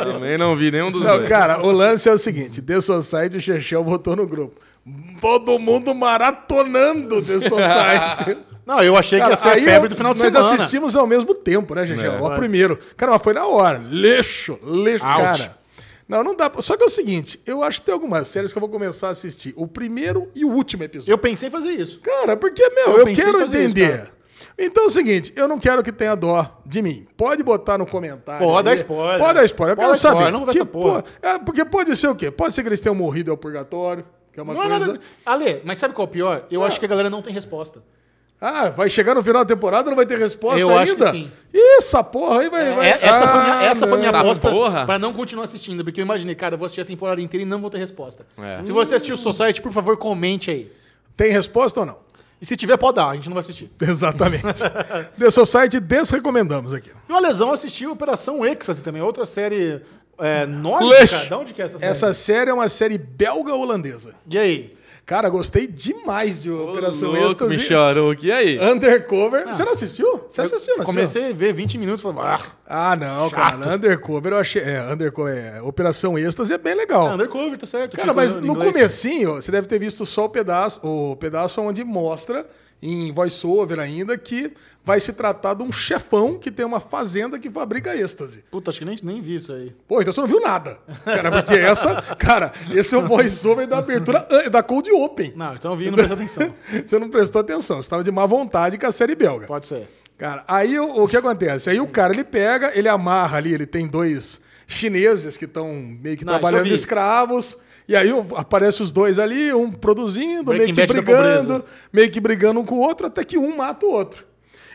S2: Também não vi nenhum dos
S3: Não,
S2: dois.
S3: cara, o lance é o seguinte: The Society, o Chechel botou no grupo. Todo mundo
S1: [laughs]
S3: maratonando The Society.
S1: Não, eu achei que ia ser a
S3: aí
S1: febre
S3: eu-
S1: do final de
S3: nós
S1: semana.
S3: assistimos ao mesmo tempo, né, Chechel?
S2: É.
S3: o primeiro. Cara, mas foi na hora. Leixo, leixo,
S1: Ouch.
S3: cara. Não, não dá. pra- Só que é o seguinte: eu acho que tem algumas séries que eu vou começar a assistir. O primeiro e o último episódio.
S1: Eu pensei em fazer isso.
S3: Cara, porque, meu,
S1: Eu
S3: eu,
S1: pensei em
S3: quero
S1: fazer isso,
S3: entender.
S1: cara.
S3: então é o seguinte, eu não quero que tenha dó de mim. Pode botar no comentário.
S1: Pode dar
S3: aí.
S1: spoiler.
S3: Pode dar spoiler. Eu
S1: Pode
S3: quero
S1: dar spoiler,
S3: saber.
S1: não conversa
S3: que
S1: porra.
S3: É, porque pode ser o quê? Pode ser que eles tenham morrido ao purgatório, que é uma
S1: Não é
S3: coisa.
S1: nada. Ale, mas sabe qual é o pior? Eu acho que a galera não tem resposta.
S3: Ah, vai chegar no final da temporada, não vai ter resposta
S1: Eu acho
S3: ainda?
S1: que sim.
S3: Ih, Essa porra aí vai.
S1: É,
S3: vai-
S1: essa, foi minha,
S3: Ah,
S1: essa foi minha
S2: não.
S1: aposta
S2: Essa porra.
S1: pra não continuar assistindo, porque eu imaginei, cara, eu vou assistir a temporada inteira e não vou ter resposta.
S2: É.
S1: Se você assistiu o Society, por favor, comente aí.
S3: Tem resposta ou não?
S1: E se tiver, pode dar, a gente não vai assistir.
S3: [laughs] Exatamente. The Society desrecomendamos aqui.
S1: E o Alesão assistiu Operação Ecstasy também, outra série é,
S2: Lush.
S1: nórdica. De onde que é essa série?
S3: Essa série é uma série belga-holandesa.
S1: E aí?
S3: Cara, gostei demais de Operação
S2: Ô, louco,
S3: Êxtase.
S2: Michel, e aí?
S3: Undercover. você não assistiu? Você assistiu, não assistiu?
S1: Ah. Comecei a ver 20 minutos e falei, ah,
S3: Ah, não, cara. Undercover eu achei. É, Undercover é. Operação Êxtase é bem legal.
S1: Undercover, tá certo.
S3: Cara, mas
S1: Título em
S3: no
S1: inglês.
S3: comecinho, você deve ter visto só o pedaço, o pedaço onde mostra, em voice-over ainda, que vai se tratar de um chefão que tem uma fazenda que fabrica êxtase.
S1: Puta, acho que nem, nem vi isso aí.
S3: Pô, então você não viu nada. Cara, porque essa. Cara, esse é o voice-over da abertura eh, da Cold Open.
S1: Não, então eu vi e não prestei atenção.
S3: Você não prestou atenção, você estava de má vontade com a série belga.
S1: Pode ser.
S3: Cara, aí o, o que acontece? Aí o cara ele pega, ele amarra ali, ele tem dois chineses que estão meio que
S1: Não,
S3: trabalhando
S1: isso eu vi.
S3: escravos. E aí o- aparece os dois ali, um produzindo,
S1: Breaking
S3: meio que
S1: Bad da
S3: brigando,
S1: pobreza.
S3: meio que brigando um com o outro, até que um mata o outro.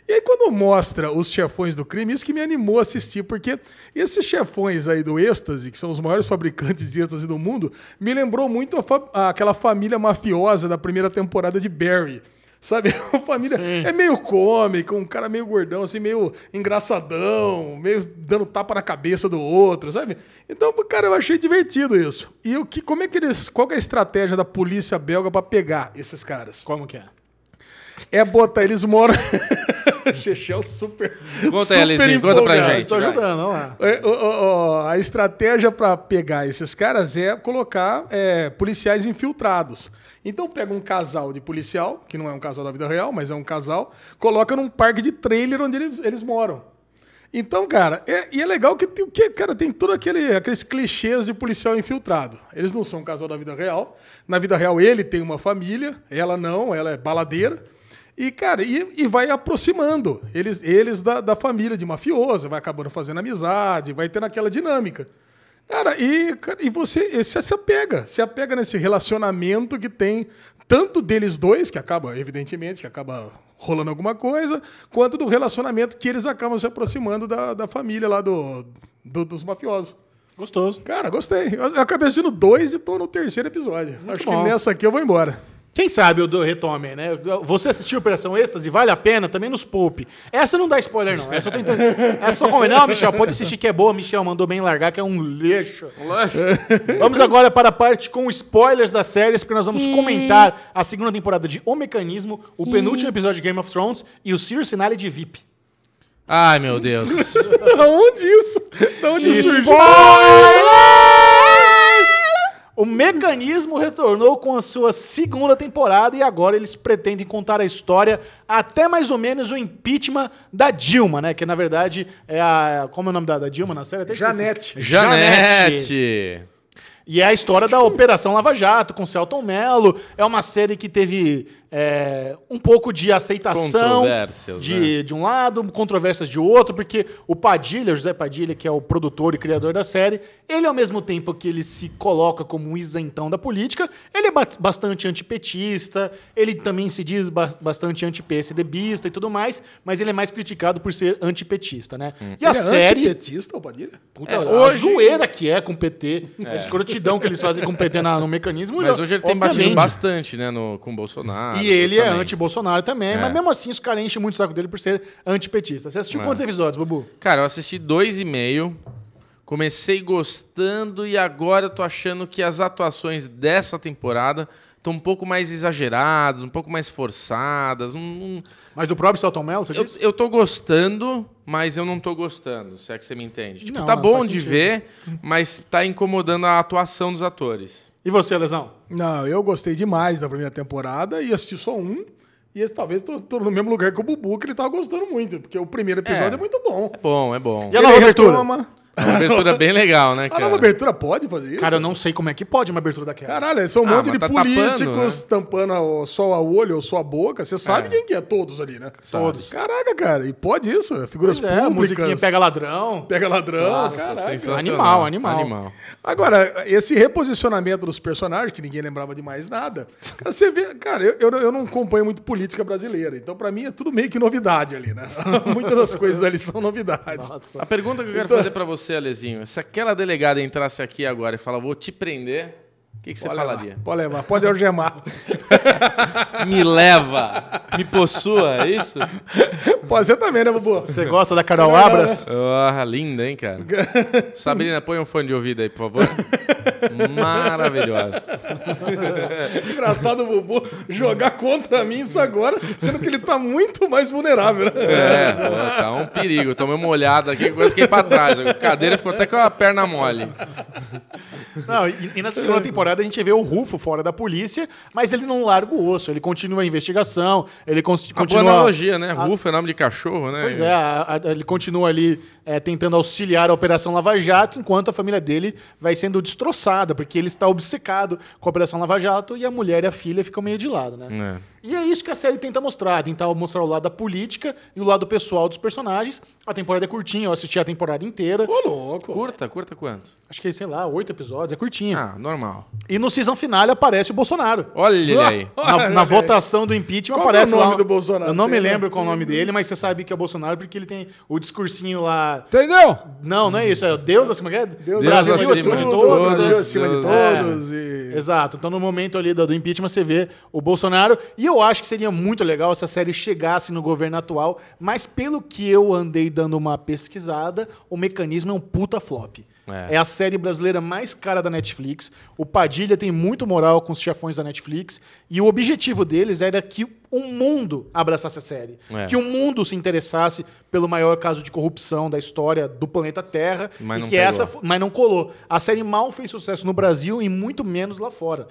S3: E aí quando mostra os chefões do crime, isso que me animou a assistir, porque esses chefões aí do êxtase, que são os maiores fabricantes de êxtase do mundo, me lembrou muito a fa- aquela família mafiosa da primeira temporada de Barry. Sabe, [laughs] uma família
S1: Sim.
S3: é meio cômico, um cara meio gordão, assim, meio engraçadão, meio dando tapa na cabeça do outro, sabe? Então, cara, eu achei divertido isso. E o que, como é que eles, qual que é a estratégia da polícia belga pra pegar esses caras?
S1: Como que é?
S3: [laughs] É botar eles moram Chechel super.
S2: Conta aí, Alizinho, conta pra
S3: empolgado.
S2: gente.
S1: Tô
S2: vai.
S1: ajudando, não é?
S3: É, ó, ó, ó, a estratégia para pegar esses caras é colocar é, policiais infiltrados. Então pega um casal de policial, que não é um casal da vida real, mas é um casal, coloca num parque de trailer onde ele- eles moram. Então, cara, é- e é legal que, tem- que, cara, tem todo aquele, aqueles clichês de policial infiltrado. Eles não são um casal da vida real. Na vida real, ele tem uma família, ela não, ela é baladeira. E, cara, e, e vai aproximando eles, eles da, da família de mafioso, vai acabando fazendo amizade, vai tendo aquela dinâmica. Cara, e, cara, e você, e você se apega, se apega nesse relacionamento que tem tanto deles dois, que acaba, evidentemente, que acaba rolando alguma coisa, quanto do relacionamento que eles acabam se aproximando da, da família lá do, do- dos mafiosos.
S1: Gostoso.
S3: Cara, gostei. Eu eu acabei assistindo dois e tô no terceiro episódio. Acho
S1: bom.
S3: que nessa aqui eu vou embora.
S1: Quem sabe eu dou- retome, né? Você assistiu Operação Êxtase, vale a pena, também nos poupe. Essa não dá spoiler, não. Essa eu tô tentando.
S2: [laughs]
S1: Essa só comer. Não, Michel, pode assistir que é boa. Michel mandou bem largar, que é um lixo. Vamos agora para a parte com spoilers das séries, porque nós vamos comentar a segunda temporada de O Mecanismo, o penúltimo episódio de Game of Thrones e o Sirius Finale de VIP.
S2: Ai, meu Deus.
S3: [laughs] da onde isso? Da onde isso surgiu?
S1: Spoilers! O mecanismo retornou com a sua segunda temporada e agora eles pretendem contar a história até mais ou menos o impeachment da Dilma, né? Que na verdade é a. Como é o nome da, da Dilma na série? Até esqueci.
S3: Janete.
S2: Janete.
S1: E é a história da Operação Lava Jato com Celton Mello. É uma série que teve é, um pouco de aceitação
S2: Controvérsias,
S1: de, de um lado, controvérsias de outro, porque o Padilha, o José Padilha, que é o produtor e criador da série, ele, ao mesmo tempo que ele se coloca como um isentão da política, ele é ba- bastante antipetista, ele também se diz ba- bastante anti-PSDBista e tudo mais, mas ele é mais criticado por ser antipetista, né? E a
S3: Ele é
S1: série.
S3: antipetista, o Padilha?
S1: Puta,
S2: É,
S1: a
S2: hoje-
S1: zoeira que é com o PT, a escrotidão que eles fazem com o PT na- no mecanismo.
S2: Mas hoje ele tem batido
S1: obviamente.
S2: bastante, né, no, com o Bolsonaro.
S1: E ele é
S2: também. É.
S1: anti-Bolsonaro também, mas mesmo assim os caras enchem muito o saco dele por ser antipetista. Você
S2: É.
S1: assistiu quantos episódios, Bubu?
S2: Cara, eu assisti dois e meio. Comecei gostando e agora eu tô achando que as atuações dessa temporada estão um pouco mais exageradas, um pouco mais forçadas. não- não-
S1: Mas do próprio Celton Mello, você
S2: eu,
S1: disse?
S2: eu tô gostando, mas eu não tô gostando, se é que você me entende. Tipo,
S1: Não,
S2: tá
S1: não,
S2: bom
S1: faz
S2: de
S1: sentido.
S2: ver, mas tá incomodando a atuação dos atores.
S1: E você, Lesão?
S3: Não, eu gostei demais da primeira temporada e assisti só um. E esse, talvez tô, tô no mesmo lugar que o Bubu, que ele tava gostando muito, porque o primeiro episódio
S2: É.
S3: é, muito bom.
S2: É bom, é
S1: [laughs]
S2: bom.
S1: E a nova
S3: Ele
S1: abertura?
S3: retoma.
S2: É uma abertura bem legal,
S1: Ah,
S2: né,
S3: A
S2: cara?
S3: nova abertura pode fazer isso?
S1: Cara, eu não sei como é que pode uma abertura daquela.
S3: Caralho, são um
S2: Ah,
S3: monte
S2: mas
S3: de
S2: tá
S3: políticos
S1: né?
S3: tampando a- só a olho ou só a boca. Você sabe quem que é todos ali, né?
S1: Todos.
S3: Caraca, cara, e pode isso? Figuras
S1: Pois é, a musiquinha
S3: públicas.
S1: pega ladrão.
S3: pega ladrão.
S2: Nossa,
S3: caraca.
S2: sensacional.
S1: Animal, animal.
S2: Animal.
S3: Agora, esse reposicionamento dos personagens, que ninguém lembrava de mais nada, cara, você vê, cara, eu, eu, eu não acompanho muito política brasileira, então pra mim é tudo meio que novidade ali, né? [laughs] Muitas das coisas ali são novidades.
S1: Nossa.
S2: A pergunta que eu quero fazer pra você, Alezinho, é se aquela delegada entrasse aqui agora e falar, vou te prender, o que, que você
S3: Pode
S2: falaria?
S3: levar, pode levar, pode algemar.
S2: Me leva, me possua, é isso?
S3: Pode ser também, né,
S1: [laughs]
S3: Bubu?
S2: [laughs]
S1: Você gosta da Carol Abras?
S2: Ah, linda, hein, cara? [laughs] Sabrina, põe um fone de ouvido aí, por favor. Maravilhosa.
S3: Engraçado o Bubu jogar contra mim isso agora, sendo que ele tá muito mais vulnerável, né?
S2: É, pô, tá um perigo. Tomei uma olhada aqui, quase fiquei pra trás. A cadeira ficou até com a perna mole.
S1: Não, e, e na segunda temporada a gente vê o Rufo fora da polícia, mas ele não larga o osso, ele continua a investigação, ele con-
S2: Uma boa
S1: continua.
S2: analogia, né? Rufo é nome de cachorro, né?
S1: Pois é, a- a- ele continua ali é, tentando auxiliar a Operação Lava Jato, enquanto a família dele vai sendo destroçada, porque ele está obcecado com a Operação Lava Jato e a mulher e a filha ficam meio de lado, né?
S2: É.
S1: E é isso que a série tenta mostrar, tentar mostrar o lado da política e o lado pessoal dos personagens. A temporada é curtinha, eu assisti a temporada inteira.
S3: Ô, louco.
S2: Curta, curta quanto?
S1: Acho que, sei lá, oito episódios, é curtinha.
S2: Ah, normal.
S1: E no season final aparece o Bolsonaro.
S2: Olha ele
S1: Ah,
S2: aí.
S1: Na, na votação do impeachment
S3: Qual
S1: aparece
S3: que é o nome
S1: lá-
S3: do Bolsonaro?
S1: Eu não
S3: [laughs]
S1: me
S3: Tem, né?
S1: lembro qual é o nome dele, mas você sabe que é o Bolsonaro porque ele tem o discursinho lá
S2: Entendeu?
S1: Não, não é isso. É o Deus acima, como é? Deus,
S2: Brasil
S3: acima de
S2: de
S3: tudo,
S2: todos,
S1: né?
S3: Brasil acima
S1: É.
S3: de
S2: Deus-
S3: todos. e-
S1: Exato. Então, no momento ali do, do impeachment, você vê o Bolsonaro. E eu acho que seria muito legal se a série chegasse no governo atual, mas pelo que eu andei dando uma pesquisada, o mecanismo é um puta flop. É.
S2: É.
S1: a série brasileira mais cara da Netflix. O Padilha tem muito moral com os chefões da Netflix. E o objetivo deles era que um mundo abraçasse a série.
S2: É.
S1: Que o mundo se interessasse pelo maior caso de corrupção da história do planeta Terra.
S2: Mas
S1: e
S2: não
S1: que
S2: pegou.
S1: essa fo- mas não colou. A série mal fez sucesso no Brasil e muito menos lá fora.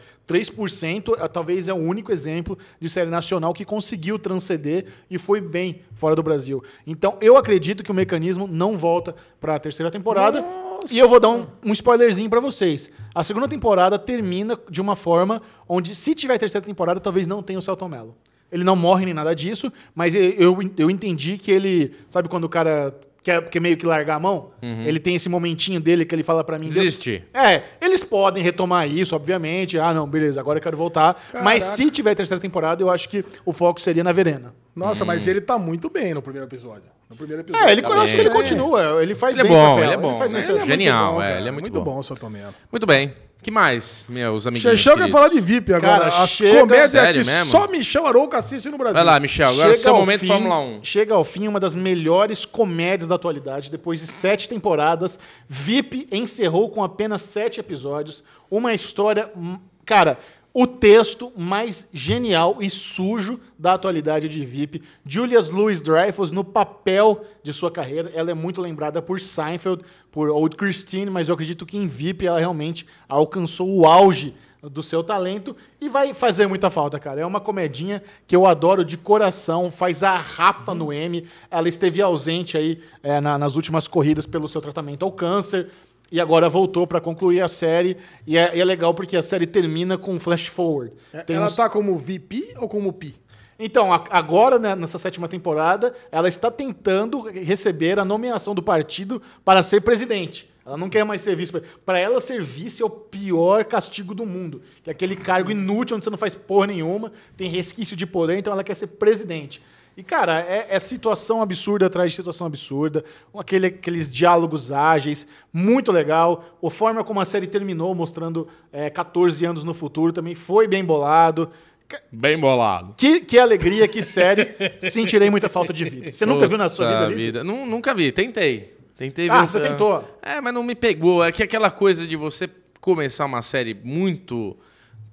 S1: 3% é, talvez é o único exemplo de série nacional que conseguiu transcender e foi bem fora do Brasil. Então eu acredito que o mecanismo não volta para a terceira temporada. E eu vou dar um, um spoilerzinho para vocês. A segunda temporada termina de uma forma onde, se tiver terceira temporada, talvez não tenha o Celton Mello. Ele não morre nem nada disso, mas e- eu, eu entendi que ele. Sabe quando o cara quer, quer meio que largar a mão?
S2: Uhum.
S1: Ele tem esse momentinho dele que ele fala pra mim.
S2: Desistir.
S1: É, eles podem retomar isso, obviamente. Ah, não, beleza, agora eu quero voltar. Mas se tiver terceira temporada, eu acho que o foco seria na Verena.
S3: Nossa, mas ele tá muito bem no primeiro episódio. No primeiro episódio.
S1: É, ele,
S3: tá
S1: eu acho que
S3: bem.
S1: ele continua. Ele faz
S2: Ele é
S1: bem esse
S2: bom,
S1: papel,
S2: ele é bom,
S1: faz um bem
S2: né?
S1: esse-
S2: Ele é Genial,
S3: muito bom,
S2: é,
S3: cara.
S2: ele é muito
S3: muito
S2: bom.
S3: bom, seu Tomé.
S2: Muito bem. que mais, meus amiguinhos?
S3: Chechão quer
S2: queridos?
S3: falar de VIP agora.
S1: Cara,
S3: As
S1: chega-
S3: comédias
S2: Sério
S3: que
S2: mesmo?
S3: só Michel Arouca assiste no Brasil.
S2: Vai lá, Michel. Agora é
S1: Chega
S2: seu
S1: ao
S2: momento
S1: fim-
S2: Fórmula 1.
S1: Chega ao fim uma das melhores comédias da atualidade. Depois de sete temporadas, VIP encerrou com apenas sete episódios. Uma história. hum, Cara, o texto mais genial e sujo da atualidade de VIP. Julius Louis Dreyfus no papel de sua carreira. Ela é muito lembrada por Seinfeld, por Old Christine, mas eu acredito que em VIP ela realmente alcançou o auge do seu talento e vai fazer muita falta, cara. É uma comedinha que eu adoro de coração, faz a rapa no M. Ela esteve ausente aí é, na- nas últimas corridas pelo seu tratamento ao câncer e agora voltou pra concluir a série. E é, e é legal porque a série termina com um flash forward. Tem um
S3: Ela
S1: uns-
S3: tá como VP ou como Pi?
S1: Então, a- agora, né, nessa sétima temporada, ela está tentando receber a nomeação do partido para ser presidente. Ela não quer mais ser vice. Para ela, ser vice é o pior castigo do mundo. Que é aquele cargo inútil onde você não faz porra nenhuma, tem resquício de poder, então ela quer ser presidente. E, cara, é, é situação absurda atrás de situação absurda, com aquele- aqueles diálogos ágeis, muito legal. A forma como a série terminou, mostrando eh, 14 anos no futuro, também foi bem bolado. Ca-
S2: Bem bolado.
S1: que, que alegria, que série. Sentirei muita falta de vida. Você nunca viu na sua vida, vida?
S2: Nun- nunca vi, tentei. Tentei
S1: Ah,
S2: ver-
S1: você tentou?
S2: É, mas não me pegou. É que aquela coisa de você começar uma série muito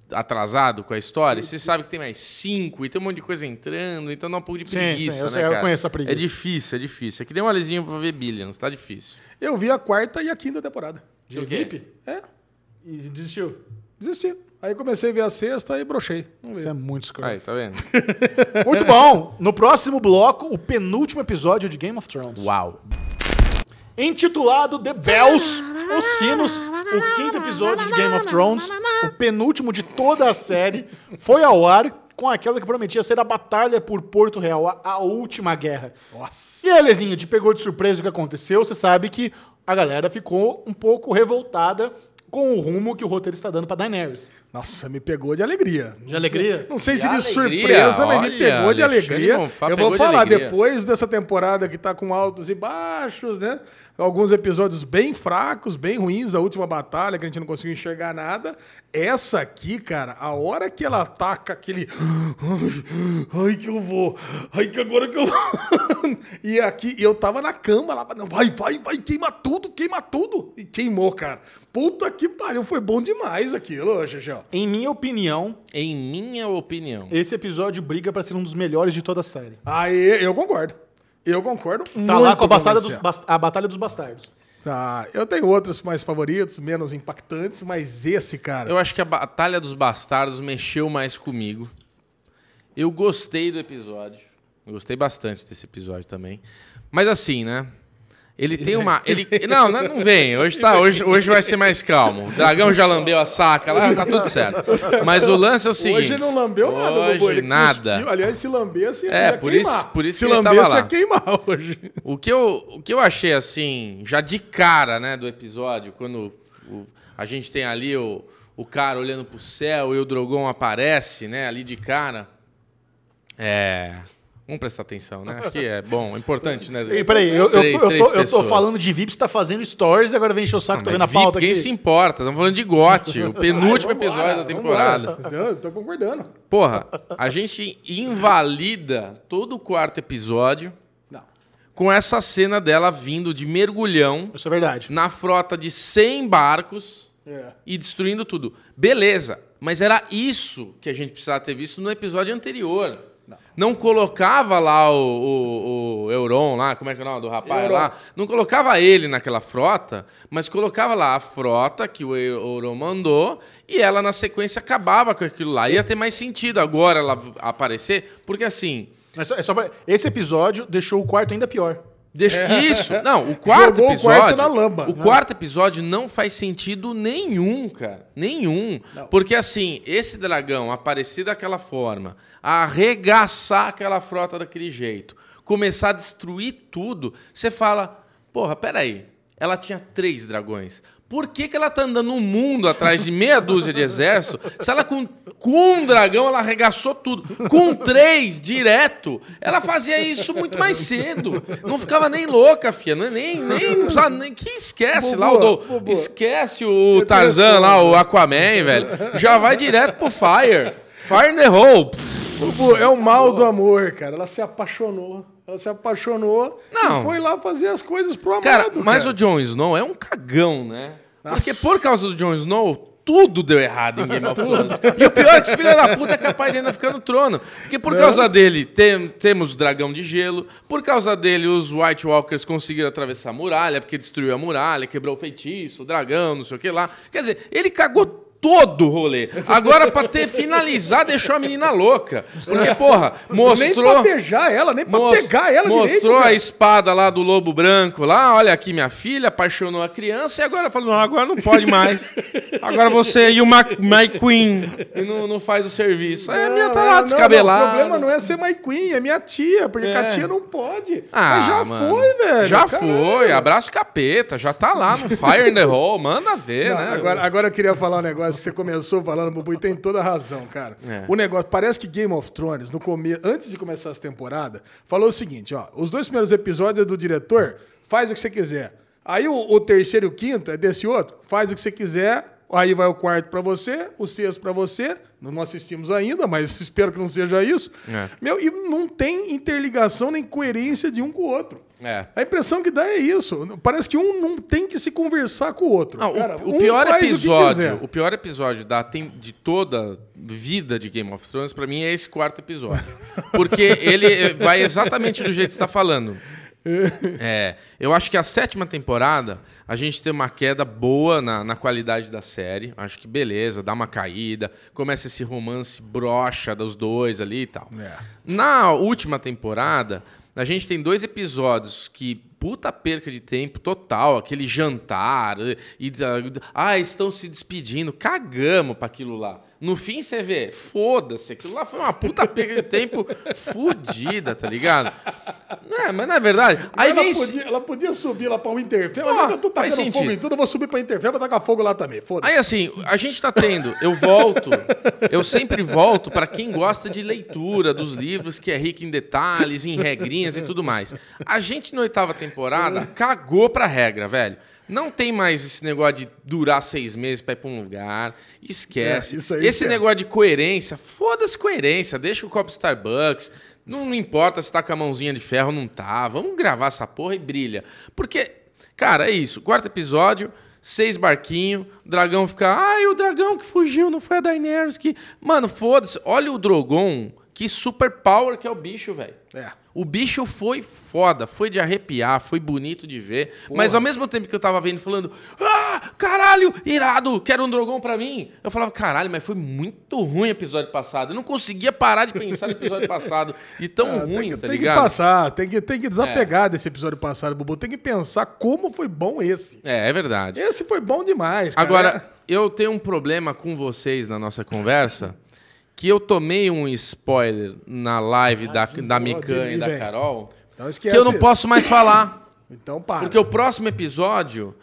S2: atrasado com a história, você sabe que tem mais cinco e tem um monte de coisa entrando, então dá um pouco de
S1: Sim,
S2: preguiça,
S1: sim, eu
S2: né,
S1: sei, eu
S2: cara?
S1: conheço a preguiça.
S2: É difícil, é difícil. É que nem um alizinho pra ver Billions, tá difícil.
S3: Eu vi a quarta e a quinta temporada.
S1: De VIP?
S3: É,
S1: E desistiu.
S3: desisti. Aí comecei a ver a sexta e brochei. Não vi.
S1: Isso é muito escroto.
S2: Aí, tá vendo?
S1: Muito bom. No próximo bloco, o penúltimo episódio de Game of Thrones.
S2: [laughs] Uau.
S1: Intitulado The Bells, Os Sinos, o quinto episódio de Game of Thrones, o penúltimo de toda a série, foi ao ar com aquela que prometia ser a batalha por Porto Real, a- a última guerra.
S3: Nossa.
S1: E aí, Lezinho, te pegou de surpresa o que aconteceu. Você sabe que a galera ficou um pouco revoltada com o rumo que o roteiro está dando pra Daenerys.
S3: Nossa, me pegou de alegria.
S1: De alegria?
S3: Não sei
S2: De
S3: se de
S2: alegria,
S3: surpresa, mas me
S2: olha,
S3: pegou de
S2: Alexandre
S3: alegria.
S2: Bonfá
S3: Eu
S2: pegou
S3: vou
S2: de
S3: falar,
S2: alegria.
S3: depois dessa temporada que tá com altos e baixos, né? Alguns episódios bem fracos, bem ruins, a última batalha que a gente não conseguiu enxergar nada. Essa aqui, cara, a hora que ela ataca aquele. Ai, que eu vou! Ai, que agora que eu vou! [laughs] e aqui, eu tava na cama lá, não, vai, vai, vai, queima tudo, queima tudo! E queimou, cara. Puta que pariu, foi bom demais aquilo, Xixão.
S1: Em minha opinião,
S2: Em minha opinião.
S1: esse episódio briga pra ser um dos melhores de toda a série.
S3: Aí, eu concordo. Eu concordo muito.
S1: Tá lá com a, bastada
S3: você.
S1: dos, bas- a Batalha dos Bastardos.
S3: Tá, eu tenho outros mais favoritos, menos impactantes, mas esse, cara.
S2: Eu acho que a Batalha dos Bastardos mexeu mais comigo. Eu gostei do episódio. Eu gostei bastante desse episódio também. Mas assim, né? Ele tem
S3: [laughs]
S2: uma. Ele, não, não não vem. Hoje, tá, hoje, hoje vai ser mais calmo. O dragão já lambeu a saca lá, tá tudo certo. Mas o lance é o seguinte.
S3: Hoje ele não lambeu nada,
S2: hoje
S3: Bubu, ele
S2: nada.
S3: cuspiu. Aliás, se lambesse,
S2: É,
S3: ia
S2: por
S3: queimar.
S2: isso- por isso
S3: se
S2: que ele tava
S3: lambesse,
S2: lá.
S3: ia queimar hoje.
S2: O que, eu, o que eu achei, assim, já de cara, né, do episódio, quando o- a gente tem ali o, o cara olhando pro céu e o Drogon aparece, né, ali de cara. É. Vamos prestar atenção, né? Acho que é bom, é importante, né?
S1: E, peraí, eu, eu, tô-
S2: Três-
S1: eu
S2: três
S1: tô, eu tô
S2: pessoas.
S1: falando de VIP, você tá fazendo stories e agora vem encher o saco, tô
S2: Mas
S1: vendo a
S2: VIP,
S1: pauta aqui.
S2: Quem se importa? Estamos falando de Gote, o penúltimo episódio da temporada.
S3: Vambora. Eu tô concordando.
S2: Porra, a gente invalida todo o quarto episódio
S3: Não.
S2: com essa cena dela vindo de mergulhão
S1: Isso é verdade.
S2: na frota de 100 barcos
S3: É.
S2: e destruindo tudo. Beleza, mas era isso que a gente precisava ter visto no episódio anterior. Não colocava lá o, o, o Euron lá, como é que é o nome do rapaz
S3: Euron.
S2: lá? Não colocava ele naquela frota, mas colocava lá a frota que o Euron mandou e ela na sequência acabava com aquilo lá. Ia ter mais sentido agora ela aparecer, porque assim,
S1: É só, é só pra- Esse episódio deixou o quarto ainda pior.
S2: Deixa-
S3: [laughs]
S2: Isso, não, o quarto
S3: Jogou o
S2: episódio.
S3: quarto na lama.
S2: o quarto episódio não faz sentido nenhum, cara. Nenhum. Porque assim, esse dragão aparecer daquela forma, arregaçar aquela frota daquele jeito, começar a destruir tudo, você fala, porra, peraí, ela tinha três dragões. Por que, que ela tá andando no mundo atrás de meia dúzia de exército? Se ela com, com um dragão, ela arregaçou tudo. Com três, direto, ela fazia isso muito mais cedo. Não ficava nem louca, fia. Nem, nem, nem, não precisava nem que esquece lá o do-
S3: Bubu, Bubu.
S2: Esquece o Tarzan lá, o Aquaman, velho. Já vai direto pro Fire. Fire in the hole.
S3: Pô, é o mal do amor, cara. Ela se apaixonou. Ela se apaixonou
S2: Não.
S3: e foi lá fazer as coisas pro amado.
S2: Cara, mas
S3: cara.
S2: o Jon Snow é um cagão, né? Porque
S3: Nossa.
S2: por causa do Jon Snow, tudo deu errado em
S3: [laughs]
S2: Game of Thrones. E o pior é que esse filho da puta é capaz de ainda ficar no trono. Porque por causa dele tem- temos o dragão de gelo, por causa dele os White Walkers conseguiram atravessar a muralha, porque destruiu a muralha, quebrou o feitiço, o dragão, não sei o que lá. Quer dizer, ele cagou todo o rolê. Agora, pra ter finalizar, deixou a menina louca. Porque, porra, mostrou...
S3: Nem pra beijar ela, nem pra
S2: Mos-
S3: pegar ela
S2: mostrou
S3: direito.
S2: a
S3: cara.
S2: espada lá do lobo branco lá, olha aqui minha filha, apaixonou a criança e agora falou, não, agora não pode mais. Agora você e o Ma- My Queen e não, não faz o serviço. Aí a minha tá
S3: É, Não,
S2: lá
S3: não,
S2: descabelada.
S3: não, o problema não é ser My Queen, é minha tia, porque a tia não pode.
S2: Ah,
S3: mas já
S2: mano.
S3: foi, velho.
S2: Já
S3: caralho.
S2: foi, abraço capeta, já tá lá no Fire in the Hall, manda ver,
S3: Não,
S2: né?
S3: agora, agora eu queria falar um negócio que você começou falando, Bubu, e tem toda a razão, cara.
S2: É.
S3: O negócio, parece que Game of Thrones, no come, antes de começar essa temporada, falou o seguinte: ó, os dois primeiros episódios é do diretor, faz o que você quiser. Aí o, o terceiro e o quinto é desse outro, faz o que você quiser. Aí vai o quarto pra você, o sexto pra você. Não assistimos ainda, mas [laughs] espero que não seja isso.
S2: É.
S3: Meu, e não tem interligação nem coerência de um com o outro.
S2: É.
S3: A impressão que dá é isso. Parece que um não tem que se conversar com o outro.
S2: Não, o-
S3: Cara,
S2: o,
S3: um
S2: pior
S3: faz o que
S2: episódio,
S3: quiser.
S2: o, pior episódio da tem- de toda vida de Game of Thrones pra mim é esse quarto episódio, porque ele eh, vai exatamente do jeito que você tá falando. [laughs] É, eu acho que a sétima temporada a gente tem uma queda boa na, na qualidade da série. Acho que beleza, dá uma caída, começa esse romance brocha dos dois ali e tal.
S3: É.
S2: Na última temporada, a gente tem dois episódios que puta perca de tempo total, aquele jantar e- e diz- ah, estão se despedindo, cagamos pra aquilo lá. No fim você vê, foda-se, aquilo lá foi uma puta perca de tempo fudida, tá ligado? É, mas na verdade, aí
S3: ela,
S2: vem se-
S3: podia, ela podia subir lá pra o Interfell.
S2: Ah,
S3: mas eu tô
S2: faz
S3: tacando fogo em
S2: sentido.
S3: tudo, eu vou subir pra Interfell, vou tacar fogo lá também. Foda-se.
S2: Aí assim, a gente tá tendo, eu volto, eu sempre volto pra quem gosta de leitura dos livros, que é rico em detalhes, em regrinhas e tudo mais. A gente na oitava temporada cagou pra regra, velho. Não tem mais esse negócio de durar seis meses pra ir pra um lugar. Esquece.
S3: É, isso aí
S2: esse
S3: esquece.
S2: negócio de coerência, foda-se coerência. Deixa o copo Starbucks. Não, não importa se tá com a mãozinha de ferro ou não tá. Vamos gravar essa porra e brilha. Porque Cara, é isso. Quarto episódio, seis barquinhos, o dragão fica. Ai, o dragão que fugiu, não foi a Daenerys que. Mano, foda-se. Olha o Drogon, que superpower que é o bicho, velho.
S3: É.
S2: O bicho foi foda, foi de arrepiar, foi bonito de ver. Mas ao mesmo tempo que eu tava vendo falando, ah, caralho, irado, quero um dragão pra mim. Eu falava, caralho, mas foi muito ruim o episódio passado. Eu não conseguia parar de pensar no episódio passado. E tão
S3: [laughs] Ah,
S2: ruim,
S3: tem que,
S2: tá
S3: tem que
S2: ligado? É.
S3: passar, tem que, tem que desapegar desse episódio passado, Bubu. Tem que pensar como foi bom esse.
S2: É, é verdade.
S3: Esse foi bom demais, cara.
S2: Agora, eu tenho um problema com vocês na nossa conversa, que eu tomei um spoiler na live da,
S3: Ah,
S2: da Mikan e
S3: mim,
S2: da
S3: velho.
S2: Carol,
S3: Então
S2: que
S3: esquece
S2: eu não
S3: isso.
S2: posso mais falar.
S3: Então para.
S2: Porque o próximo episódio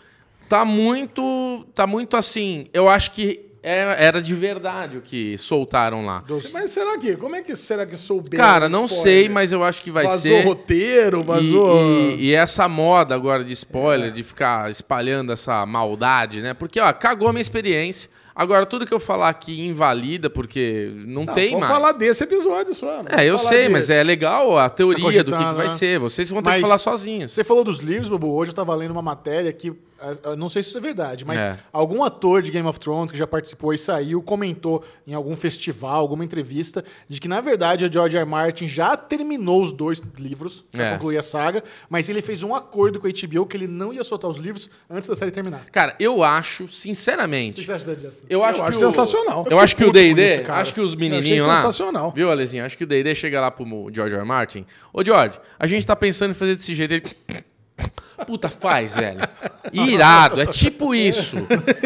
S2: tá muito. tá muito assim. Eu acho que é- era de verdade o que soltaram lá.
S3: Mas será que? Como é que será que souberam?
S2: Cara,
S3: do
S2: não
S3: spoiler?
S2: sei, mas eu acho que vai
S3: vazou
S2: ser.
S3: roteiro,
S2: E-
S3: vazou.
S2: E, e essa moda agora de spoiler, de ficar espalhando essa maldade, né? Porque, ó, cagou a minha experiência. Agora, tudo que eu falar aqui invalida, porque não,
S3: Não,
S2: tem
S3: vamos
S2: mais.
S3: falar desse episódio só. não
S2: É, eu
S3: vamos
S2: sei,
S3: falar de-
S2: mas é legal a teoria do que, que
S1: cogitando,
S2: vai
S1: né?
S2: ser. Vocês vão ter que
S1: Mas-
S2: falar sozinhos.
S1: Você falou dos livros, Bubu. Hoje eu tava lendo uma matéria que. ah, ah, Não sei se isso é verdade, mas
S2: É.
S1: algum ator de Game of Thrones que já participou e saiu comentou em algum festival, alguma entrevista, de que, na verdade, a George R. R. Martin já terminou os dois livros pra
S2: É.
S1: concluir a saga, mas ele fez um acordo com a HBO que ele não ia soltar os livros antes da série terminar.
S2: Cara, eu acho,
S1: O que
S2: sinceramente.
S1: você acha da Jess?
S2: Eu acho,
S3: acho
S2: que o-
S3: sensacional.
S2: Eu acho que o
S1: puto com
S2: D&D,
S1: isso, cara.
S2: acho que os
S3: Eu
S2: menininhos
S3: achei
S2: lá...
S3: sensacional.
S2: Viu, Alezinho? Acho que o D&D chega lá pro mo- George R. R. Martin. Ô, George, a gente tá pensando em fazer desse jeito. Ele... Puta, faz, velho. Irado. É tipo isso.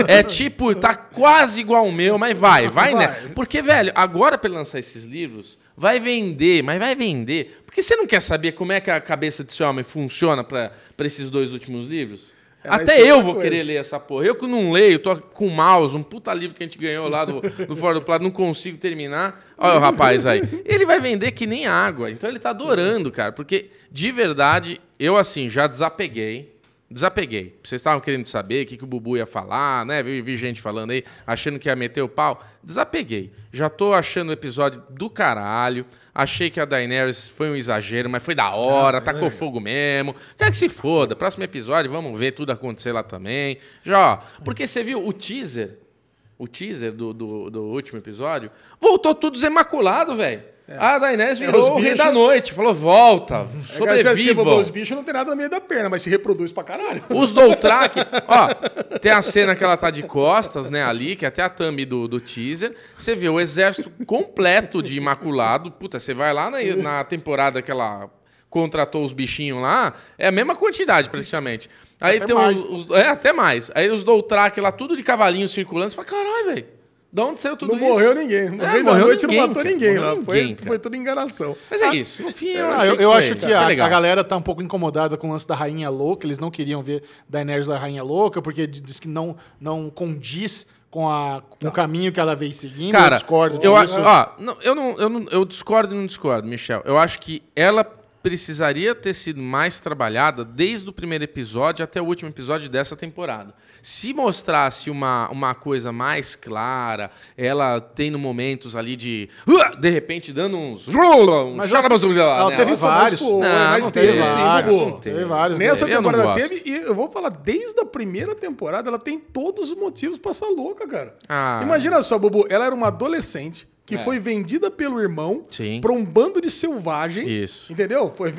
S2: É tipo, tá quase igual o meu, mas vai, vai, né?
S3: Vai.
S2: Porque, velho, agora pra ele lançar esses livros, vai vender, mas vai vender. Porque você não quer saber como é que a cabeça desse homem funciona pra, pra esses dois últimos livros?
S3: É, mas
S2: Até
S3: tem
S2: eu
S3: outra
S2: vou
S3: coisa.
S2: querer ler essa porra. Eu que não leio, tô com o mouse, um puta livro que a gente ganhou lá do, do Fora do Plato, não consigo terminar. Olha o rapaz aí. Ele vai vender que nem água. Então ele tá adorando, cara. Porque, de verdade, eu assim, já desapeguei. Desapeguei. Vocês estavam querendo saber o que, que o Bubu ia falar, né? Vi, vi gente falando aí, achando que ia meter o pau. Desapeguei. Já tô achando o episódio do caralho. Achei que a Daenerys foi um exagero, mas foi da hora, tacou fogo mesmo. Quer que se foda. Próximo episódio, vamos ver tudo acontecer lá também. Já, ó, porque você viu o teaser, o teaser do, do, do último episódio, voltou tudo desemaculado, velho. A Daenerys virou
S3: É. os
S2: o rei
S3: bichos.
S2: da noite. Falou, volta,
S3: É que se você for
S2: sobreviva.
S3: ver Os bichos não tem nada no meio da perna, mas se reproduz pra caralho.
S2: Os Doutrak, ó, tem a cena que ela tá de costas, né, ali, que é até a thumb do, do teaser. Você vê o exército completo de Imaculado. Puta, você vai lá na, na temporada que ela contratou os bichinhos lá, é a mesma quantidade, praticamente. Aí
S1: Até
S2: tem os,
S1: mais.
S2: os- É, até mais. Aí os Doutrak lá, tudo de cavalinho circulando. Você fala, caralho, velho, de onde saiu tudo
S3: [laughs] não
S2: isso?
S3: morreu ninguém. No
S2: É,
S3: meio da
S2: morreu
S3: noite
S2: ninguém,
S3: não matou
S2: cara.
S3: ninguém
S2: Morreu
S3: lá. Foi,
S2: ninguém, cara.
S3: foi tudo enganação.
S2: Mas é isso. No fim, eu,
S1: Ah,
S2: achei
S1: eu,
S2: que
S1: eu
S2: foi-
S1: acho que
S2: foi
S1: a,
S2: legal.
S1: a galera tá um pouco incomodada com o lance da Rainha Louca. Eles não queriam ver Daenerys da Rainha Louca, porque di- diz que não, não condiz com, a, com o caminho que ela veio seguindo.
S2: Cara,
S1: eu discordo
S2: eu
S1: disso.
S2: acho. Ó, não, eu, não, eu, não, eu discordo e não discordo, Michel. Eu acho que ela precisaria ter sido mais trabalhada desde o primeiro episódio até o último episódio dessa temporada. Se mostrasse uma, uma coisa mais clara, ela tendo momentos ali de. "Uah!", De repente dando uns. Um
S1: Mas ela-
S2: chorabazulhada
S1: ela teve
S2: nela.
S3: Nossa, mas
S1: vários.
S3: foi,
S2: Não,
S3: mas
S2: não
S3: teve,
S2: teve.
S3: sim,
S1: vários,
S3: Bubu.
S1: teve vários.
S3: Nessa
S2: Eu não
S3: temporada
S2: gosto.
S3: teve, e eu vou falar, desde a primeira temporada, ela tem todos os motivos pra estar louca, cara.
S2: Ah. É.
S3: Imagina só, Bubu, ela era uma adolescente que foi vendida pelo irmão
S2: Sim.
S3: pra um bando de selvagem.
S2: Isso.
S3: Entendeu? Foi,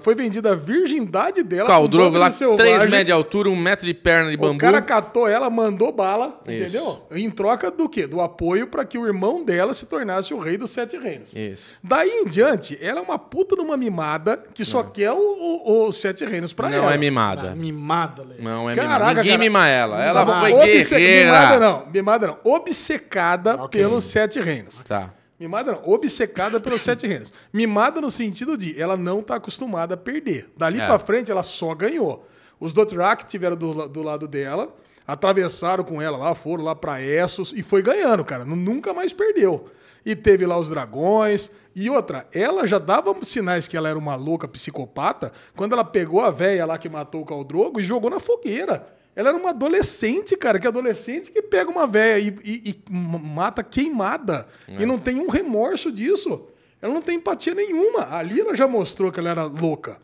S3: foi vendida a virgindade dela pra
S2: Cara, o Drogo
S3: um bando
S2: lá,
S3: de
S2: 3 metros de altura, 1 metro de perna de
S3: O
S2: bambu.
S3: cara catou ela, mandou bala,
S2: Isso.
S3: entendeu? Em troca do quê? Do apoio pra que o irmão dela se tornasse o rei dos sete reinos.
S2: Isso.
S3: Daí em diante, ela é uma puta numa mimada que só quer o- o- os sete reinos pra ela. Ah,
S2: Não é
S1: Tá
S2: mimada.
S1: mimada, Lê.
S2: Não é mimada.
S3: Caraca,
S2: Ninguém
S3: cara.
S2: mima ela. Ela
S3: Não,
S2: foi
S3: obce-
S2: guerreira.
S3: Tá Mimada não, mimada não. Obcecada
S1: Ok.
S3: pelos sete reinos.
S2: Tá.
S3: Mimada não, obcecada pelos sete reinos. Mimada no sentido de ela não tá acostumada a perder. Dali
S2: É.
S3: pra frente, ela só ganhou. Os Dothraki tiveram do, la- do lado dela, atravessaram com ela lá, foram lá pra Essos e foi ganhando, cara. Nu- Nunca mais perdeu. E teve lá os dragões. E outra, ela já dava sinais que ela era uma louca psicopata quando ela pegou a véia lá que matou o Caldrogo e jogou na fogueira. Ela era uma adolescente, cara, que adolescente que pega uma véia e, e- e m- mata queimada. E não tem um remorso disso. Ela não tem empatia nenhuma. Ali ela já mostrou que ela era louca.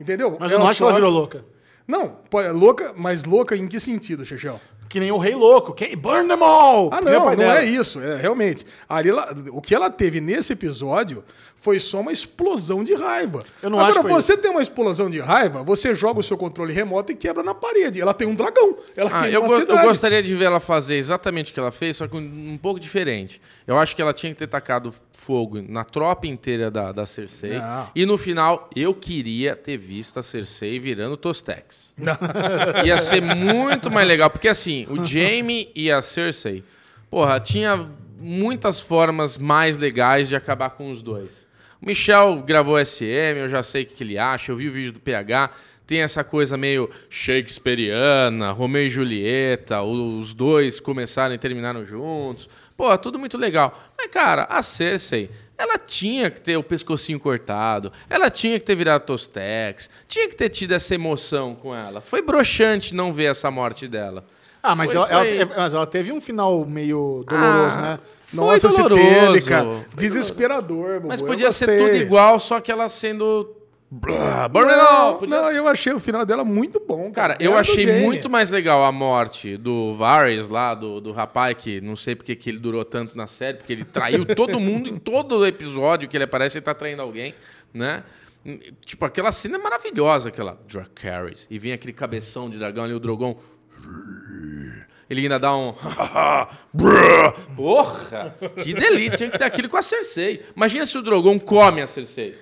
S3: Entendeu?
S1: Mas eu não acho que ela
S3: só-
S1: virou louca.
S3: Não, pô, é louca, mas louca em que sentido, Chechel?
S1: Que nem o Rei Louco. Que... Burn them all!
S3: Ah,
S1: Que nem o
S3: não,
S1: pai
S3: não
S1: dela.
S3: é isso. É, realmente. Ali ela- o que ela teve nesse episódio foi só uma explosão de raiva.
S1: Eu não
S3: Agora,
S1: acho que foi
S3: você tem uma explosão de raiva, você joga o seu controle remoto e quebra na parede. Ela tem um dragão. Ela
S2: Ah,
S3: queima
S2: eu,
S3: uma
S2: go- eu
S3: cidade.
S2: gostaria de ver ela fazer exatamente o que ela fez, só que um, um pouco diferente. Eu acho que ela tinha que ter tacado fogo na tropa inteira da, da Cersei.
S3: Não.
S2: E no final, eu queria ter visto a Cersei virando Tostex. Ia ser muito mais legal, porque assim, o Jamie e a Cersei, porra, tinha muitas formas mais legais de acabar com os dois. O Michel gravou SM, eu já sei o que que ele acha, eu vi o vídeo do PH. Tem essa coisa meio shakespeariana, Romeu e Julieta, o- os dois começaram e terminaram juntos. Pô, tudo muito legal. Mas, cara, a Cersei, ela tinha que ter o pescocinho cortado, ela tinha que ter virado Tostex, tinha que ter tido essa emoção com ela. Foi broxante não ver essa morte dela.
S1: Ah, Ah, mas,
S2: Foi-
S1: ela, ela-
S2: foi-
S1: é- mas ela teve um final meio doloroso,
S2: Ah,
S1: né?
S2: Foi
S3: Nossa, se
S2: doloroso.
S3: teve,
S2: Foi
S3: cara.
S2: doloroso.
S3: Desesperador, Bubu.
S2: Mas
S3: Eu
S2: podia ser
S3: gostei.
S2: tudo igual, só que ela sendo. Blá, Burn It All,
S3: Não,
S2: podia-
S3: não, eu achei o final dela muito bom, cara.
S2: Cara, eu
S3: Era do
S2: achei
S3: Jenny.
S2: muito mais legal a morte do Varys lá, do, do rapaz que não sei porque que ele durou tanto na série, porque ele
S3: [laughs]
S2: traiu todo mundo em todo episódio que ele aparece, ele tá traindo alguém, né? Tipo, aquela cena é maravilhosa, aquela Dracarys. E vem aquele cabeção de dragão ali, o Drogon. Ele ainda dá um. [laughs] Brrr. Porra! Que delícia! Tinha que ter aquilo com a Cersei. Imagina se o Drogon come a Cersei.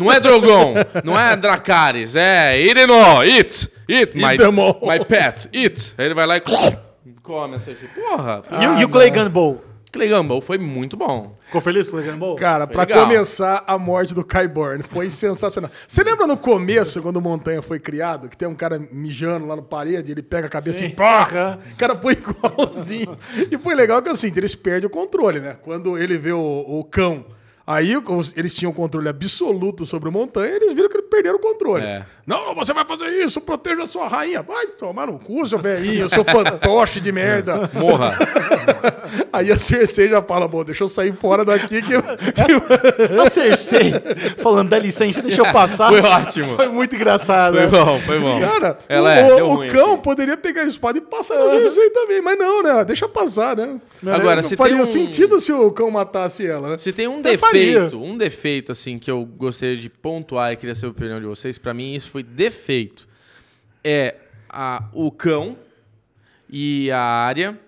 S2: Não é Drogon, não é Dracarys, é eat it all, eat, eat, my,
S3: them all.
S2: my pet, eat. Aí ele vai lá e [laughs] come a Cersei. Porora!
S1: E, o- e o Clay Gunbow?
S2: Clay Gumball foi muito bom.
S1: Ah, Ficou feliz com o Clay Gunbow?
S3: Cara, pra
S2: legal.
S3: começar, a morte do Kyborn foi sensacional. Você lembra no começo, quando o Montanha foi criado, que tem um cara mijando lá na parede, ele pega a cabeça
S1: Sim.
S3: e
S1: Aham.
S3: porra! O cara foi [laughs] igualzinho. e foi legal que assim, eles perdem o controle, né? Quando ele vê o, o cão. Aí o- os- eles tinham um controle absoluto sobre o Montanha e eles viram que eles perderam o controle.
S2: É.
S3: Não, você vai fazer isso, proteja a sua rainha. Vai tomar no cu, seu velhinho, seu fantoche de merda.
S2: Morra.
S3: Aí a Cersei já fala, bom, deixa eu sair fora daqui que...
S1: A Cersei [laughs] falando, dá licença,
S2: [laughs]
S1: deixa eu passar.
S2: Foi ótimo.
S1: Foi muito engraçado.
S2: Foi
S1: né?
S2: bom, foi bom.
S3: Cara,
S2: Ela
S3: o,
S2: é,
S3: o-
S2: deu
S3: o
S2: ruim
S3: cão
S2: aqui.
S3: poderia pegar a espada e passar na Cersei também, mas não, né? Deixa passar, né?
S2: Agora,
S3: não
S2: se
S3: faria
S2: tem um-
S3: sentido se o cão matasse ela, né?
S2: Se tem um
S1: Até
S2: defeito,
S1: faria.
S2: um defeito assim que eu gostaria de pontuar e queria saber a opinião de vocês, pra mim isso foi defeito. É a- o cão e a área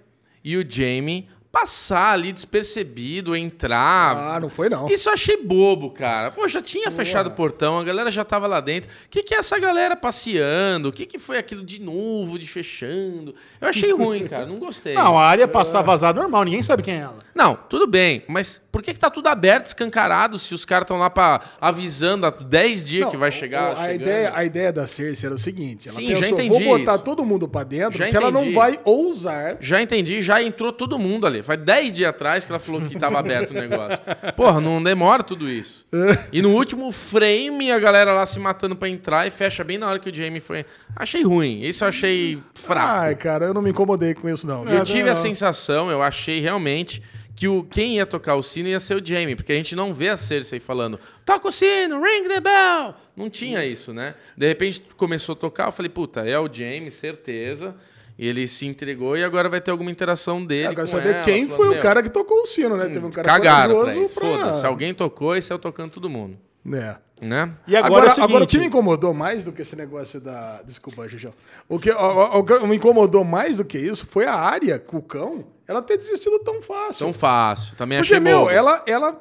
S2: e o Jamie passar ali despercebido, entrar.
S3: Ah, não foi não.
S2: Isso eu achei bobo, cara. Pô, já tinha fechado o portão, a galera já tava lá dentro. O que, que é essa galera passeando? O que, que foi aquilo de novo, de fechando? Eu achei ruim, cara. Não gostei.
S1: Não, a
S3: É.
S1: área passar vazada normal, ninguém sabe quem é ela.
S2: Não, tudo bem, mas por que, que tá tudo aberto, escancarado, se os caras estão lá pra, avisando há 10 dias
S3: Não,
S2: que vai
S3: o-
S2: chegar?
S3: a
S2: chegando?
S3: ideia, a ideia da Cersei era o seguinte: ela
S2: Sim, já
S3: pensou, vou
S2: entendi
S3: botar
S2: isso.
S3: todo mundo pra dentro,
S2: Já
S3: porque ela não
S2: entendi.
S3: vai ousar.
S2: Já entendi, já entrou todo mundo ali. Faz 10 dias atrás que ela falou que tava aberto o negócio. Porra, não demora tudo isso. E no último frame, a galera lá se matando pra entrar e fecha bem na hora que o Jamie foi. Achei ruim, isso eu achei fraco.
S3: Ai, cara, eu não me incomodei com isso, não. é.
S2: Eu tive a
S3: não.
S2: sensação, eu achei realmente que o, quem ia tocar o sino ia ser o Jamie, porque a gente não vê a Cersei falando toca o sino, ring the bell. Não tinha isso, né? De repente começou a tocar, eu falei, puta, é o Jamie, certeza. E ele se entregou e agora vai ter alguma interação dele.
S3: Eu quero
S2: com
S3: saber
S2: ela,
S3: quem
S2: falando,
S3: foi o
S2: "Meu,
S3: cara que tocou o sino, né? Teve um cara
S2: Cagaram pra
S3: corajoso
S2: isso. Foda-se, alguém tocou e saiu tocando todo mundo.
S3: É.
S2: Né?
S1: E
S3: Agora,
S1: agora, é
S3: agora, um
S1: o seguinte,
S3: o que me incomodou mais do que esse negócio da. Desculpa, Jujão. O que, o, o- o que me incomodou mais do que isso foi a área com o cão, ela ter desistido tão fácil.
S2: Tão Então, fácil, também
S3: Porque,
S2: achei
S3: meu,
S2: bobo.
S3: ela, ela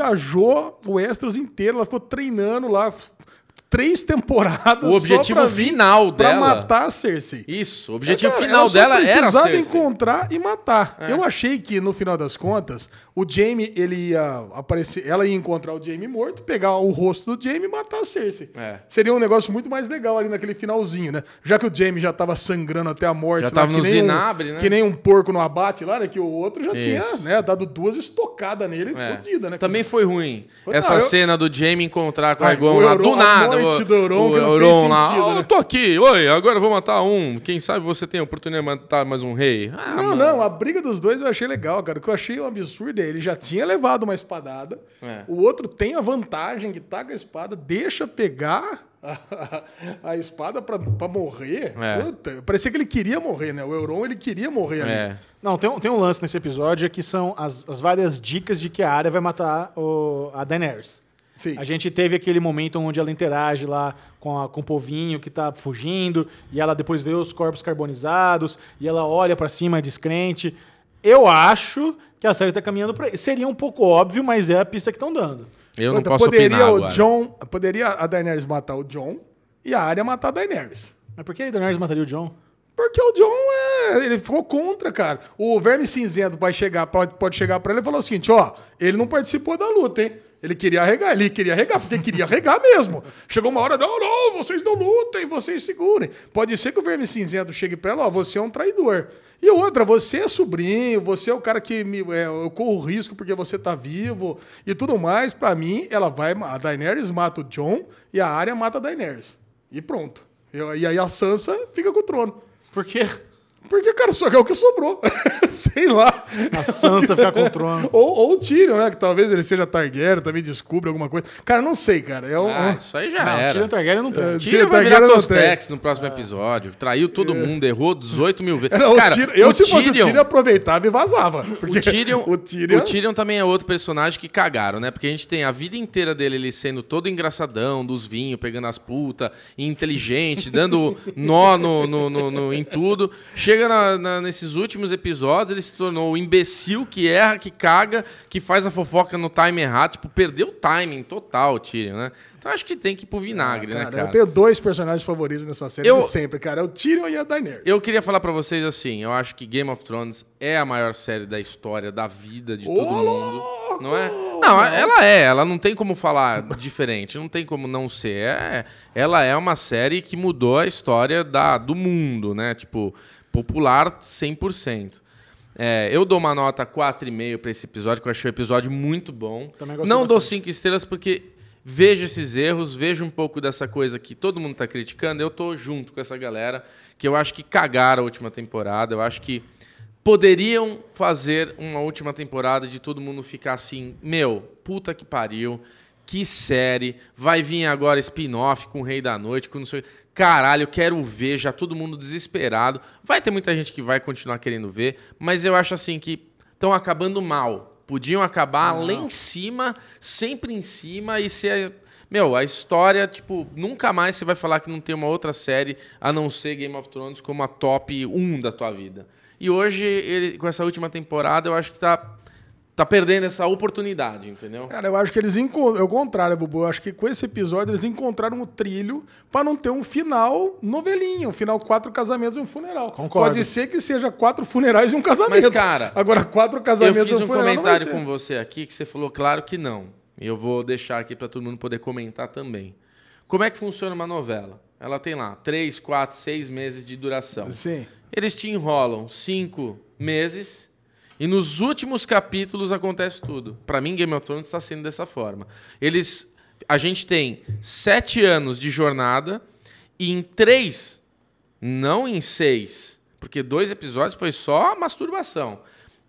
S3: viajou o Extras inteiro, ela ficou treinando lá f- três temporadas.
S2: O objetivo
S3: só pra vir-
S2: final
S3: Pra
S2: dela.
S3: matar a Cersei.
S2: Isso, o objetivo
S3: Cara,
S2: final
S3: ela só
S2: dela era assim. É. a
S3: precisava
S2: Cersei.
S3: encontrar e matar. Eu achei que no final das contas, o Jamie ele ia aparecer, ela ia encontrar o Jamie morto, pegar o rosto do Jamie e matar a Cersei.
S2: É.
S3: Seria um negócio muito mais legal ali naquele finalzinho, né? Já que o Jamie já tava sangrando até a morte,
S2: Já
S3: lá,
S2: tava
S3: que
S2: no
S3: nem um-
S2: zinabre, né?
S3: Que nem um porco no abate lá, né? Que o outro já
S2: Isso.
S3: tinha, né, dado duas estocadas nele, e
S2: É.
S3: fodida, né?
S2: Também foi ruim.
S3: Foi-
S2: Essa
S3: não, eu-
S2: cena do Jamie encontrar com o
S3: Ah,
S2: Egon
S3: o
S2: lá,
S3: Euron-
S2: do
S3: a
S2: nada.
S3: morte
S2: o-
S3: do Euron,
S2: o
S3: que não fez
S2: Euron lá.
S3: sentido,
S2: "Ah,
S3: né?"
S2: eu tô aqui, oi, agora eu vou matar um. Quem sabe você tem a oportunidade de matar mais um rei. Ah,
S3: Não,
S2: mano.
S3: não, a briga dos dois eu achei legal, cara. O que eu achei um absurdo é ele já tinha levado uma espadada,
S2: É.
S3: o outro tem a vantagem que tá com a espada, deixa pegar a, a espada pra, pra morrer.
S2: É.
S3: Puta, parecia que ele queria morrer, né? O Euron, ele queria morrer ali.
S2: É.
S1: Não, tem um, tem um lance nesse episódio que são as, as várias dicas de que a área vai matar o- a Daenerys.
S3: Sim.
S1: A gente teve aquele momento onde ela interage lá com, a- com o povinho que tá fugindo, e ela depois vê os corpos carbonizados, e ela olha pra cima é descrente. Eu acho que a série tá caminhando pra. Seria um pouco óbvio, mas é a pista que estão dando.
S2: é, Eu não
S3: Puta,
S2: posso
S3: poderia
S2: opinar
S3: o
S2: agora.
S3: John, poderia a Daenerys matar o John e a Arya matar a Daenerys.
S1: Mas por que a Daenerys mataria o John?
S3: Porque o John é, ele ficou contra, cara. O Verme Cinzento vai chegar, pode, pode chegar pra ele e falar o seguinte, ó, ele não participou da luta, hein? Ele queria regar, ele queria regar, porque queria regar mesmo. Chegou uma hora, não, não, vocês não lutem, vocês segurem. Pode ser que o Verme Cinzento chegue pra ela, ó, você é um traidor. E outra, você é sobrinho, você é o cara que me, é, eu corro risco porque você tá vivo e tudo mais. Pra mim, ela vai, a Daenerys mata o John e a Arya mata a Daenerys. E pronto. Eu- e aí a Sansa fica com o trono.
S1: Por quê?
S3: Porque, cara, só que é o que sobrou. [laughs] Sei lá.
S1: A Sansa ficar com o trono.
S3: Ou, ou o Tyrion, né? Que talvez ele seja Targaryen, também descubra alguma coisa. Cara, não sei, cara. É um,
S2: Ah,
S3: um-
S2: isso aí já
S1: Não,
S2: era.
S1: Tyrion Targaryen É. não tem.
S3: É,
S2: Tira
S3: Tira
S2: vai virar
S3: Targaryen não É.
S2: Tostex no próximo episódio. Traiu todo mundo, errou 18 mil vezes.
S3: Era o
S2: Cara,
S3: Tyrion- eu,
S2: o
S3: se fosse o
S2: Tyrion-
S3: Tyrion, aproveitava e vazava. Porque
S2: o Tyrion,
S3: [laughs] o Tyrion-
S2: o Tyrion também é outro personagem que cagaram, né? Porque a gente tem a vida inteira dele ele sendo todo engraçadão, dos vinhos, pegando as putas, inteligente,
S3: [laughs]
S2: dando nó no, no- no- no- em tudo. Chega na- na- nesses últimos episódios, ele se tornou o imbecil que erra, que caga, que faz a fofoca no time errado. Tipo, perdeu o timing total, o Tyrion, né? Então acho que tem que ir pro vinagre, né,
S3: Ah, Cara,
S2: cara?
S3: eu tenho dois personagens favoritos nessa série
S2: Eu-
S3: de sempre, cara. É o Tyrion e a Daenerys.
S2: Eu queria falar pra vocês assim, eu acho que Game of Thrones é a maior série da história, da vida de
S3: Ô,
S2: todo mundo,
S3: louco!
S2: não é? Não, ela é, ela não tem como
S3: [laughs]
S2: falar diferente, não tem como não ser. É- ela é uma série que mudou a história da, do mundo, né? Tipo, popular 100%. É, eu dou uma nota 4,5 pra esse episódio, que eu achei o episódio muito bom.
S1: Também gostei
S2: Não dou
S1: bastante.
S2: 5 estrelas porque vejo esses erros, vejo um pouco dessa coisa que todo mundo tá criticando. Eu tô junto com essa galera que eu acho que cagaram a última temporada. Eu acho que poderiam fazer uma última temporada de todo mundo ficar assim, meu, puta que pariu. Que série, vai vir agora spin-off com o Rei da Noite, com não sei. Caralho, eu quero ver, já todo mundo desesperado. Vai ter muita gente que vai continuar querendo ver, mas eu acho assim que estão acabando mal. Podiam acabar lá em cima, sempre em cima, e ser. Meu, a história, tipo, nunca mais você vai falar que não tem uma outra série a não ser Game of Thrones como a top 1 da tua vida. E hoje, ele- com essa última temporada, eu acho que tá, tá perdendo essa oportunidade, entendeu?
S3: Cara, eu acho que eles encontraram. É o contrário, Bubu. Eu acho que com esse episódio eles encontraram o trilho pra não ter um final novelinha, um final quatro casamentos e um funeral.
S1: Concordo.
S3: Pode ser que seja quatro funerais e um casamento.
S2: Mas, cara,
S3: agora quatro
S2: Eu
S3: casamentos e
S2: fiz
S3: um
S2: um
S3: funeral. não vai
S2: comentário com
S3: ser.
S2: você aqui que você falou, claro que não. E eu vou deixar aqui para todo mundo poder comentar também. Como é que funciona uma novela? Ela tem lá 3, 4, 6 meses de duração.
S3: Sim.
S2: Eles te enrolam 5 meses e nos últimos capítulos acontece tudo. Para mim, Game of Thrones está sendo dessa forma. Eles, a gente tem 7 anos de jornada e em 3 não em seis, porque dois episódios foi só masturbação.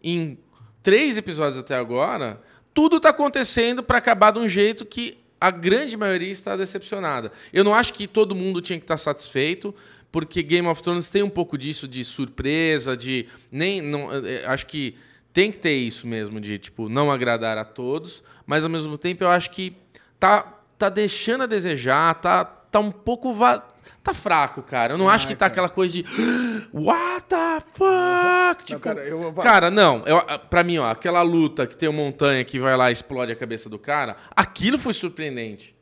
S2: Em três episódios até agora, tudo tá acontecendo para acabar de um jeito que a grande maioria está decepcionada. Eu não acho que todo mundo tinha que estar satisfeito, porque Game of Thrones tem um pouco disso de surpresa, de nem não, eh, eh, acho que tem que ter isso mesmo de tipo não agradar a todos, mas ao mesmo tempo eu acho que tá tá deixando a desejar, tá tá um pouco va... tá fraco, cara. Eu não acho que
S3: Ah,
S2: tá aquela coisa de "Ah, what the fuck, tipo,
S3: cara, eu-
S2: cara, não. Eu, ah, pra mim, ó, aquela luta que tem uma montanha que vai lá e explode a cabeça do cara, aquilo foi surpreendente.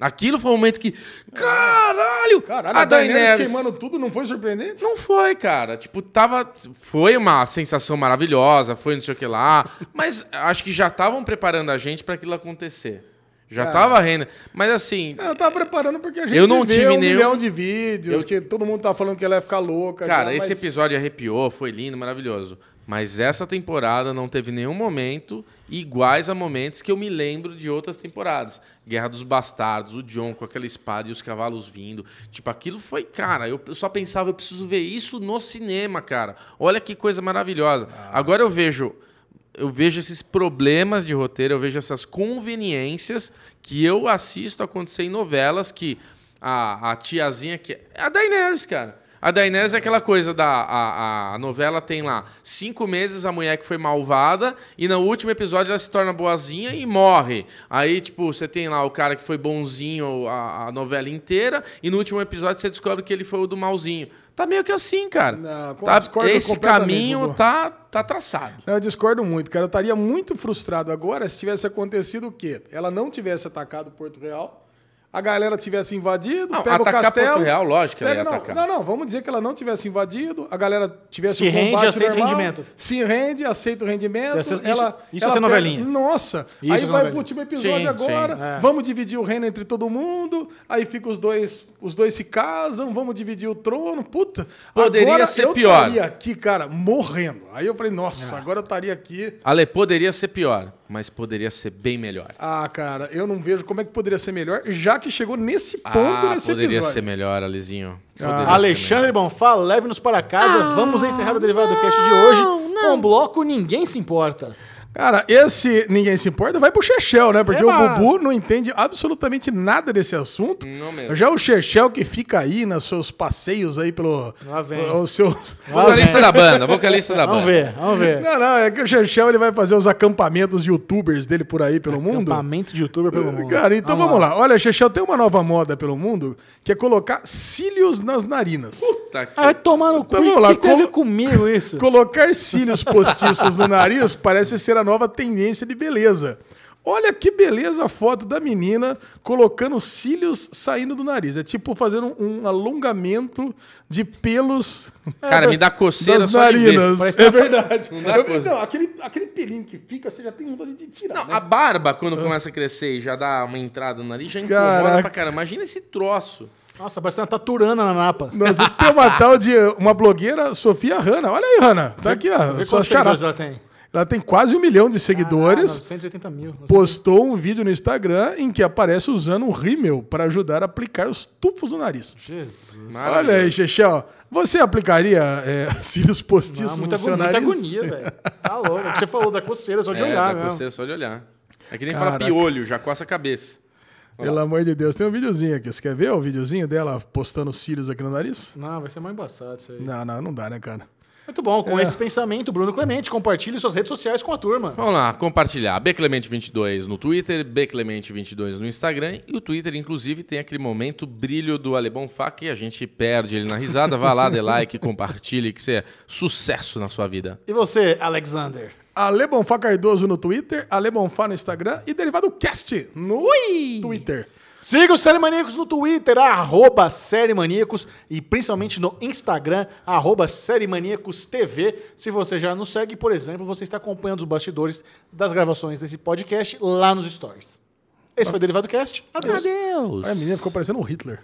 S2: Aquilo foi um momento que. Caralho!
S3: Caralho, a Daenerys, queimando tudo não foi surpreendente?
S2: Não foi, cara. Tipo, tava. Foi uma sensação maravilhosa, foi não sei o que lá. Mas acho que já estavam preparando a gente pra aquilo acontecer. Já tava renda. Mas assim.
S3: Ah, Eu tava preparando porque a gente
S2: Eu não
S3: vê
S2: tive
S3: um
S2: nenhum-
S3: milhão de vídeos, que todo mundo tá falando que ela ia ficar louca.
S2: Cara,
S3: já,
S2: esse
S3: mas-
S2: episódio arrepiou, foi lindo, maravilhoso. Mas essa temporada não teve nenhum momento iguais a momentos que eu me lembro de outras temporadas. Guerra dos Bastardos, o John com aquela espada e os cavalos vindo. Tipo, aquilo foi, cara, eu só pensava, eu preciso ver isso no cinema, cara. Olha que coisa maravilhosa.
S3: Ah.
S2: Agora eu vejo eu vejo esses problemas de roteiro, eu vejo essas conveniências que eu assisto acontecer em novelas que a, a tiazinha que. A Daenerys, cara. A Daenerys é aquela coisa da. A, a- a novela tem lá cinco meses a mulher que foi malvada e no último episódio ela se torna boazinha e morre. Aí, tipo, você tem lá o cara que foi bonzinho a, a novela inteira e no último episódio você descobre que ele foi o do malzinho. Tá meio que assim, cara.
S3: Não,
S2: tá,
S3: discordo
S2: esse
S3: completamente,
S2: caminho
S3: Gugu.
S2: tá, tá traçado.
S3: Não, eu discordo muito, cara. Eu estaria muito frustrado agora se tivesse acontecido o quê? Ela não tivesse atacado Porto Real, a galera tivesse invadido,
S2: Não,
S3: pega o
S2: atacar
S3: castelo.
S2: Porto Real, lógico que ela
S3: pega-
S2: ia
S3: não,
S2: atacar.
S3: Não, não, vamos dizer que ela não tivesse invadido, a galera tivesse
S1: Se
S3: um
S1: rende,
S3: combate
S1: aceita o
S3: normal,
S1: rendimento.
S3: Se rende, aceita o rendimento.
S1: Isso- isso-
S3: ela,
S1: isso é
S3: ela
S1: ser novelinha.
S3: Nossa,
S1: Isso é
S3: aí
S1: ser
S3: vai
S1: novelinha.
S3: pro último episódio
S2: Sim,
S3: agora,
S1: sim. É.
S3: vamos dividir o reino entre todo mundo, aí fica os dois, os dois se casam, vamos dividir o trono, puta.
S2: Poderia
S3: agora
S2: ser
S3: eu
S2: pior. É.
S3: estaria aqui, cara, morrendo. Aí eu falei, nossa, agora eu estaria aqui.
S2: Ale, poderia ser pior, mas poderia ser bem melhor.
S3: Ah, cara, eu não vejo como é que poderia ser melhor, já que chegou nesse ponto
S2: Ah,
S3: nesse
S2: poderia
S3: episódio.
S2: ser melhor, Alezinho.
S3: Ah.
S2: Poderia
S1: Alexandre Bonfá, leve-nos para casa. Vamos encerrar o Derivado Cast de hoje com o bloco Ninguém Se Importa.
S3: Cara, esse ninguém se importa, vai pro Chechel, né? Porque
S1: Eba!
S3: o Bubu não entende absolutamente nada desse assunto.
S2: Não mesmo.
S3: Já o Chechel que fica aí nos seus passeios aí pelo.
S1: Lá vem.
S3: Os seus.
S2: ser melhor. Vocalista da banda, vocalista da
S1: Vamos
S2: banda.
S1: ver, vamos ver.
S3: Tá Não, não, é que o Chechel ele vai fazer os acampamentos youtubers dele por aí pelo mundo.
S1: Acampamento de youtuber pelo mundo.
S3: Cara, então vamos, lá. Olha, Chechel tem uma nova moda pelo mundo que é colocar cílios nas narinas.
S2: Puta que-
S1: Ah, vai tomar no cu.
S3: Então, vamos
S1: O
S3: lá,
S1: que, que tem a ver
S3: como-
S1: comigo
S3: [laughs]
S1: isso?
S3: Colocar cílios postiços no nariz parece ser a nova tendência de beleza. Olha que beleza a foto da menina colocando cílios saindo do nariz. É tipo fazendo um um alongamento de pelos
S2: Cara, me dá coceira
S3: das
S2: só de ver.
S3: narinas.
S1: Parece
S3: É verdade.
S2: dá
S3: Eu-
S2: coisa.
S3: não, aquele, aquele pelinho que fica, você já tem vontade de tirar.
S2: Não,
S3: né?
S2: a barba, quando começa a crescer e já dá uma entrada no nariz, já incomoda
S3: Caraca.
S2: pra caramba. Imagina esse troço.
S1: Nossa, parece uma taturana na napa.
S3: Nós tem uma tal de uma blogueira, Sofia Hanna. Olha aí, Hanna. Tá aqui, ó.
S1: Vê
S3: Sua
S1: quantos
S3: xará.
S1: seguidores ela Ah, tem.
S3: Ela tem quase um milhão de seguidores.
S1: 180 mil.
S3: postou um vídeo no Instagram em que aparece usando um rímel para ajudar a aplicar os tufos no nariz.
S1: Jesus.
S2: Maravilha.
S3: Olha aí, Chechel, você aplicaria é, [laughs] cílios postiços
S1: Ah, muita,
S3: no seu
S1: agonia, muita
S3: nariz?
S1: agonia, velho. Tá louco. O que você falou da coceira, só de
S2: É,
S1: olhar,
S2: dá
S1: mesmo.
S2: coceira só de olhar. É que nem
S3: né? Caraca.
S2: fala piolho, já coça a cabeça.
S3: Pelo amor de Deus, tem um videozinho aqui. Você quer ver o videozinho dela postando cílios aqui no nariz?
S1: Não, vai ser mais embaçado isso aí.
S3: Não, É. não, não dá, né, cara?
S1: Muito bom, com esse pensamento, Bruno Clemente, compartilhe suas redes sociais com a turma.
S2: Vamos lá, compartilhar. Bclemente22 no Twitter, Bclemente22 no Instagram. E o Twitter, inclusive, tem aquele momento brilho do Ale Bonfá que a gente perde ele na risada. Vá lá, dê like, compartilhe, que você é sucesso na sua vida.
S1: E você, Alexander?
S3: Ale Bonfá Cardoso no Twitter, Ale Bonfá no Instagram e Derivado Cast no Twitter.
S1: Siga o Série Maníacos no Twitter, arroba Série Maníacos, e principalmente no Instagram, arroba Série Maníacos TV. Se você já nos segue, por exemplo, você está acompanhando os bastidores das gravações desse podcast lá nos stories. Esse foi o Derivado Cast. Adeus.
S2: Deus. É
S3: Ai, A menina ficou parecendo um Hitler.